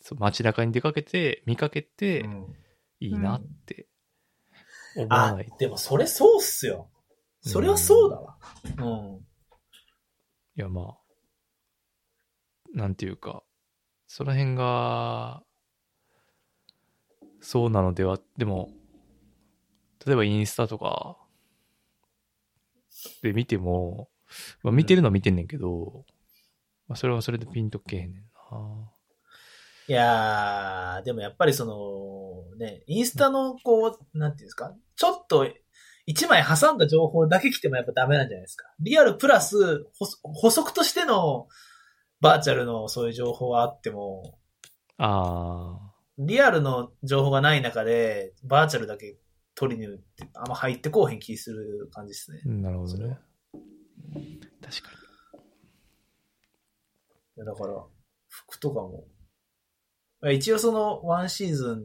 S2: そう街中に出かけて、見かけて
S3: う、ん
S2: いいなって思わ
S3: あ
S2: ない。、
S3: でもそれそうっすよ。それはそうだわ。うん。
S2: いや、まあ、なんていうか、その辺が、そうなのでは、でも、例えばインスタとかで見ても、まあ、見てるのは見てんねんけど、まあ、それはそれでピンとけえへんねんな。
S3: いやー、でもやっぱりその、ね、インスタのこう、なんていうんですか、ちょっと、一枚挟んだ情報だけ来てもやっぱダメなんじゃないですか。リアルプラス、補足補足としてのバーチャルのそういう情報はあっても、
S2: あ
S3: リアルの情報がない中で、バーチャルだけ取りに行って、あんま入ってこうへん気する感じですね。
S2: あ、なるほど
S3: それ
S2: ね
S3: は。
S2: 確かに。
S3: いやだから、服とかも。まあ一応その、ワンシーズン、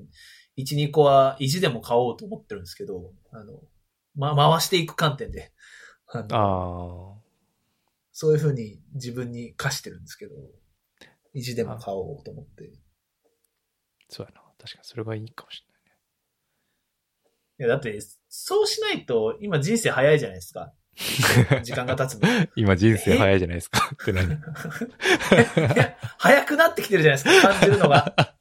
S3: 1、2個は意地でも買おうと思ってるんですけど、あの、ま、回していく観点で、 あの
S2: あ
S3: そういうふうに自分に課してるんですけど、意地でも買おうと思って。い
S2: あ、そうやな。確かにそれがいいかもしれないね。
S3: や、だって、そうしないと、今人生早いじゃないですか。時間が経つの。い
S2: 今人生早いじゃないです か。って何
S3: や、早くなってきてるじゃないですか、感じるのが。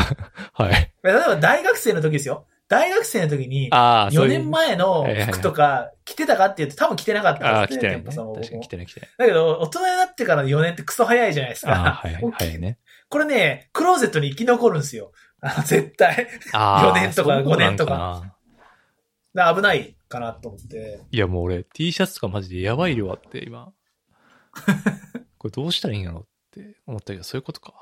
S2: はい。
S3: いや例えば大学生の時ですよ。大学生の時に、
S2: ああ、そう
S3: 4
S2: いう
S3: 年前の服とか着てたかって言うと多分着てなかった
S2: あ
S3: ん
S2: あ、来
S3: です
S2: てない
S3: ね。
S2: ね。
S3: 店舗さんも
S2: 確
S3: 僕
S2: かに
S3: も
S2: 来てない来てない。
S3: だけど、大人になってからの4年ってクソ早いじゃないですか。
S2: ああ、はい、
S3: 僕
S2: はいね。
S3: これね、クローゼットに生き残るんですよ。 あの絶対。
S2: ああ
S3: 4年とか5年と
S2: そ
S3: か
S2: うなんな
S3: だから危ないかなと思って。
S2: いや、もう俺、T シャツとかマジでやばい量あって、今。 これどうしたらいいんやろって思ったけど、そういうことか。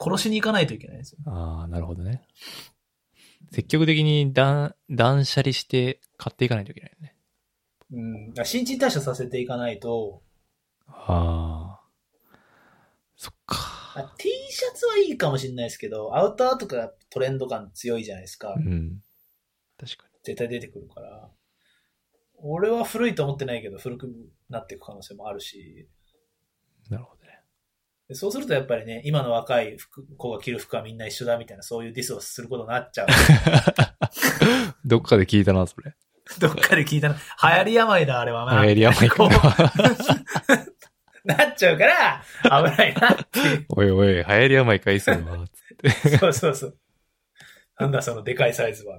S3: 殺しに行かないといけないですよ。
S2: ああ、なるほどね。積極的に断、断捨離して買っていかないといけないね。
S3: うん。だから新陳代謝させていかないと、
S2: ああ。そっか。
S3: あ T シャツはいいかもしれないですけど、アウターとかトレンド感強いじゃないですか
S2: う。ん。確か
S3: 絶対出てくるから。俺は古いと思ってないけど、古くなっていく可能性もあるし。
S2: に。なるほどね。
S3: でそうするとやっぱりね、今の若い服子が着る服はみんな一緒だみたいな、そういうディスをすることになっちゃう。
S2: どっかで聞いたな、それ。
S3: どっかで聞いたな。流行り病だ、あれはな。
S2: 流行り甘いか
S3: こ
S2: な。
S3: うなっちゃうから、危ないなってい
S2: おいおい、流行り甘いかい そうな。
S3: う。そうそうそう。なんだそのでかいサイズは。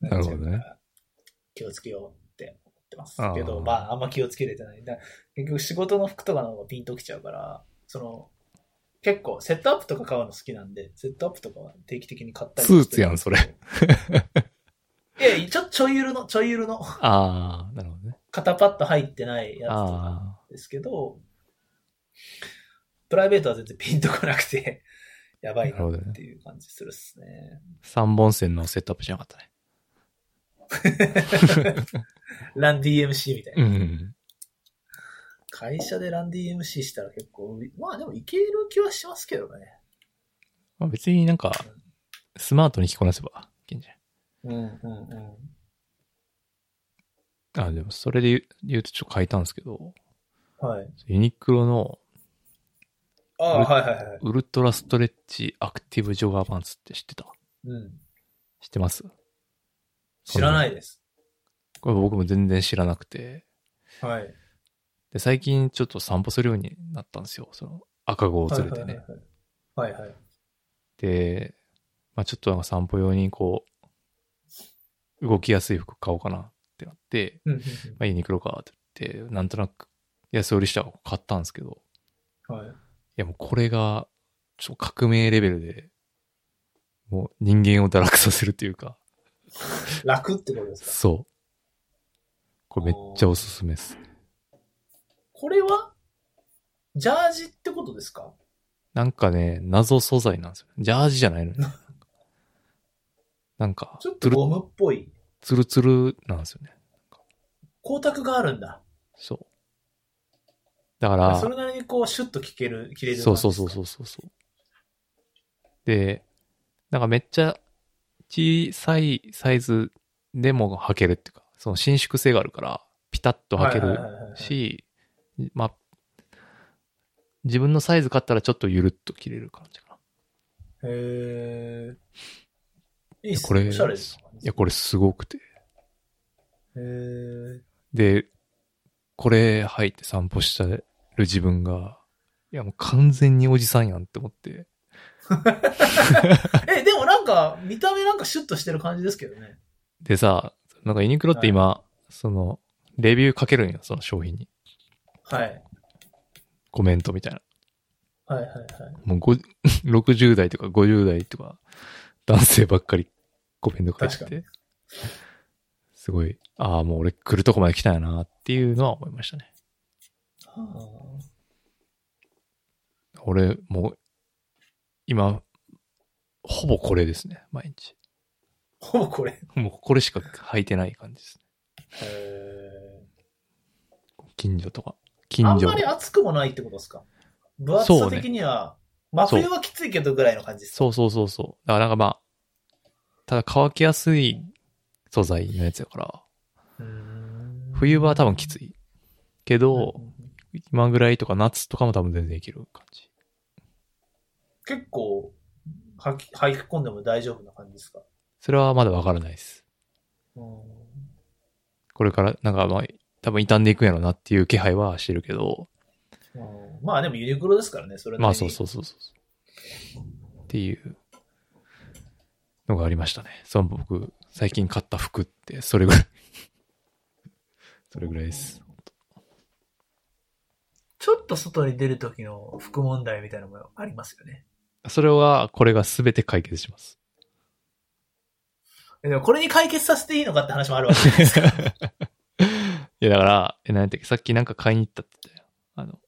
S2: なるほどね
S3: っちゃうから。気をつけようって思ってます
S2: あー
S3: けど、まああんま気をつけれてない。だ結局仕事の服とかの方がピンときちゃうから、その、結構セットアップとか買うの好きなんで、セットアップとかは定期的に買ったり
S2: スーツやんそれ
S3: いや、ちょ、ちょいゆるの、ちょいゆるの。
S2: ああ、なるほどね。
S3: 肩パッと入ってないやつとか
S2: あ
S3: ですけど、プライベートは全然ピンとこなくて、やばいなっていう感じするっすね。
S2: あ。三本線のセットアップじゃなかったね。
S3: ラン DMC みたいな。
S2: うん。
S3: 会社でラン DMC したら結構、まあでもいける気はしますけどね。
S2: まあ、別になんか、スマートに着こなせばいいんじゃ
S3: うんうんうん。
S2: ないあでもそれで言う言うとちょっと変えたんですけど、
S3: はい。
S2: ユニクロの
S3: ああ、
S2: 俺
S3: はいはいはい。
S2: ウルトラストレッチアクティブジョガーパンツって知ってた
S3: うん。
S2: 知ってます
S3: 知らないです。
S2: これ僕も全然知らなくて。
S3: はい。
S2: で、最近ちょっと散歩するようになったんですよ。その赤子を
S3: はい
S2: 連
S3: はい
S2: れ
S3: は
S2: て
S3: い
S2: ね。。
S3: はいはい。
S2: で、まあちょっとなんか散歩用にこう、動きやすい服買おうかなってなって、
S3: うんうん
S2: まあ、ユニクロかって言って、なんとなく安売りしたのを買ったんですけど、い
S3: うんはい。
S2: やもうこれが、ちょっと革命レベルで、もう人間を堕落させるというか、
S3: 楽ってことですか
S2: そう。これめっちゃおすすめです。
S3: これは、ジャージってことですか
S2: なんかね、謎素材なんですよ。ジャージじゃ ないのよ。なんか
S3: ちょっ、
S2: つ
S3: と
S2: る、
S3: ゴムっぽい。
S2: つるつるなんですよね。
S3: 光沢があるんだ。
S2: そう。だから、
S3: それなりにこう、シュッと聞ける、切れる
S2: そうそうそう
S3: う。
S2: そうそうそう。で、なんかめっちゃ小さいサイズでも履けるっていうか、その伸縮性があるから、ピタッと履け
S3: はい
S2: る
S3: はいはいはい
S2: し、まあ、自分のサイズ買ったらちょっとゆるっと着れる感じかな。
S3: へえ。いいっすね
S2: これ
S3: おしゃれですね。
S2: いや、これすごくて。
S3: へー
S2: で、これ入って散歩してる自分が、いやもう完全におじさんやんって思って。
S3: え、でもなんか、見た目なんかシュッとしてる感じですけどね。
S2: でさ、なんかユニクロって今、その、レビューかけるんよ、その商品に。
S3: はい。
S2: コメントみたいな。
S3: はいはいはい。
S2: もうご 60代とか50代とか、男性ばっかりコメント書いて
S3: 確
S2: て。すごい、ああ、もう俺来るとこまで来たよなっていうのは思いましたね。
S3: は
S2: 俺、もう、今、ほぼこれですね、毎日。
S3: あほぼこれ。
S2: もうこれしか履いてない感じです。
S3: へ
S2: 近所とか。
S3: ー
S2: 近
S3: あん
S2: 所
S3: ま。り暑くもないってことですか分厚さ的には、真冬はきついけどぐらいの感じですか
S2: そうそうそうそう。だからなんかまあ、ただ乾きやすい素材のやつやから、
S3: うーん
S2: 冬場は多分きつい。けど、
S3: うん
S2: 今ぐらいとか夏とかも多分全然いける感じ。
S3: 結構、はき、入り込んでも大丈夫な感じですか
S2: それはまだわからないです。
S3: うん
S2: これから、なんかまあ、多分傷んでいくんやろうなっていう気配はしてるけど、
S3: うんまあでもユニクロですからね、それ。
S2: まあそうそううそうそうそう。っていうのがありましたね。その僕、最近買った服って、それぐらい。 それぐらいです。
S3: ちょっと外に出る時の服問題みたいなのもありますよね。
S2: それは、これが全て解決します。
S3: でもこれに解決させていいのかって話もあるわけじゃないですか。
S2: いや、だから、え、なんてさっきなんか買いに行ったって言ったよ。あの、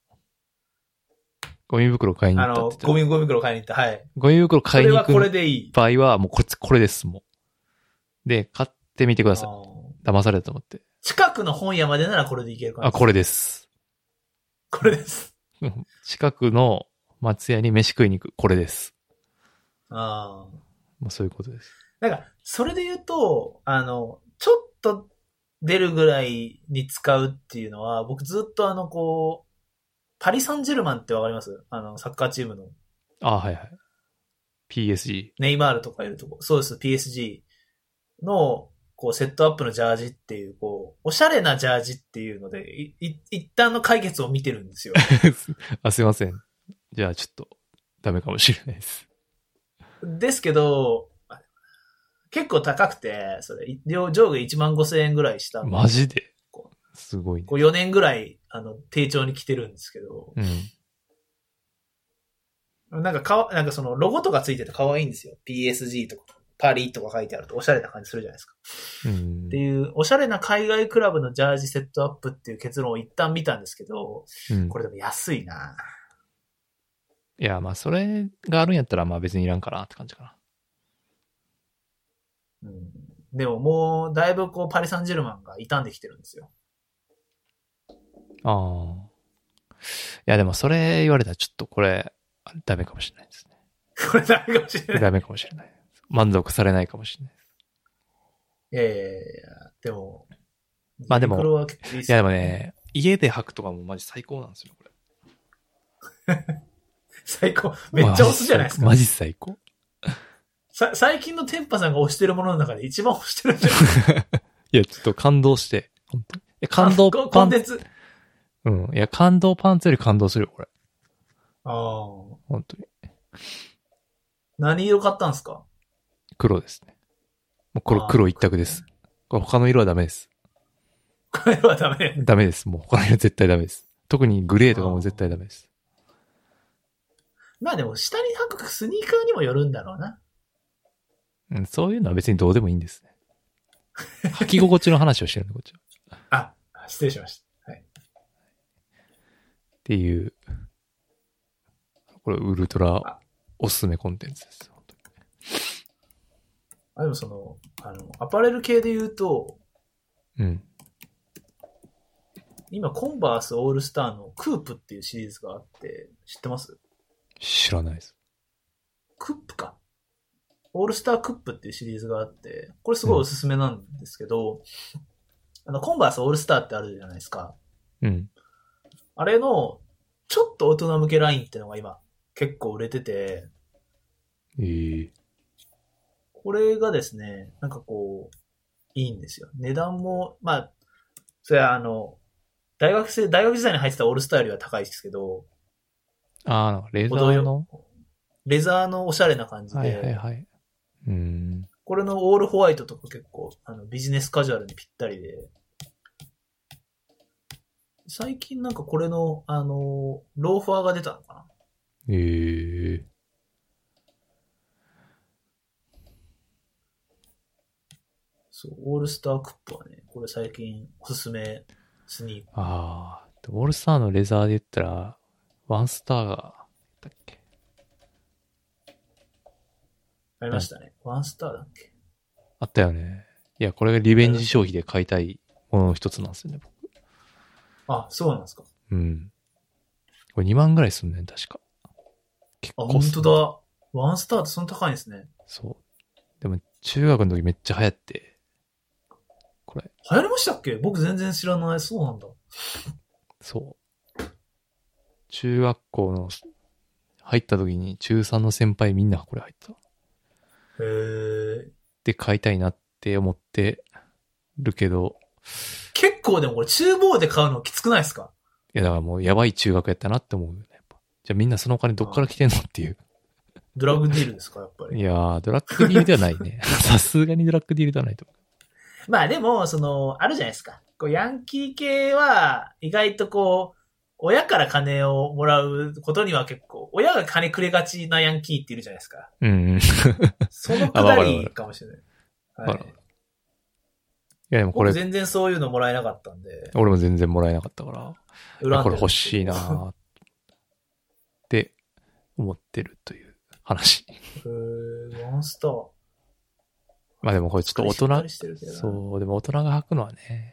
S2: ゴミ袋買いに
S3: あ
S2: 行ったっ
S3: の
S2: て、言
S3: ゴ
S2: った
S3: ミ、
S2: よ。
S3: ゴミ袋買いに行った。はい。
S2: ゴミ袋
S3: そ
S2: 買い
S3: れ
S2: に
S3: は
S2: 行く
S3: これでいい。
S2: 場合は、もうこれ、これです、もう。で、買ってみてくださ
S3: あ
S2: い。
S3: ー
S2: 騙されたと思って。
S3: 近くの本屋までならこれでいけるから。
S2: あ、これです。
S3: これです。
S2: うん近くの松屋に飯食いに行く。これです。
S3: ああ。
S2: まあ、そういうことです。
S3: なんか、それで言うと、あの、ちょっと出るぐらいに使うっていうのは、僕ずっとあの、こう、パリ・サンジェルマンってわかりますあの、サッカーチームの
S2: あはいはい。PSG。
S3: ネイマールとかいるとこ。そうです、PSG の、こう、セットアップのジャージっていう、こう、おしゃれなジャージっていうので、い、い一旦の解決を見てるんですよ。
S2: あ、すいません。じゃあちょっと、ダメかもしれないです。
S3: ですけど、結構高くて、それ、両上下1万5千円ぐらいしたんで
S2: マジで。すごいね。
S3: こう4年ぐらい、あの、丁重に来てるんですけど、
S2: うん。
S3: なんかかわ、なんかその、ロゴとかついてて可愛いんですよ。PSG とか、パリとか書いてあるとおしゃれな感じするじゃないですか。
S2: うん
S3: って。いう、おしゃれな海外クラブのジャージセットアップっていう結論を一旦見たんですけど、
S2: うん
S3: これでも安いな。
S2: いや、まあ、それがあるんやったら、まあ別にいらんかなって感じかな。
S3: うん。でももう、だいぶこう、パリ・サンジェルマンが傷んできてるんですよ。
S2: ああ。いや、でもそれ言われたら、ちょっとこれ、あダメかもしれない ですね。
S3: これダメかもしれない。
S2: ダメかもしれない。満足されないかもしれない。
S3: いやいやいやいやでも、
S2: まあでも
S3: ユニクロは結構いいっ
S2: い
S3: す
S2: や、で
S3: よ
S2: も。ね、家で履くとかもマジ最高なんですよ、これ。
S3: 最高。めっちゃ押すじゃないですか。
S2: マジ最高。
S3: さ最近のテンパさんが推してるものの中で一番推してるんじゃない
S2: いや、ちょっと感動して、本当に。いや 感動
S3: コ
S2: パ
S3: ンコン
S2: ン
S3: テンツ。
S2: うん。いや、感動パンツより感動するよ、これ。
S3: ああ。
S2: 本当に。
S3: 何色買ったんですか
S2: 黒ですね。もうこれ
S3: あー
S2: 黒一択です。これ他の色はダメです。
S3: これはダメ。
S2: ダメです。もう他の色絶対ダメです。特にグレーとかも絶対ダメです。
S3: まあでも下に履くスニーカーにもよるんだろうな。
S2: うん、そういうのは別にどうでもいいんですね。履き心地の話をしてるんで、こっちは。っ
S3: あ、失礼しました。はい。
S2: ていう。これ、ウルトラおすすめコンテンツです。本当に
S3: あでもその、あの、アパレル系で言うと、
S2: うん。
S3: 今コンバースオールスターのクープっていうシリーズがあって、知ってます
S2: 知らないです。
S3: クップか。オールスタークップっていうシリーズがあって、これすごいおすすめなんですけど、あの、コンバースオールスターってあるじゃないですか。
S2: うん。
S3: あれの、ちょっと大人向けラインってのが今、結構売れてて、
S2: ええ
S3: これがですね、なんかこう、いいんですよ。値段も、まあ、それはあの、大学生、大学時代に入ってたオールスターよりは高いですけど、
S2: ああ、なんかレザーの。
S3: レザーのおしゃれな感じで、
S2: はいはいはい。うーん。
S3: これのオールホワイトとか結構あのビジネスカジュアルにぴったりで、最近なんかこれの、あの、ローファーが出たのかな
S2: ええ
S3: そう、オールスタークップはね、これ最近おすすめスニーカー。
S2: ああ、でオールスターのレザーで言ったら、ワンスターが、だっけ
S3: ありましたね。ワンスターだっけ
S2: あったよね。いや、これがリベンジ消費で買いたいものの一つなんですよね、僕。
S3: あ、そうなんですか。
S2: うん。これ2万ぐらいすんねん、確か。結
S3: あ、
S2: 構
S3: 本
S2: すん
S3: 当
S2: ね
S3: だ。ワンスターってそんな高いんですね。
S2: そう。でも、中学の時めっちゃ流行って、これ、
S3: 流行りましたっけ僕全然知らない。そうなんだ。
S2: そう。中学校の、入った時に中3の先輩みんなこれ入ってた。
S3: へえ。
S2: で、買いたいなって思ってるけど、
S3: 結構でもこれ厨房で買うのきつくないですか
S2: いや、だからもうやばい中学やったなって思うよね、やっぱ。じゃあみんなそのお金どっから来てんのっていう。
S3: ドラッグディールですかやっぱ
S2: い
S3: り。
S2: やー、ドラッグディールではないね。 さすがにドラッグディールではないと思う。
S3: まあでも、その、あるじゃないですか。こう、ヤンキー系は、意外とこう、親から金をもらうことには結構、親が金くれがちなヤンキーっているじゃないですか。
S2: うんうん。い
S3: その く
S2: あわかるわ
S3: だ
S2: か
S3: り
S2: る
S3: かもしれない。
S2: わ
S3: は
S2: かる
S3: い。
S2: や、でもこ
S3: 僕
S2: れ、
S3: 全然そういうのもらえなかったんで。
S2: 俺も全然もらえなかったから。いやこれ欲しいな。ーって思ってるという話。
S3: へーワンスター。
S2: まあでもこれちょっと大人、
S3: 人
S2: そう、でも大人が履くのはね、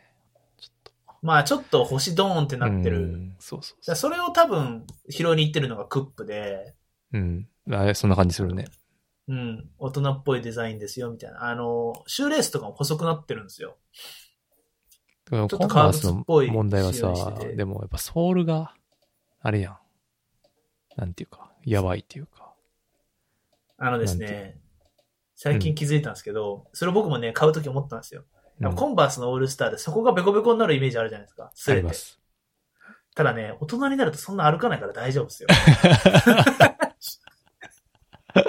S3: まあちょっと星ドーンってなっ
S2: う
S3: てる。
S2: んそうそう
S3: だか
S2: そ
S3: らそれを多分拾いに行ってるのがクップで、
S2: う。うん。あれ、そんな感じするね。
S3: うん、大人っぽいデザインですよ、みたいな。あの、シューレースとかも細くなってるんですよ。
S2: でも
S3: ちょっ
S2: コ
S3: と
S2: ンバ
S3: 革
S2: ー
S3: 靴
S2: ス
S3: っ
S2: の
S3: ぽい
S2: 問題は
S3: 仕様
S2: さ
S3: にしてて、
S2: でもやっぱソールが、あれやん。なんていうか、やばいっていうか。
S3: あのです
S2: なん
S3: ね、最近気づいたんですけど、それ僕もね、買うとき思ったんですよ。
S2: うん
S3: コンバースのオールスターでそこがベコベコになるイメージあるじゃないですか。
S2: あ
S3: す
S2: り
S3: れ
S2: ま
S3: て。
S2: す。
S3: ただね、大人になるとそんな歩かないから大丈 夫ですよ。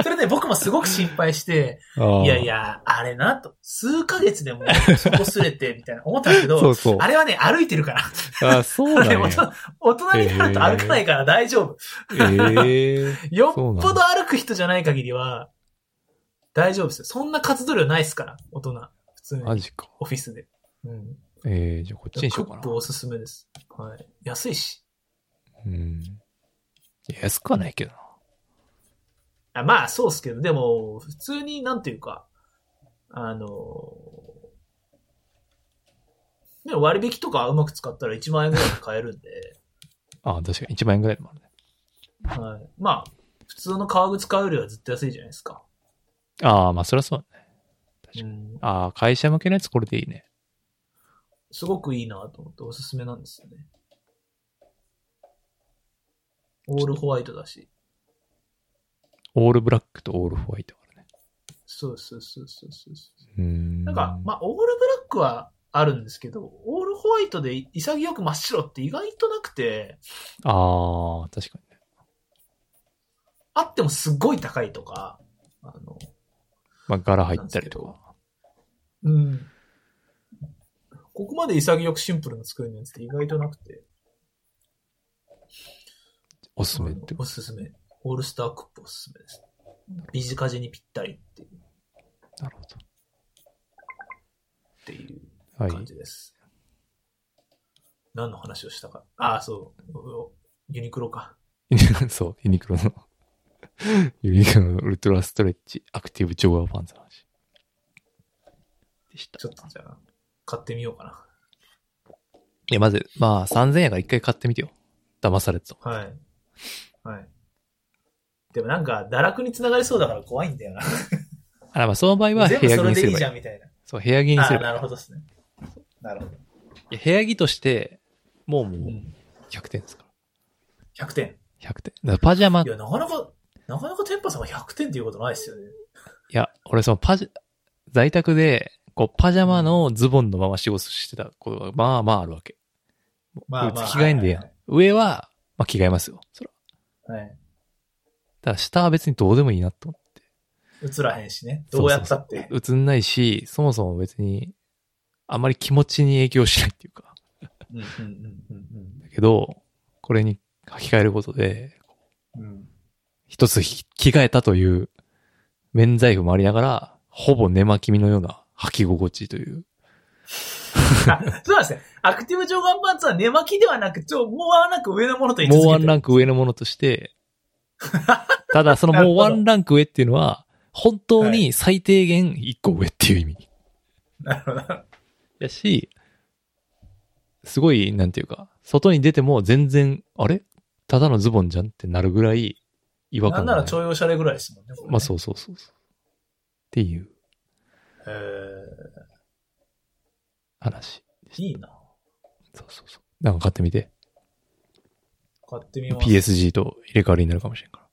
S3: それで僕もすごく心配して、いやい
S2: や。
S3: や、あれなと、数ヶ月でもそこすれて、みたいな思ったんですけど、
S2: そうそう。
S3: あれはね、歩いてるから。
S2: あ、そうなん
S3: あれ
S2: や
S3: 大。人大人になると歩かないから大丈夫。
S2: え え。
S3: よっぽ
S2: そ
S3: ど
S2: うな
S3: 歩く人じゃない限りは、大丈夫ですよ。そんな活動量ないですから、大人。普通
S2: マ
S3: に、
S2: ジか。
S3: オフィスで。うん。
S2: ええ、じゃあこっち
S3: ク
S2: にしようか
S3: ッ
S2: な
S3: プ。おすすめです。はい。安いし。
S2: うん。いや安くはないけどな。
S3: あまあ、そうっすけど、でも、普通になんていうか、あのね、割引とかうまく使ったら1万円ぐらいで買えるん で、
S2: あ確かに1万円ぐらいでもあるね。
S3: はい。まあ、普通の革靴買うよりはずっと安いじゃないですか。
S2: ああ、まあそりゃそうだね。
S3: うん。
S2: ああ、会社向けのやつこれでいいね。
S3: すごくいいなと思っておすすめなんですよね。オールホワイトだし。
S2: オールブラックとオールホワイトがあるね。
S3: そうそうそうそうそうそ
S2: う
S3: う
S2: ーん。
S3: なんか、まあ、オールブラックはあるんですけど、オールホワイトで潔く真っ白って意外となくて、
S2: ああ、確かにね。
S3: あってもすごい高いとか、あの、
S2: まあ柄入ったりとか。
S3: うん。ここまで潔くシンプルな作りのやつって意外となくて、
S2: おすすめって
S3: あの。おすすめ。オールスタークップおすすめです。ビジカジにぴったりっていう
S2: なるほ
S3: っていう。
S2: ど。はい
S3: 感。じです。何の話をしたか。ああ、そう。おユニクロか。
S2: そう、ユニクロの。 ユニクロのウルトラストレッチアクティブジョガーパンツの話。でした。
S3: ちょっとじゃあ、買ってみようかな。
S2: いや、まず、まあ3000円やから一回買ってみてよ。騙されてたもん。
S3: はい。はい。でもなんか、堕落につながりそうだから怖いんだ よな。
S2: あら、まあその場合は部
S3: 全
S2: 屋着
S3: 部それ
S2: にす
S3: で
S2: れ
S3: いい
S2: ばい
S3: じゃ
S2: い。
S3: んみたいな。
S2: そう、部屋着に
S3: あ
S2: す
S3: あ、
S2: ればい
S3: ないるほどですね。なるほど。
S2: いや。部屋着として、もうも
S3: う。
S2: うん100点ですから。
S3: 100点。
S2: 100点。だからパジャマ
S3: い、や、なかなか、なかなかテンパさんが100点っていうことないですよね。
S2: いや、俺そのパジャ、在宅で、こう、パジャマのズボンのまま仕事してたことが、まあまああるわけ。
S3: まあまあ
S2: こいつ着替えんでええやん。上は、まあ着替えますよ。そら。
S3: はい。
S2: ただ下は別にどうでもいいなと思って。
S3: 映らへんしね。どうやったって。
S2: 映んないし、そもそも別に、あまり気持ちに影響しないっていうか。
S3: うんうんうん
S2: だけど、これに書き換えることで、
S3: うんうん。
S2: 一つひ着替えたという免罪符もありながら、ほぼ寝巻き身のような履き心地という。
S3: あそうなんですね。アクティブ上眼パンツは寝巻きではなく、ちょ、もうワンランク上のものと言い続
S2: もう
S3: け
S2: ワ
S3: て
S2: ンランク上のものと して、ただその
S3: なる
S2: もう
S3: ほど
S2: ワンランク上っていうのは、本当に最低限一個上っていう意味。
S3: なるほど。
S2: やし、すごい、なんていうか、外に出ても全然、あれただのズボンじゃんってなるぐらい違和
S3: なん
S2: 感
S3: な
S2: が
S3: ら
S2: ない
S3: ち。ょいおしゃれぐらいですもんね。
S2: まあ
S3: う。
S2: そうそうそうそう。っていう
S3: えー
S2: 話。
S3: いいな。
S2: そうそうそう。なんか買ってみて。
S3: 買ってみます。
S2: PSG と入れ替わりになるかもしれんから。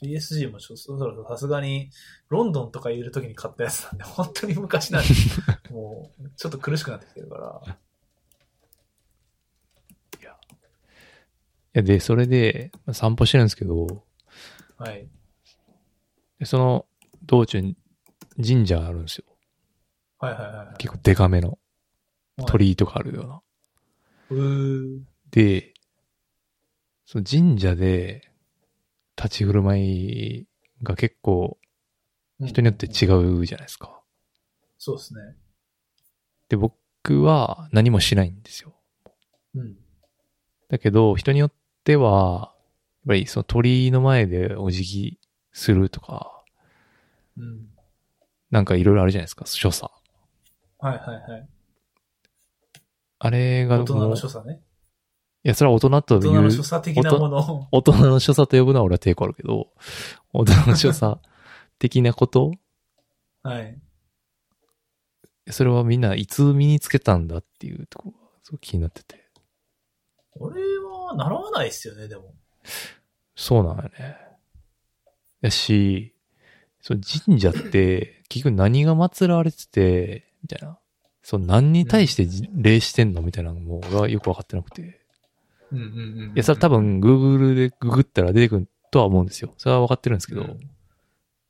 S3: PSG もちょそろそろさすがに、ロンドンとかいるときに買ったやつなんで、 本当に昔 なんで、もう、ちょっと苦しくなってきてるから。
S2: いや、で、それでまあ散歩してるんですけど、
S3: はい。
S2: でその道中に神社あるんですよ。
S3: はいはいはいはい。
S2: 結構デカめの
S3: はい
S2: 鳥居とかあるような。
S3: うー。
S2: で、その神社で立ち振る舞いが結構人によって違うじゃないですか。
S3: そうですね。
S2: で、僕は何もしないんですよ。
S3: うん。
S2: だけど、人によっては、やっぱりその鳥居の前でお辞儀するとか、
S3: うん。
S2: なんかいろいろあるじゃないですか、所作。
S3: はいはいはい。
S2: あれが
S3: 大人
S2: もう、
S3: の
S2: い
S3: 所作ね。
S2: や、それは大人と
S3: 大
S2: い
S3: 人の所
S2: う、
S3: 作的なものを。
S2: 大人の所作と呼ぶのは俺は抵抗あるけ ど、大人の所作的なこと
S3: はい。
S2: それはみんないつ身につけたんだっていうところがすごい気になってて。
S3: 俺は習わないですよね、でも。
S2: そうなんよね。やし、その神社って、結局何が祀られてて、みたいな。そう、何に対してじ礼してんのみたいなのも、俺はよくわかってなくて。い
S3: うんうんうん。
S2: や、それ多分 Google でググったら出てくるとは思うんですよ。それはわかってるんですけど、
S3: うん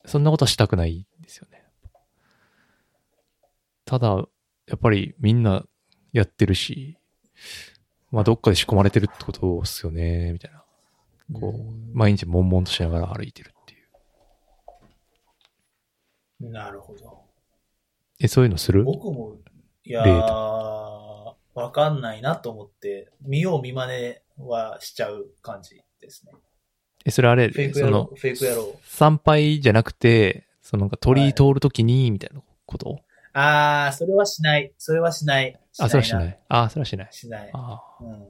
S2: そんなことはしたくないんですよね。ただ、やっぱりみんなやってるし、まあどっかで仕込まれてるってことですよね、みたいな。こう、毎日悶々としながら歩いてるっていう。
S3: なるほど。
S2: え、そういうのする
S3: 僕も、いや
S2: デー
S3: ー、わかんないなと思って、見よう見まねはしちゃう感じですね。
S2: え、それあれ、
S3: フェイク
S2: そ
S3: 野
S2: の
S3: 郎、、フェイク野郎。
S2: 参拝じゃなくて、そのなんか鳥居通るときに、みたいなこと、
S3: あー、それはしない。それはしない。
S2: あ、それはし
S3: い
S2: な
S3: な。
S2: い。あ、それはしない。
S3: しない。
S2: あー
S3: うん。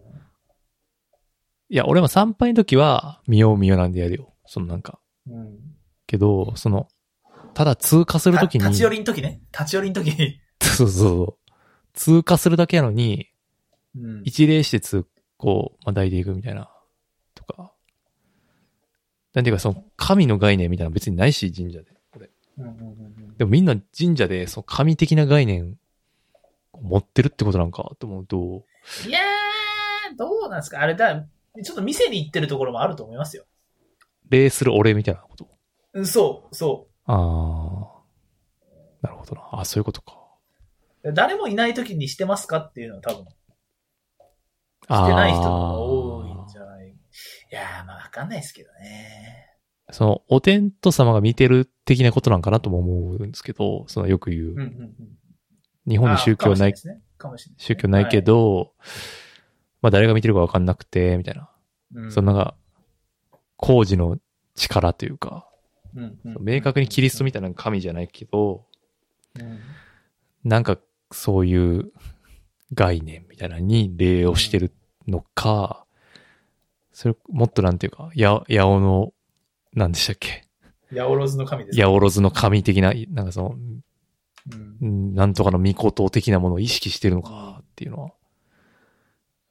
S2: いや、俺も参拝の時は、見よう見ようなんでやるよ。そのなんか。
S3: うん。
S2: けど、その、ただ通過する
S3: た
S2: ときに。
S3: 立ち寄りの時ね。立ち寄りの時に。
S2: そうそうそう。通過するだけやのに、
S3: うん
S2: 一礼して通行、まあ、抱いていくみたいな、とか。なんていうか、その、神の概念みたいなの別にないし、神社で。これ
S3: うんうんうんうん
S2: でもみんな神社で、その神的な概念、持ってるってことなんか、と思うと、
S3: いやー、どうなんですかあれだ、ちょっと店に行ってるところもあると思いますよ。
S2: 礼する俺みたいなこと。
S3: うん、そう、そ
S2: あー。なるほどな。あ、そういうことか。
S3: う。誰もいない時にしてますかっていうのは多分、し
S2: あ
S3: て
S2: ー
S3: ない人の方が多いんじゃないいやー、まあわかんないですけどね。
S2: その、お天道様が見てる的なことなんかなとも思うんですけど、そのよく言う
S3: うん、うんうん。
S2: 日
S3: 日
S2: 本に宗教ない
S3: ですね。かもしれないですね
S2: 宗教ないけ、ど、まあ誰が見てるかわかんなくて、みたいな。
S3: はいうん
S2: そのなんか、工事の力というか、
S3: うんうん
S2: 明確にキリストみたいな神じゃないけど、
S3: うん
S2: なんかそういう 概念みたいなのに礼をしてるのか、それもっとなんていうか、や、やおの、なんでしたっけ
S3: ヤオロズの神ですね。
S2: やおろずの神的な、なんかその、
S3: うん
S2: うんなんとかの御事的なものを意識してるのかっていうのは、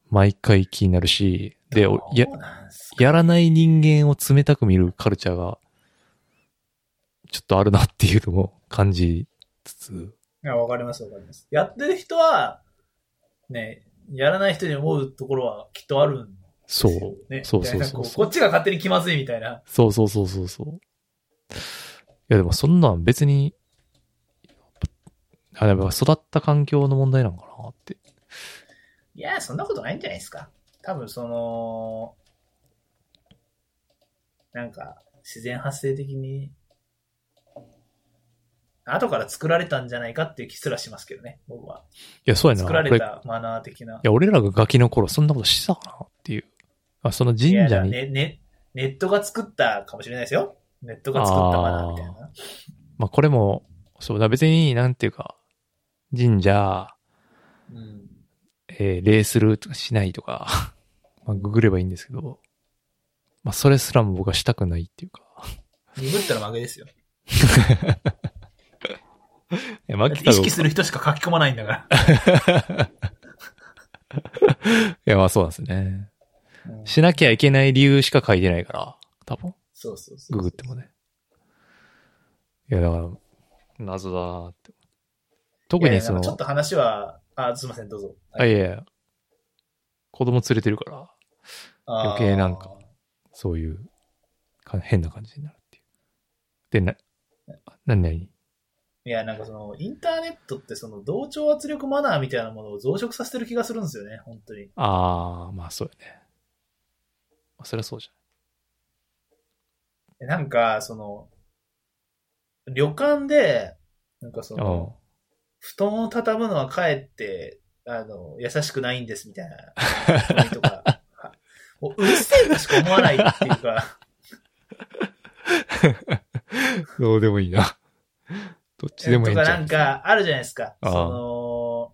S2: 毎回気になるし、で、おや
S3: どう、なんすか
S2: やらない人間を冷たく見るカルチャーが、ちょっとあるなっていうのも感じつつ、
S3: いや、わかります、わかります。やってる人は、ね、やらない人に思うところはきっとあるんです
S2: そ
S3: よ
S2: う。
S3: ね。
S2: そうそう
S3: みたいな
S2: そう
S3: こ
S2: そう
S3: こっちが勝手に気まずいみたいな。
S2: そうそうそうそうそう。いやでもそんなん別に、あ、でも育った環境の問題なのかなって。
S3: いや、そんなことないんじゃないですか。多分、その、なんか、自然発生的に、後から作られたんじゃないかっていう気すらしますけどね、僕は。
S2: いや、そうやな。
S3: 作られ
S2: これい
S3: たマナー的な。
S2: や、俺らがガキの頃そんなことしてたかなっていう。あ、その神
S3: いや
S2: 社に。
S3: ねねネットが作ったかもしれないですよ。ネットが作ったマナーみたいな。
S2: まあこれも、そうだ、別になんていうか、神社、
S3: うん
S2: えー礼するとかしないとか、 まあググればいいんですけど、まあそれすらも僕はしたくないっていうか。
S3: 鈍ったら負け ですよ。
S2: いや、
S3: だ
S2: マ
S3: って
S2: キタ
S3: 意
S2: ロウ
S3: 識する人しか書き込まないん だから。
S2: いや、まあそうなんですね。しなきゃいけない理由しか書いてないから、多分、
S3: そうそうそう。
S2: ググってもね。いや、だから、謎だなって。特
S3: いや
S2: に
S3: いや
S2: そ
S3: なん
S2: の、
S3: かちょっと話は、あ、すいません、どうぞ。
S2: あいやいや、子供連れてるから、
S3: あー
S2: 余計なんか。そういうか変な感じになるっていう。で、な、何々
S3: いや、なんかその、インターネットってその、同調圧力マナーみたいなものを増殖させてる気がするんですよね、本当に。
S2: ああ、まあそうやね。まあそりゃそうじ
S3: なんか、その、旅館で、なんかそ
S2: ゃん。うん。
S3: の、布団を畳むのはかえって、あの、優しくないんですみたい な、とか、はもううるせえとしか思わないっていうか、
S2: どうでもいいな。 どっち でもいい
S3: と
S2: ゃ
S3: か
S2: う
S3: なんかあるじゃないですか。
S2: ああ
S3: そ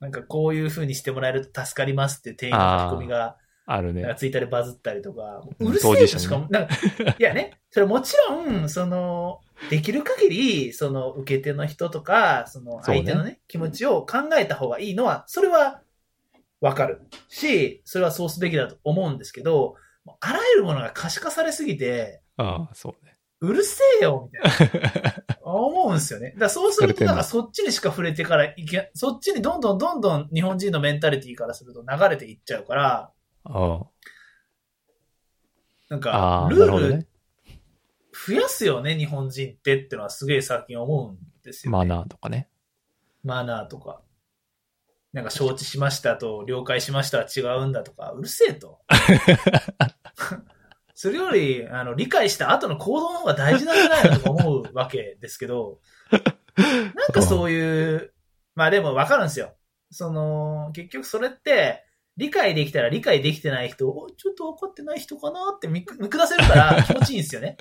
S3: の、なんかこういう風にしてもらえると助かりますって店員の書き込みが、
S2: ある
S3: なんか
S2: ね。
S3: ツイッターでバズったりとか、
S2: うん
S3: うるせえ
S2: 当
S3: と
S2: 事者ね
S3: しかも、なんか、いやね、それもちろん、その、できる限り、その、受け手の人とか、その、
S2: そうね
S3: 相手のね、気持ちを考えた方がいいのは、それは、わかるし、それはそうすべきだと思うんですけど、もうあらゆるものが可視化されすぎて、
S2: ああ、そうね。
S3: うるせえよみたい な。思うんですよね。だからそうす
S2: 疲
S3: る
S2: れ
S3: と、
S2: てん
S3: な
S2: の
S3: んかそっちにしか触れてからいけ、そっちにどんどんどんどん日本人のメンタリティからすると流れていっちゃうから、
S2: ああ。あ
S3: なんか
S2: あ、、
S3: ル
S2: なる
S3: ー
S2: ほど
S3: ル
S2: ね。
S3: 増やすよね、日本人ってってのはすげえ最近思うんですよ、ね。
S2: マナーとかね。
S3: マナーとか。なんか承知しましたと、了解しましたは違うんだとか、うるせえと。 それより、あの、理解した後の行動の方が大事なんじゃないのとか思うわけですけど、なんかそういう、まあでもわかるんですよ。その、結局それって、理解できたら理解できてない人、おちょっと分かってない人かなって見く見下せるから気持ちいいんですよね。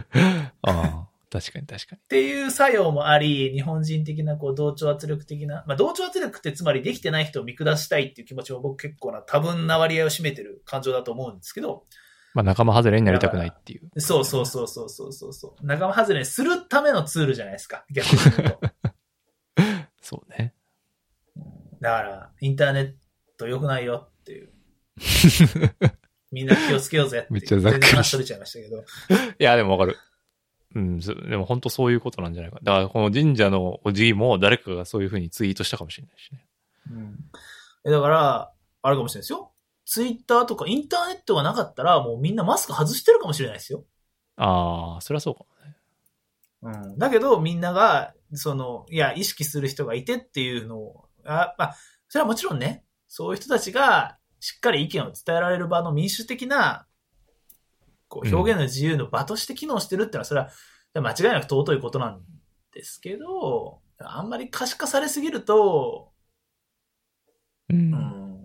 S2: ああ、確かに確かに。
S3: っていう作用もあり、日本人的なこう同調圧力的な、まあ、同調圧力ってつまりできてない人を見下したいっていう気持ちも僕結構な多分な割合を占めてる感情だと思うんですけど、
S2: まあ仲間外れになりたくないっていう。
S3: そうそうそうそうそうそうそう、仲間外れにするためのツールじゃないですか、逆に言う と。
S2: そうね。
S3: だから、インターネット良くないよっていう。みんな気をつけようぜっていう。
S2: めっちゃざっくり
S3: 全然話取れちゃいましたけど。
S2: いや、でもわかる。うん、そでも本当そういうことなんじゃないか。だからこの神社のおじいも誰かがそういうふうにツイートしたかもしれないしね。
S3: うん、えだから、あれかもしれないですよ。ツイッターとかインターネットがなかったら、もうみんなマスク外してるかもしれないですよ。
S2: ああ、そりゃそうかもね。
S3: うん、だけど、みんなが、その、いや、意識する人がいてっていうのを、あまあ、それはもちろんね、そういう人たちが、しっかり意見を伝えられる場の民主的な、こ
S2: う
S3: う、
S2: ん
S3: 表現の自由の場として機能してるってのは、それは、間違いなく尊いことなんですけど、あんまり可視化されすぎると、
S2: う。
S3: うんん、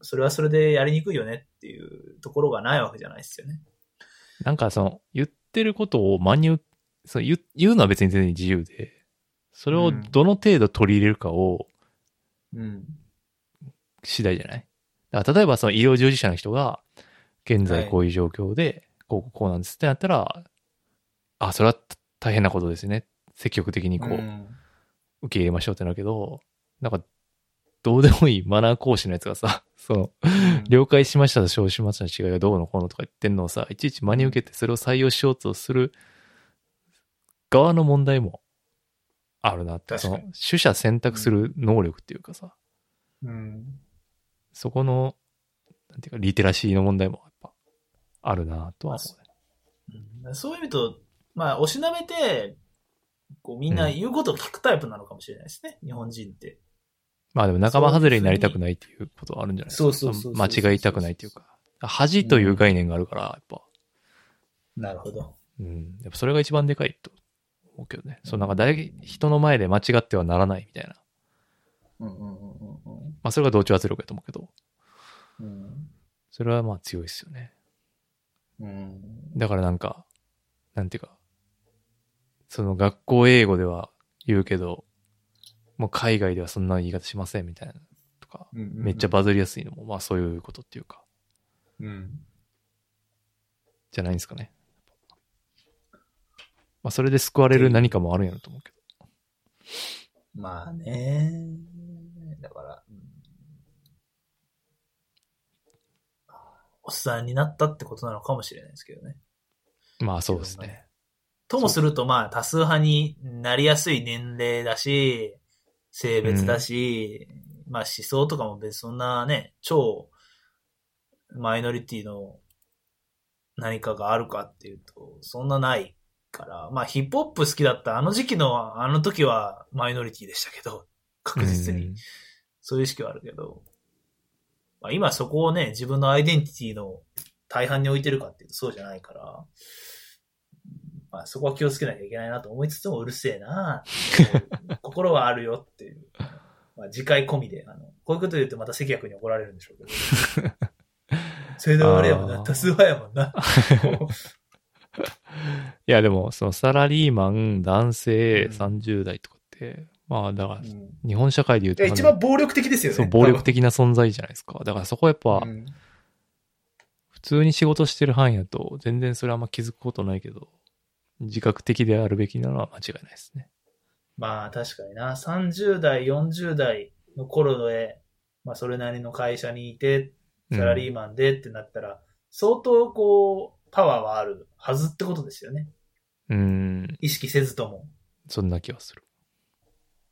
S3: それはそれでやりにくいよねっていうところがないわけじゃないですよね。
S2: なんかその、言ってることを真に受その言う言うのは別に全然自由で、それをどの程度取り入れるかを
S3: うん。
S2: 次第じゃないだから例えばその医療従事者の人が、現在こういう状況で、こうこうこうなんですってなったら、あ、それは大変なことですね。積極的にこう、受け入れましょうってなるけど、なんか、どうでもいいマナー講師のやつがさ、その、了解しましたと承知しましたの違いがどうのこうのとか言ってんのをさ、いちいち真に受けてそれを採用しようとする側の問題もあるなって、
S3: 確
S2: そ
S3: かに
S2: の、取捨選択する能力っていうかさ、
S3: うん。
S2: そこの、なんていうか、リテラシーの問題もやっぱ、あるなとは思うね。
S3: うんそういう意味と、まあ、おしなべて、こうみんな言うことを聞くタイプなのかもしれないですね、日本人って。
S2: まあでも仲間外れになりたくないっていうことはあるんじゃないですか。
S3: そうそうそうそう
S2: の間違いたくないっていうか。恥という概念があるから、やっぱ、
S3: なるほど。
S2: うん。やっぱそれが一番でかいと思うけどね。そう、なんか誰、人の前で間違ってはならないみたいな。
S3: うんうんうんうん
S2: まあそれが同調圧力やと思うけど、
S3: うん。
S2: それはまあ強いですよね。
S3: うん。うん。
S2: だからなんか、なんていうか、その学校英語では言うけど、もう海外ではそんな言い方しませんみたいなとか、めっちゃバズりやすいのも、まあそういうことっていうか、
S3: うん。
S2: じゃないんですかね。まあそれで救われる何かもあるんやろと思うけど。
S3: まあね。だから、うんおっさんになったってことなのかもしれないですけどね。
S2: まあそうですね。
S3: ともすると、まあ、多数派になりやすい年齢だし、性別だし、まあ思想とかも別にそんなね、超マイノリティの何かがあるかっていうと、そんなないから、まあヒップホップ好きだったあの時期の、あの時はマイノリティでしたけど、確実に。
S2: うん
S3: そういう意識はあるけど、まあ、今そこをね、自分のアイデンティティの大半に置いてるかっていうとそうじゃないから、まあ、そこは気をつけなきゃいけないなと思いつつもうるせえ なあ心はあるよっていう。まあ、次回込みで、あの、こういうこと言うとまた関谷君に怒られるんでしょうけど。それで終わりやもん
S2: あ
S3: な。
S2: ー
S3: 多数派やも んな。
S2: いやでも、そのサラリーマン、男性、
S3: うん
S2: 30代とかって、まあだから
S3: う、ん
S2: 日本社会で言う
S3: い
S2: と
S3: や、、一番暴力的ですよね。
S2: そう、暴力的な存在じゃないですか。だからそこはやっぱ、
S3: 多分。うん
S2: 普通に仕事してる範囲だと、全然それあんま気づくことないけど、自覚的であるべきなのは間違いないですね。
S3: まあ確かにな、30代、40代の頃で、まあそれなりの会社にいて、
S2: うん
S3: サラリーマンでってなったら、相当こう、パワーはあるはずってことですよね。
S2: うん、
S3: 意識せずとも。
S2: そんな気はする。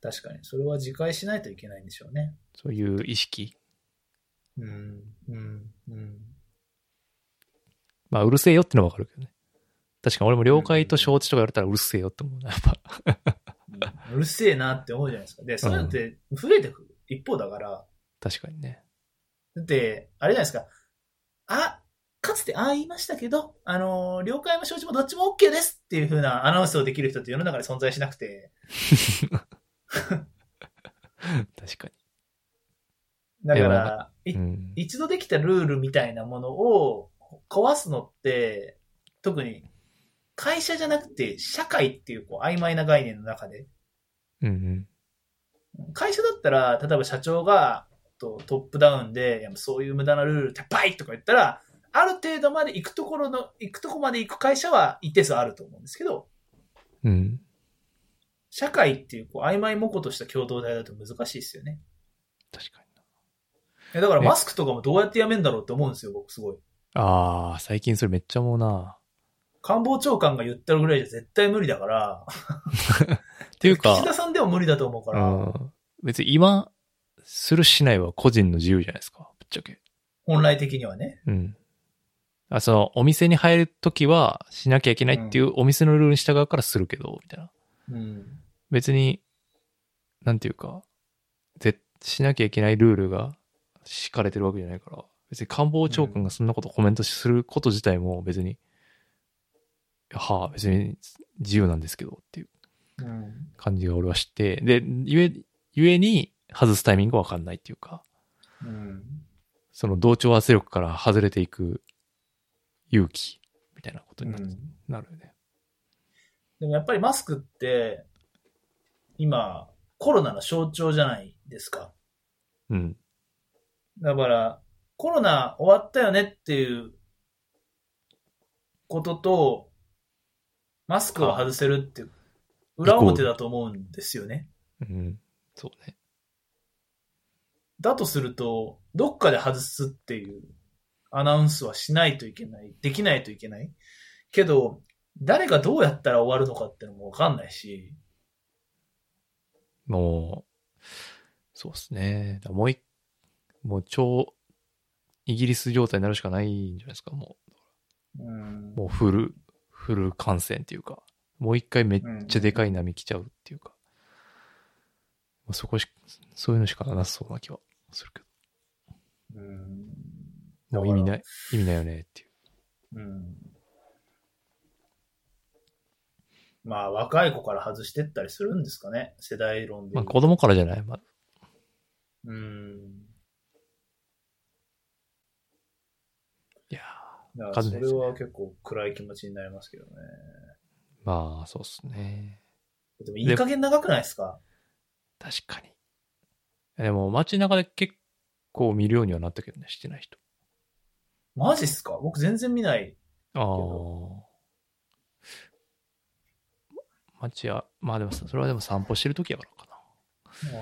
S3: 確かに。それは自戒しないといけないんでしょうね。
S2: そういう意識。
S3: うん、うん、 うん。
S2: まあ、うるせえよってのはわかるけどね。確かに俺も了解と承知とか言われたらうるせえよって思うな、や っぱ。
S3: うるせえなって思うじゃないですか。で、そういうのって増えてくる一方だから、
S2: 確かにね。
S3: だって、あれじゃないですか。あ、かつてああ言いましたけど、あのー了解も承知もどっちも OK ですっていう風なアナウンスをできる人って世の中で存在しなくて、
S2: 確か
S3: だか
S2: いやま
S3: ら、い
S2: に。うん。
S3: 一度できたルールみたいなものを壊すのって、特に会社じゃなくて社会っていうこう曖昧な概念の中で、
S2: うんうん。
S3: 会社だったら、例えば社長がとトップダウンで、いやそういう無駄なルール撤廃とか言ったら、ある程度まで行くところの、行くとこまで行く会社は一定数あると思うんですけど、
S2: うん。
S3: 社会っていうこう曖昧模倣とした共同体だと難しいですよね。
S2: 確かにな。
S3: いやだから
S2: ね
S3: マスクとかもどうやってやめんだろうって思うんですよ、僕すごい。
S2: ああ、最近それめっちゃ思うな。
S3: 官房長官が言ってるぐらいじゃ絶対無理だから、
S2: っていう
S3: 岸田
S2: か、
S3: さんでも無理だと思うか
S2: う
S3: ら、
S2: ん、別に今、するしないは個人の自由じゃないですか、ぶっちゃけ。
S3: 本来的にはね。
S2: うん。あ、その、お店に入るときはしなきゃいけないっていうお店のルールに従うからするけど、みたいな。
S3: うん。
S2: 別に、なんていうか、ぜ、しなきゃいけないルールが敷かれてるわけじゃないから、別に官房長官がそんなことコメントすること自体も別に、はあ、別に自由なんですけどっていう
S3: うん。
S2: 感じが俺はして、で、ゆえ、ゆえに外すタイミングがわかんないっていうか、
S3: うん。
S2: その同調圧力から外れていく勇気みたいなことになる,、
S3: うん
S2: なるよね。
S3: でもやっぱりマスクって、今、コロナの象徴じゃないですか。
S2: うん。
S3: だから、コロナ終わったよねっていうことと、マスクを外せるっていう、裏表だと思うんですよね。
S2: うん。そうね。
S3: だとすると、どっかで外すっていうアナウンスはしないといけない、できないといけない。けど、誰がどうやったら終わるのかってのもわかんないし、
S2: もう、そうですね。だからもう一、もう超、イギリス状態になるしかないんじゃないですか。も
S3: うん
S2: う、もうフル、フル感染っていうか、もう一回めっちゃでかい波来ちゃうっていうか、まあそこし、そういうのしかなさそうな気はするけ
S3: うん
S2: ど、もう意味ない、意味ないよねっていう。
S3: うんまあ、若い子から外してったりするんですかね、世代論で
S2: まあ
S3: 言うと。
S2: 子供からじゃない、まあ、
S3: うん。
S2: いや
S3: いや
S2: わかん
S3: そ
S2: な
S3: れ
S2: いですね
S3: は結構暗い気持ちになりますけどね。
S2: ーまあ、そうですね。
S3: でも、いい加減長くないですか
S2: 確かに。いやでも街中で結構見るようにはなったけどね、してない人。
S3: マジっすか僕全然見ない。
S2: ああ。街は、まあでもさ、それはでも散歩してる時やからかな。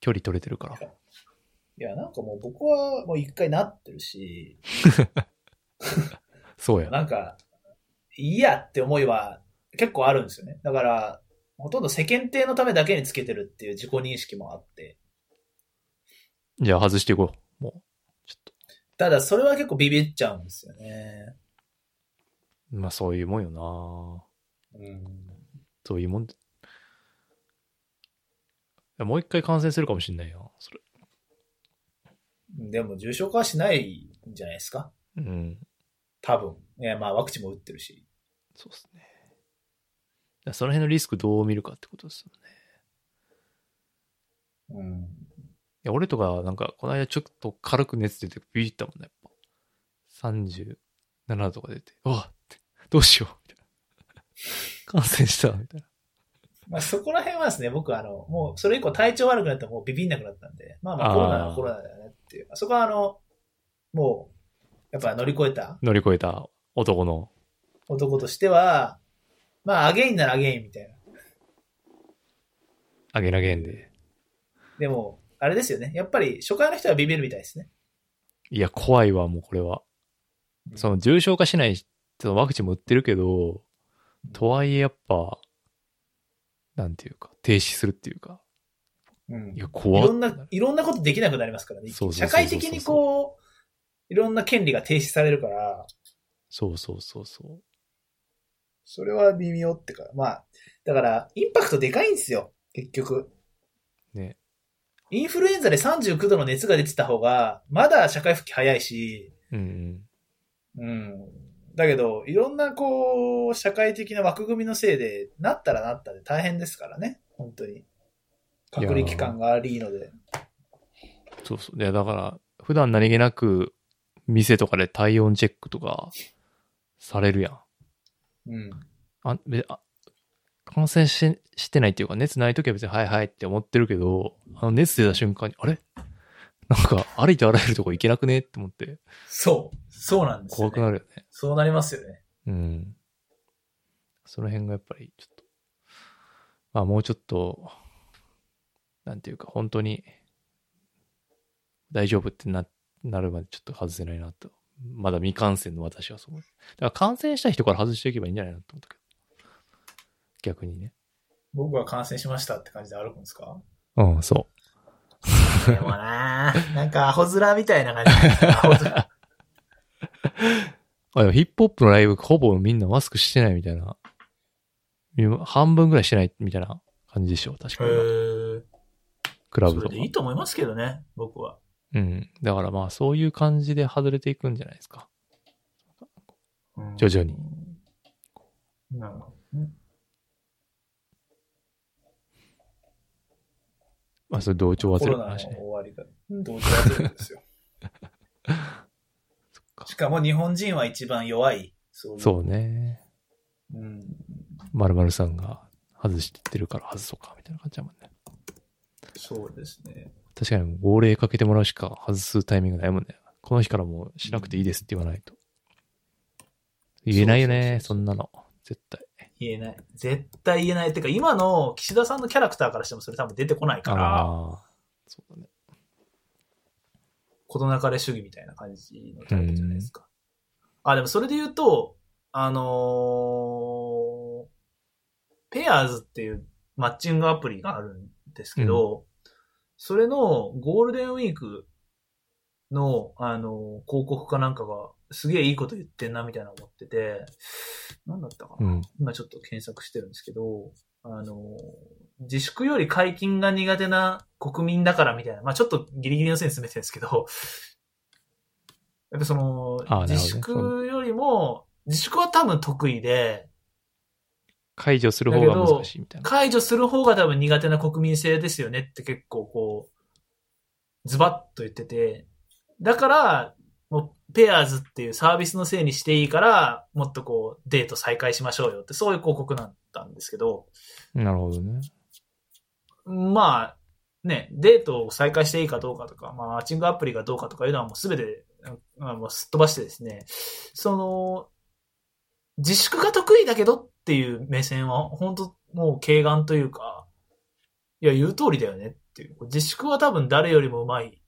S2: 距離取れてるから。
S3: いや、なんかもう僕はもう一回なってるし、
S2: そうや。
S3: なんか、いいやって思いは結構あるんですよね。だから、ほとんど世間体のためだけにつけてるっていう自己認識もあって。
S2: じゃあ外していこう。もう、ちょった
S3: だ、それは結構ビビっちゃうんですよね。
S2: と。まあそういうもんよな。
S3: うん。
S2: そういうもんで。いやもう一回感染するかもしんないよ、それ。
S3: でも、重症化はしないんじゃないですか
S2: うん。
S3: 多分。いや、まあ、ワクチンも打ってるし。
S2: そうですね。だからその辺のリスクどう見るかってことですよね。
S3: うん。
S2: いや、俺とか、なんか、この間ちょっと軽く熱出てビビったもんね、やっぱ。37度とか出て、うわって、どうしよう、みたいな。感染した、みたいな。
S3: まあ、そこら辺はですね、僕はあの、もう、それ以降体調悪くなってもうビビんなくなったんで、まあまあ、コロナ
S2: あー
S3: はコロナだよねっていう。そこはあの、もう、やっぱ乗り越えた
S2: 乗り越えた男の。
S3: 男としては、まあ、アゲインならアゲインみたいな。
S2: あげなげんで。
S3: でも、あれですよね。やっぱり初回の人はビビるみたいですね。
S2: いや、怖いわ、もうこれは。その、重症化しない、そのワクチンも売ってるけど、とはいえ、やっぱ、なんていうか、停止するっていうか。
S3: うん、
S2: いや、
S3: い
S2: 怖っ
S3: ろんな、いろんなことできなくなりますからね。
S2: そうそうそうそう
S3: 社会的にこう、いろんな権利が停止されるから、
S2: そうそうそうそう。
S3: それは微妙ってか、まあ、だから、インパクトでかいんですよ、結局。
S2: ね。
S3: インフルエンザで39度の熱が出てた方が、まだ社会復帰早いし、
S2: うんうん。
S3: うん。だけど、いろんなこう、社会的な枠組みのせいで、なったらなったで大変ですからね、本当に。隔離期間がありので。
S2: そうそう。いや、だから、普段何気なく、店とかで体温チェックとか、されるやん。
S3: うん。
S2: あ、べあ感染ししてないっていうか、熱ないときは別にはいはいって思ってるけど、あの熱出た瞬間に、あれなんか、歩いてあらゆるとこ行けなくねって思って、
S3: そう。そうなんです
S2: 怖
S3: よ、ね。
S2: くなるよね。
S3: そうなりますよね。
S2: うん。その辺がやっぱり、ちょっと、まあもうちょっと、なんていうか、本当に、大丈夫ってな、なるまでちょっと外せないなと。まだ未感染の私はそう思う。だから感染した人から外していけばいいんじゃないなと思ったけど。逆にね。
S3: 僕は感染しましたって感じで歩くんですか
S2: うん、そう。
S3: でもなぁ、なんかアホ面みたいな感じですねアホ面
S2: あ、でもヒップホップのライブほぼみんなマスクしてないみたいな。今半分ぐらいしてないみたいな感じでしょ。確かに。
S3: へ
S2: クラ
S3: ーそ
S2: ブとか
S3: れで。いいと思いますけどね、僕は。
S2: うん。だからまあそういう感じで外れていくんじゃないですか。
S3: うん
S2: 徐々に。
S3: なるほどね。
S2: まあそれ同調
S3: コ
S2: 忘れ
S3: ロ
S2: の
S3: ナの
S2: 話
S3: 終
S2: ね。
S3: わりが、同調圧力 ですよ。しかも日本人は一番弱い。そういう
S2: そうね。
S3: うん。
S2: まるまるさんが外してってるから外そうかみたいな感じだもんね。
S3: そうですね。
S2: 確かにもう号令かけてもらうしか外すタイミングないもんね。この日からもうしなくていいですって言わないと。言えないよね。そ
S3: そうそうそうそうん
S2: なの。絶対。
S3: 言えない。絶対言えない。てか、今の岸田さんのキャラクターからしてもそれ多分出てこないから、
S2: ああ。そうだね。
S3: 事なかれ主義みたいな感じのタイプじゃないですか。あ、でもそれで言うと、あのーペアーズっていうマッチングアプリがあるんですけど、それのゴールデンウィークの、あのー広告かなんかが、すげえいいこと言ってんな、みたいな思ってて、なんだったかな、
S2: うん。
S3: 今ちょっと検索してるんですけど、あのー自粛より解禁が苦手な国民だからみたいな、まあちょっとギリギリの線進めてるんですけど、やっぱその
S2: あ、ー
S3: 自
S2: なるほ
S3: 粛よりも、自粛は多分得意で、
S2: 解除する方が難しいみたいな。
S3: 解除する方が多分苦手な国民性ですよねって結構こう、ズバッと言ってて、だから、もう、ペアーズっていうサービスのせいにしていいから、もっとこう、デート再開しましょうよって、そういう広告だったんですけど、
S2: なるほどね。
S3: まあ、ね、デートを再開していいかどうかとか、まあ、マッチングアプリがどうかとかいうのはもうすべて、あもうすっ飛ばしてですね、その、自粛が得意だけどっていう目線は、本当もう軽眼というか、いや、言う通りだよねっていう。自粛は多分誰よりもうまい。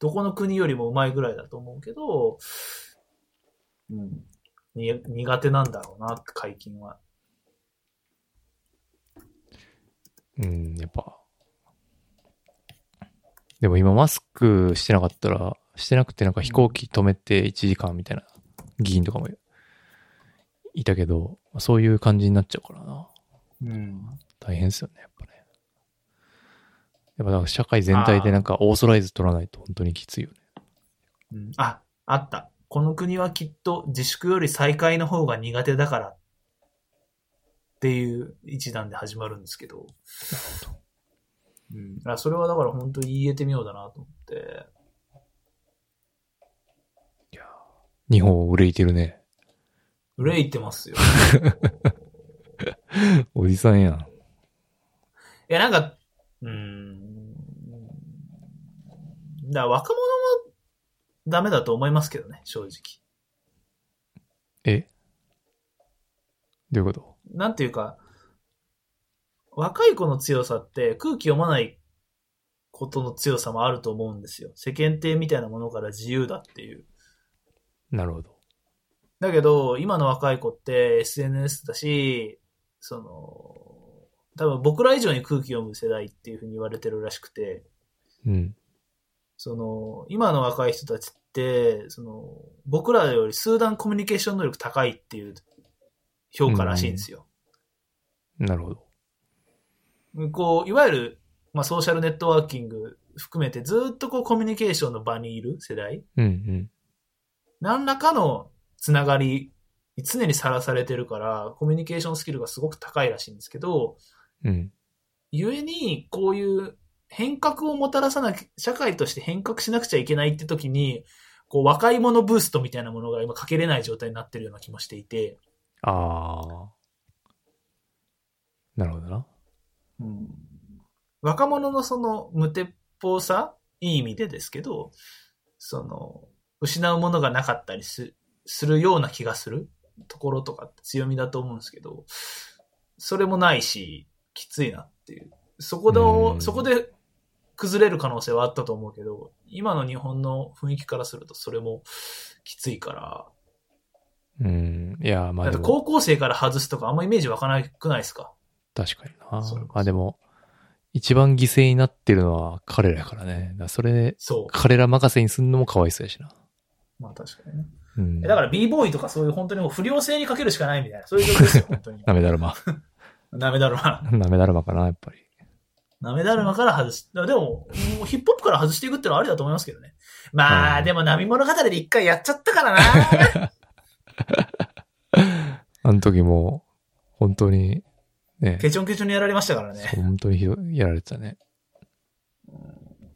S3: どこの国よりもうまいぐらいだと思うけど、うん。に苦手なんだろうな、解禁は。
S2: うん、やっぱ。でも今マスクしてなかったら、してなくてなんか飛行機止めて1時間みたいな議員とかもいたけど、そういう感じになっちゃうからな。
S3: うん。
S2: 大変ですよね、やっぱね。やっぱだから社会全体でなんかオーソライズ取らないと本当にきついよね。
S3: うんあ、あった。この国はきっと自粛より再開の方が苦手だからっていう一段で始まるんですけど。うん、あそれはだから本当に言えてみようだなと思って。
S2: 日本を憂いてるね。
S3: 憂いてますよ。
S2: おじさんやん。
S3: いや、なんか、うーん。だから若者もダメだと思いますけどね、正直。
S2: えどういうこと
S3: なんていうか、若い子の強さって空気読まないことの強さもあると思うんですよ。世間体みたいなものから自由だっていう。
S2: なるほど。
S3: だけど、今の若い子って SNS だし、その、多分僕ら以上に空気読む世代っていうふうに言われてるらしくて、
S2: うん。
S3: その、今の若い人たちって、その、僕らより数段コミュニケーション能力高いっていう評価らしいんですよ。
S2: なるほど。
S3: こう、いわゆる、まあ、ソーシャルネットワーキング含めてずっとこうコミュニケーションの場にいる世代、
S2: うんうん。
S3: 何らかのつながり、常にさらされてるから、コミュニケーションスキルがすごく高いらしいんですけど、
S2: うん。
S3: ゆえに、こういう変革をもたらさなきゃ、社会として変革しなくちゃいけないって時に、こう、若い者ブーストみたいなものが今かけれない状態になってるような気もしていて、
S2: ああ。なるほどな。
S3: 若者のその無鉄砲さ、いい意味でですけど、その、失うものがなかったりすするような気がするところとかって強みだと思うんですけど、それもないし、きついなっていう。そこ
S2: うん
S3: の、そこで崩れる可能性はあったと思うけど、今の日本の雰囲気からするとそれもきついから、
S2: うん。いや、ま
S3: だ
S2: あ
S3: っ
S2: で
S3: て
S2: も、
S3: 高校生から外すとかあんまイメージ湧かなくないですか
S2: 確かにな
S3: それこ。そ
S2: まあでも、一番犠牲になってるのは彼らやからね。だからそれ、
S3: そ
S2: 彼ら任せにすんのもかわいそうやしな。
S3: う。まあ確かにね。
S2: うん。
S3: だから、b ボーイとかそういう本当にもう不良性にかけるしかないみたいな、そういう状況ですよ、本 当に。
S2: なめだるま。
S3: ダメだろうな。
S2: なめだるまかな、やっぱり。
S3: ダメだるまから外す。でも、もうヒップホップから外していくってのはありだと思いますけどね。ま
S2: う
S3: あ、
S2: ん
S3: でも波物語で一回やっちゃったからな。
S2: あの時もう、本当に、ね、
S3: ケチョンケチョンにやられましたからね。
S2: 本当にひどい、やられてたね。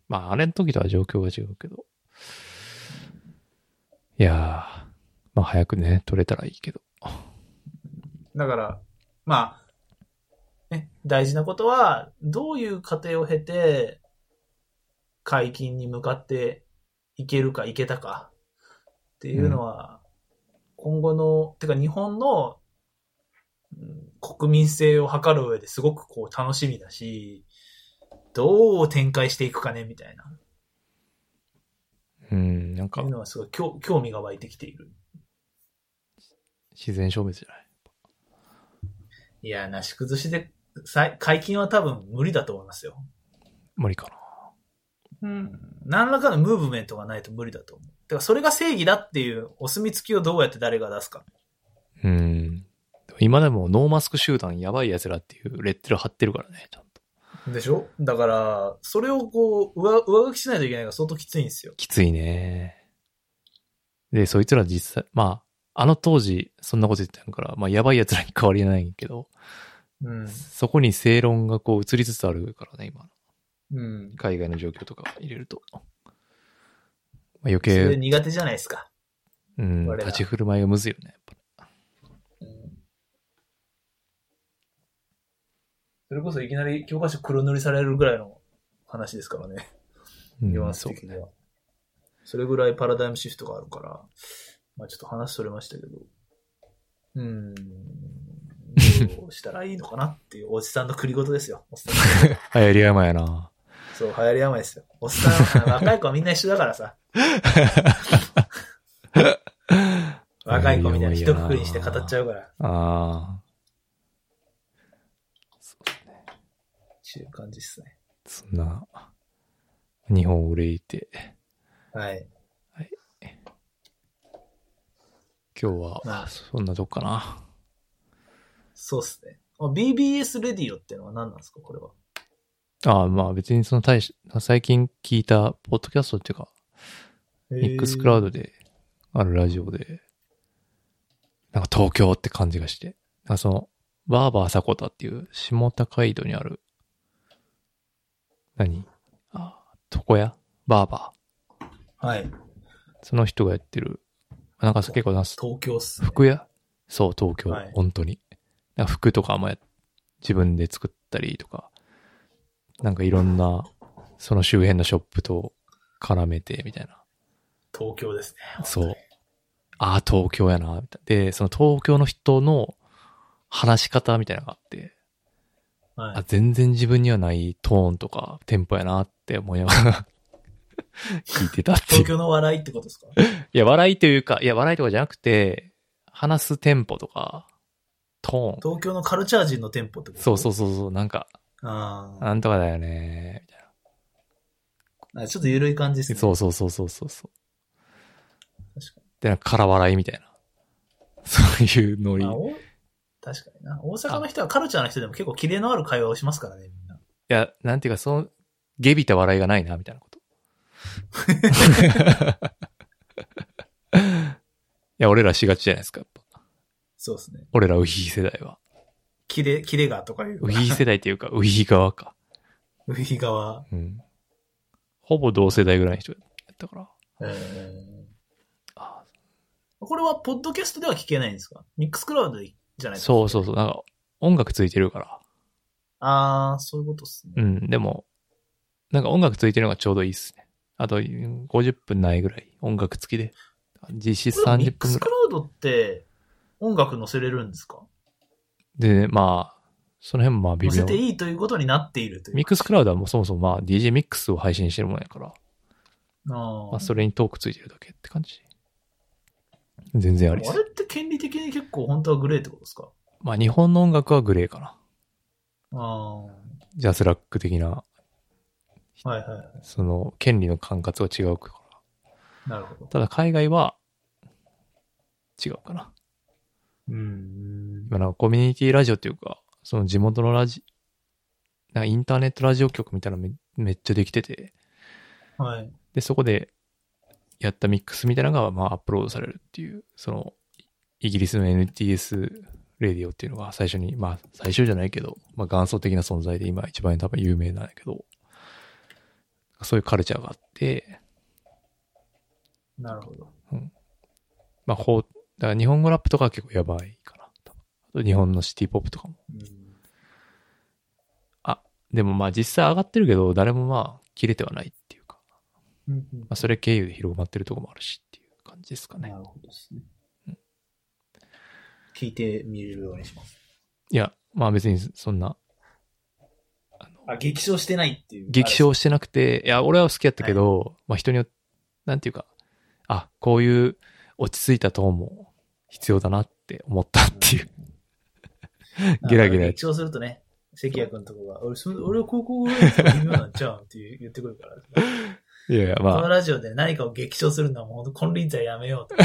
S2: まあ、あれの時とは状況が違うけど。いやー、まあ早くね、取れたらいいけど。
S3: だから、まあ、ね、大事なことは、どういう過程を経て、解禁に向かっていけるかいけたかっていうのは、今後の、てか日本の、うん国民性を図る上ですごくこう楽しみだし、どう展開していくかねみたいな、
S2: うん、なん
S3: って
S2: か
S3: いう、のはすごい興興味が湧いてきている。
S2: 自然消滅じゃない。
S3: いや、なし崩しで、さ解禁は多分無理だと思いますよ。
S2: 無理かな。
S3: うん。何らかのムーブメントがないと無理だと思う。てか、それが正義だっていうお墨付きをどうやって誰が出すか。
S2: うん。でも今でもノーマスク集団やばい奴らっていうレッテル貼ってるからね、ちゃんと。
S3: でしょだから、それをこう、上上書きしないといけないから相当きついんですよ。
S2: きついね。で、そいつら実際、まあ、あの当時、そんなこと言ってたから、まあ、やばい奴らに変わりはないけど、
S3: うん。
S2: そこに正論がこう移りつつあるからね、今。
S3: うん。
S2: 海外の状況とか入れると。まあ、余
S3: それ
S2: 計、
S3: 苦手じゃないですか。
S2: うん、
S3: 我ら
S2: 立ち振る舞いがむずいよね、やっぱり
S3: それこそいきなり教科書黒塗りされるぐらいの話ですからね。
S2: うん
S3: ニュアンス
S2: そう
S3: 的には。それぐらいパラダイムシフトがあるから、まあちょっと話それましたけど、うーん、どうしたらいいのかなっていうおじさんの繰り事ですよ。おっさん
S2: 流行り山やな。
S3: そう、流行り病ですよ。おっさん、若い子はみんな一緒だか らさ。若い子みたいな一括りにして語っちゃうから、っ
S2: ああ。そうですね。
S3: ていう感じですね。
S2: そんな、日本を憂いて、
S3: はい。
S2: 今日
S3: ま
S2: は、
S3: あ
S2: そんなとこかな。
S3: そうっすね。あ BBS レディオってのは何なんですかこれは。
S2: ああ、まあ別にその大し、最近聞いた、ポッドキャストっていうか、ミックスクラウ
S3: ド。
S2: ドであるラジオで、なんか東京って感じがして、なんかその、バーバー迫田っていう下高井戸にある、何あ、床屋バーバ
S3: はい。
S2: ー。その人がやってる、なんか結構なんか
S3: 東京っす、ね。
S2: 服屋そう、東京、
S3: はい
S2: 本当に。なんか服とかもや自分で作ったりとか、なんかいろんな、その周辺のショップと絡めて、みたいな。
S3: 東京ですね。
S2: そう。ああ、東京やな、みたいな。で、その東京の人の話し方みたいなのがあって、
S3: は
S2: あ
S3: い。
S2: 全然自分にはないトーンとかテンポやなって思いながら 聞いてたってい
S3: 東
S2: う。
S3: 京の笑いってことですか
S2: いや、笑いというか、いや、笑いとかじゃなくて、話すテンポとか、トーン。
S3: 東京のカルチャー人の店舗ってこと。
S2: そうそううそうそう、なんか、
S3: あ
S2: なんとかだよね、みたい
S3: あ。ちょっと緩い感じです
S2: な。
S3: ね。
S2: そうそうそうそうそうそう。
S3: 確か
S2: で、なんか空笑いみたいな。 そういうノ
S3: に。
S2: リ。
S3: あお確かにな。大阪の人はカルチャーの人でも結構キレのある会話をしますからね、みんな。
S2: いや、なんていうか、その、げびた笑いがないな、みたいな こと。いや、俺らしがちじゃないですか、やっぱ。
S3: そうですね。
S2: 俺らウヒヒ世代は。
S3: キレ、キレがとかいう。
S2: ウヒヒ世代っていう か、ウヒヒ側か。
S3: ウヒヒ側。
S2: うん。ほぼ同世代ぐらいの人やったから。
S3: えー
S2: あ
S3: これは、ポッドキャストでは聞けないんですかミックスクラウドでじゃないですか
S2: そうそうそう。なんか、音楽ついてるから。
S3: ああ、そういうことっすね。
S2: うん、でも、なんか音楽ついてるのがちょうどいいっすね。あと、うん50分ないぐらい。音楽付きで。実質
S3: これミ
S2: 30
S3: ック
S2: 分
S3: ス
S2: ぐらい
S3: クラウドって音楽載せれるんですか
S2: で、まあ、その辺もまあ微
S3: 載せ
S2: 妙。
S3: ていいということになっているという。
S2: ミックスクラウドはもうそもそもまあ DJ ミックスを配信してるもんやから、
S3: あ
S2: まあ
S3: あ
S2: それにトークついてるだけって感じ。全然あ
S3: あ
S2: り
S3: れ
S2: です。
S3: って権利的に結構本当はグレーってことですか
S2: まあ日本の音楽はグレーかな。
S3: あ
S2: ジャスラック的な、
S3: あ、はいはい。
S2: その権利の管轄は違うか
S3: なるほど
S2: ら。。ただ海外は違うかな。
S3: うん。
S2: 今なんかコミュニティラジオっていうか、その地元のラジ、なんかインターネットラジオ局みたいなのめめっちゃできてて、
S3: はい。
S2: で、そこでやったミックスみたいなのが、まあ、アップロードされるっていう、その、イギリスの NTS レディオっていうのが最初に、まあ、最初じゃないけど、まあ、元祖的な存在で今一番多分有名なんやけど、そういうカルチャーがあって、
S3: なるほど。
S2: まあ、ほう、だから日本語ラップとかは結構やばいかな。多分あと日本のシティポップとかも。
S3: うん
S2: でもまあ実際上がってるけど、誰もまあ切れてはないっていうか、
S3: うんうん
S2: まあそれ経由で広まってるとこもあるしっていう感じですかね
S3: な。るほどですね。聞いてみるようにします。
S2: いや、まあ別にそんな
S3: あ、激賞してないっていう。
S2: 激
S3: あ
S2: 賞してなくて、いや、俺は好きやったけど、まあ人によって、なんていうか、あ、こういう落ち着いたトーンも必要だなっって思ったっていう。
S3: うん
S2: ゲラゲラ
S3: なんか一応するとね、関谷君とかが、俺、そ俺は高校ぐらいですから微妙なんちゃうっていう言ってくる から。
S2: いやいや、
S3: この
S2: まあ、
S3: ラジオで何かを激賞するのはもう本当金輪際やめようと。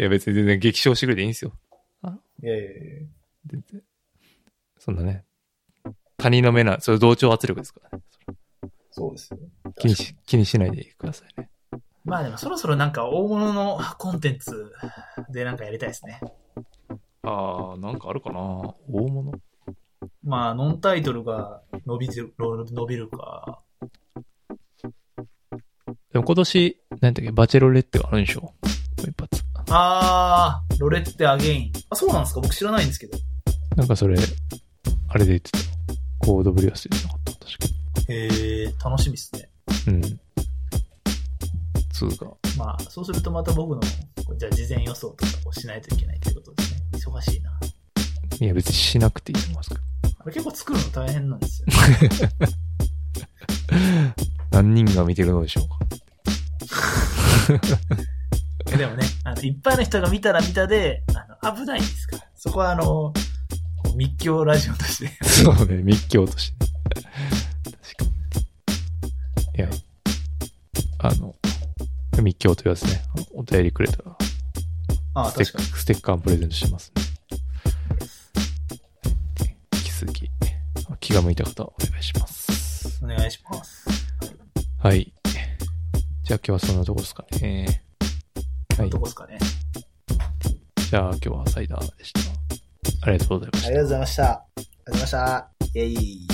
S2: いや別に全然激賞してくれていいんですよ。
S3: いやいやいや。
S2: 全然。そんなね。他人の目な、それ同調圧力ですからね。
S3: そうですよ。
S2: 気にし、気にしないでくださいね。
S3: まあでもそろそろなんか大物のコンテンツでなんかやりたいですね。
S2: ああ、なんかあるかな大物。
S3: まあ、ノンタイトルが伸びる、伸びるか。
S2: でも今年、なんだっけ、バチェロレッテがあるんでしょもう一発。
S3: あー、ロレッテアゲイン。あ、そうなんですか僕知らないんですけど。
S2: なんかそれ、あれで言ってた。コードブリアスで言ってなかった。確か
S3: へー、楽しみですね。
S2: に。うん。つうか。
S3: まあ、そうするとまた僕の、じゃあ事前予想とかをしないといけないってことですね。忙しいな。
S2: いや別にしなくていいと思いますけど。
S3: あれ結構作るの大変なんです よ、
S2: 何人が見てるのでしょうか。
S3: ね。でもね、あの、いっぱいの人が見たら見たで、あの、危ないですから。そこはあの、密教ラジオとして。
S2: そうね、密教としてね。確かに。いや、あの、密教というやつね、あのお便りくれたら、
S3: ああ、
S2: ステッ
S3: 確
S2: カー
S3: かに。
S2: ステッカープレゼントしますね。引き続き、気が向いた方、お願いします。
S3: お願いします。
S2: はい。じゃあ今日はそんなとこですかね。はい
S3: ど。こですかね。
S2: じゃあ今日はサイダーでした。ありがとうございました。
S3: がとうございました。ありがとうございました。イェイ。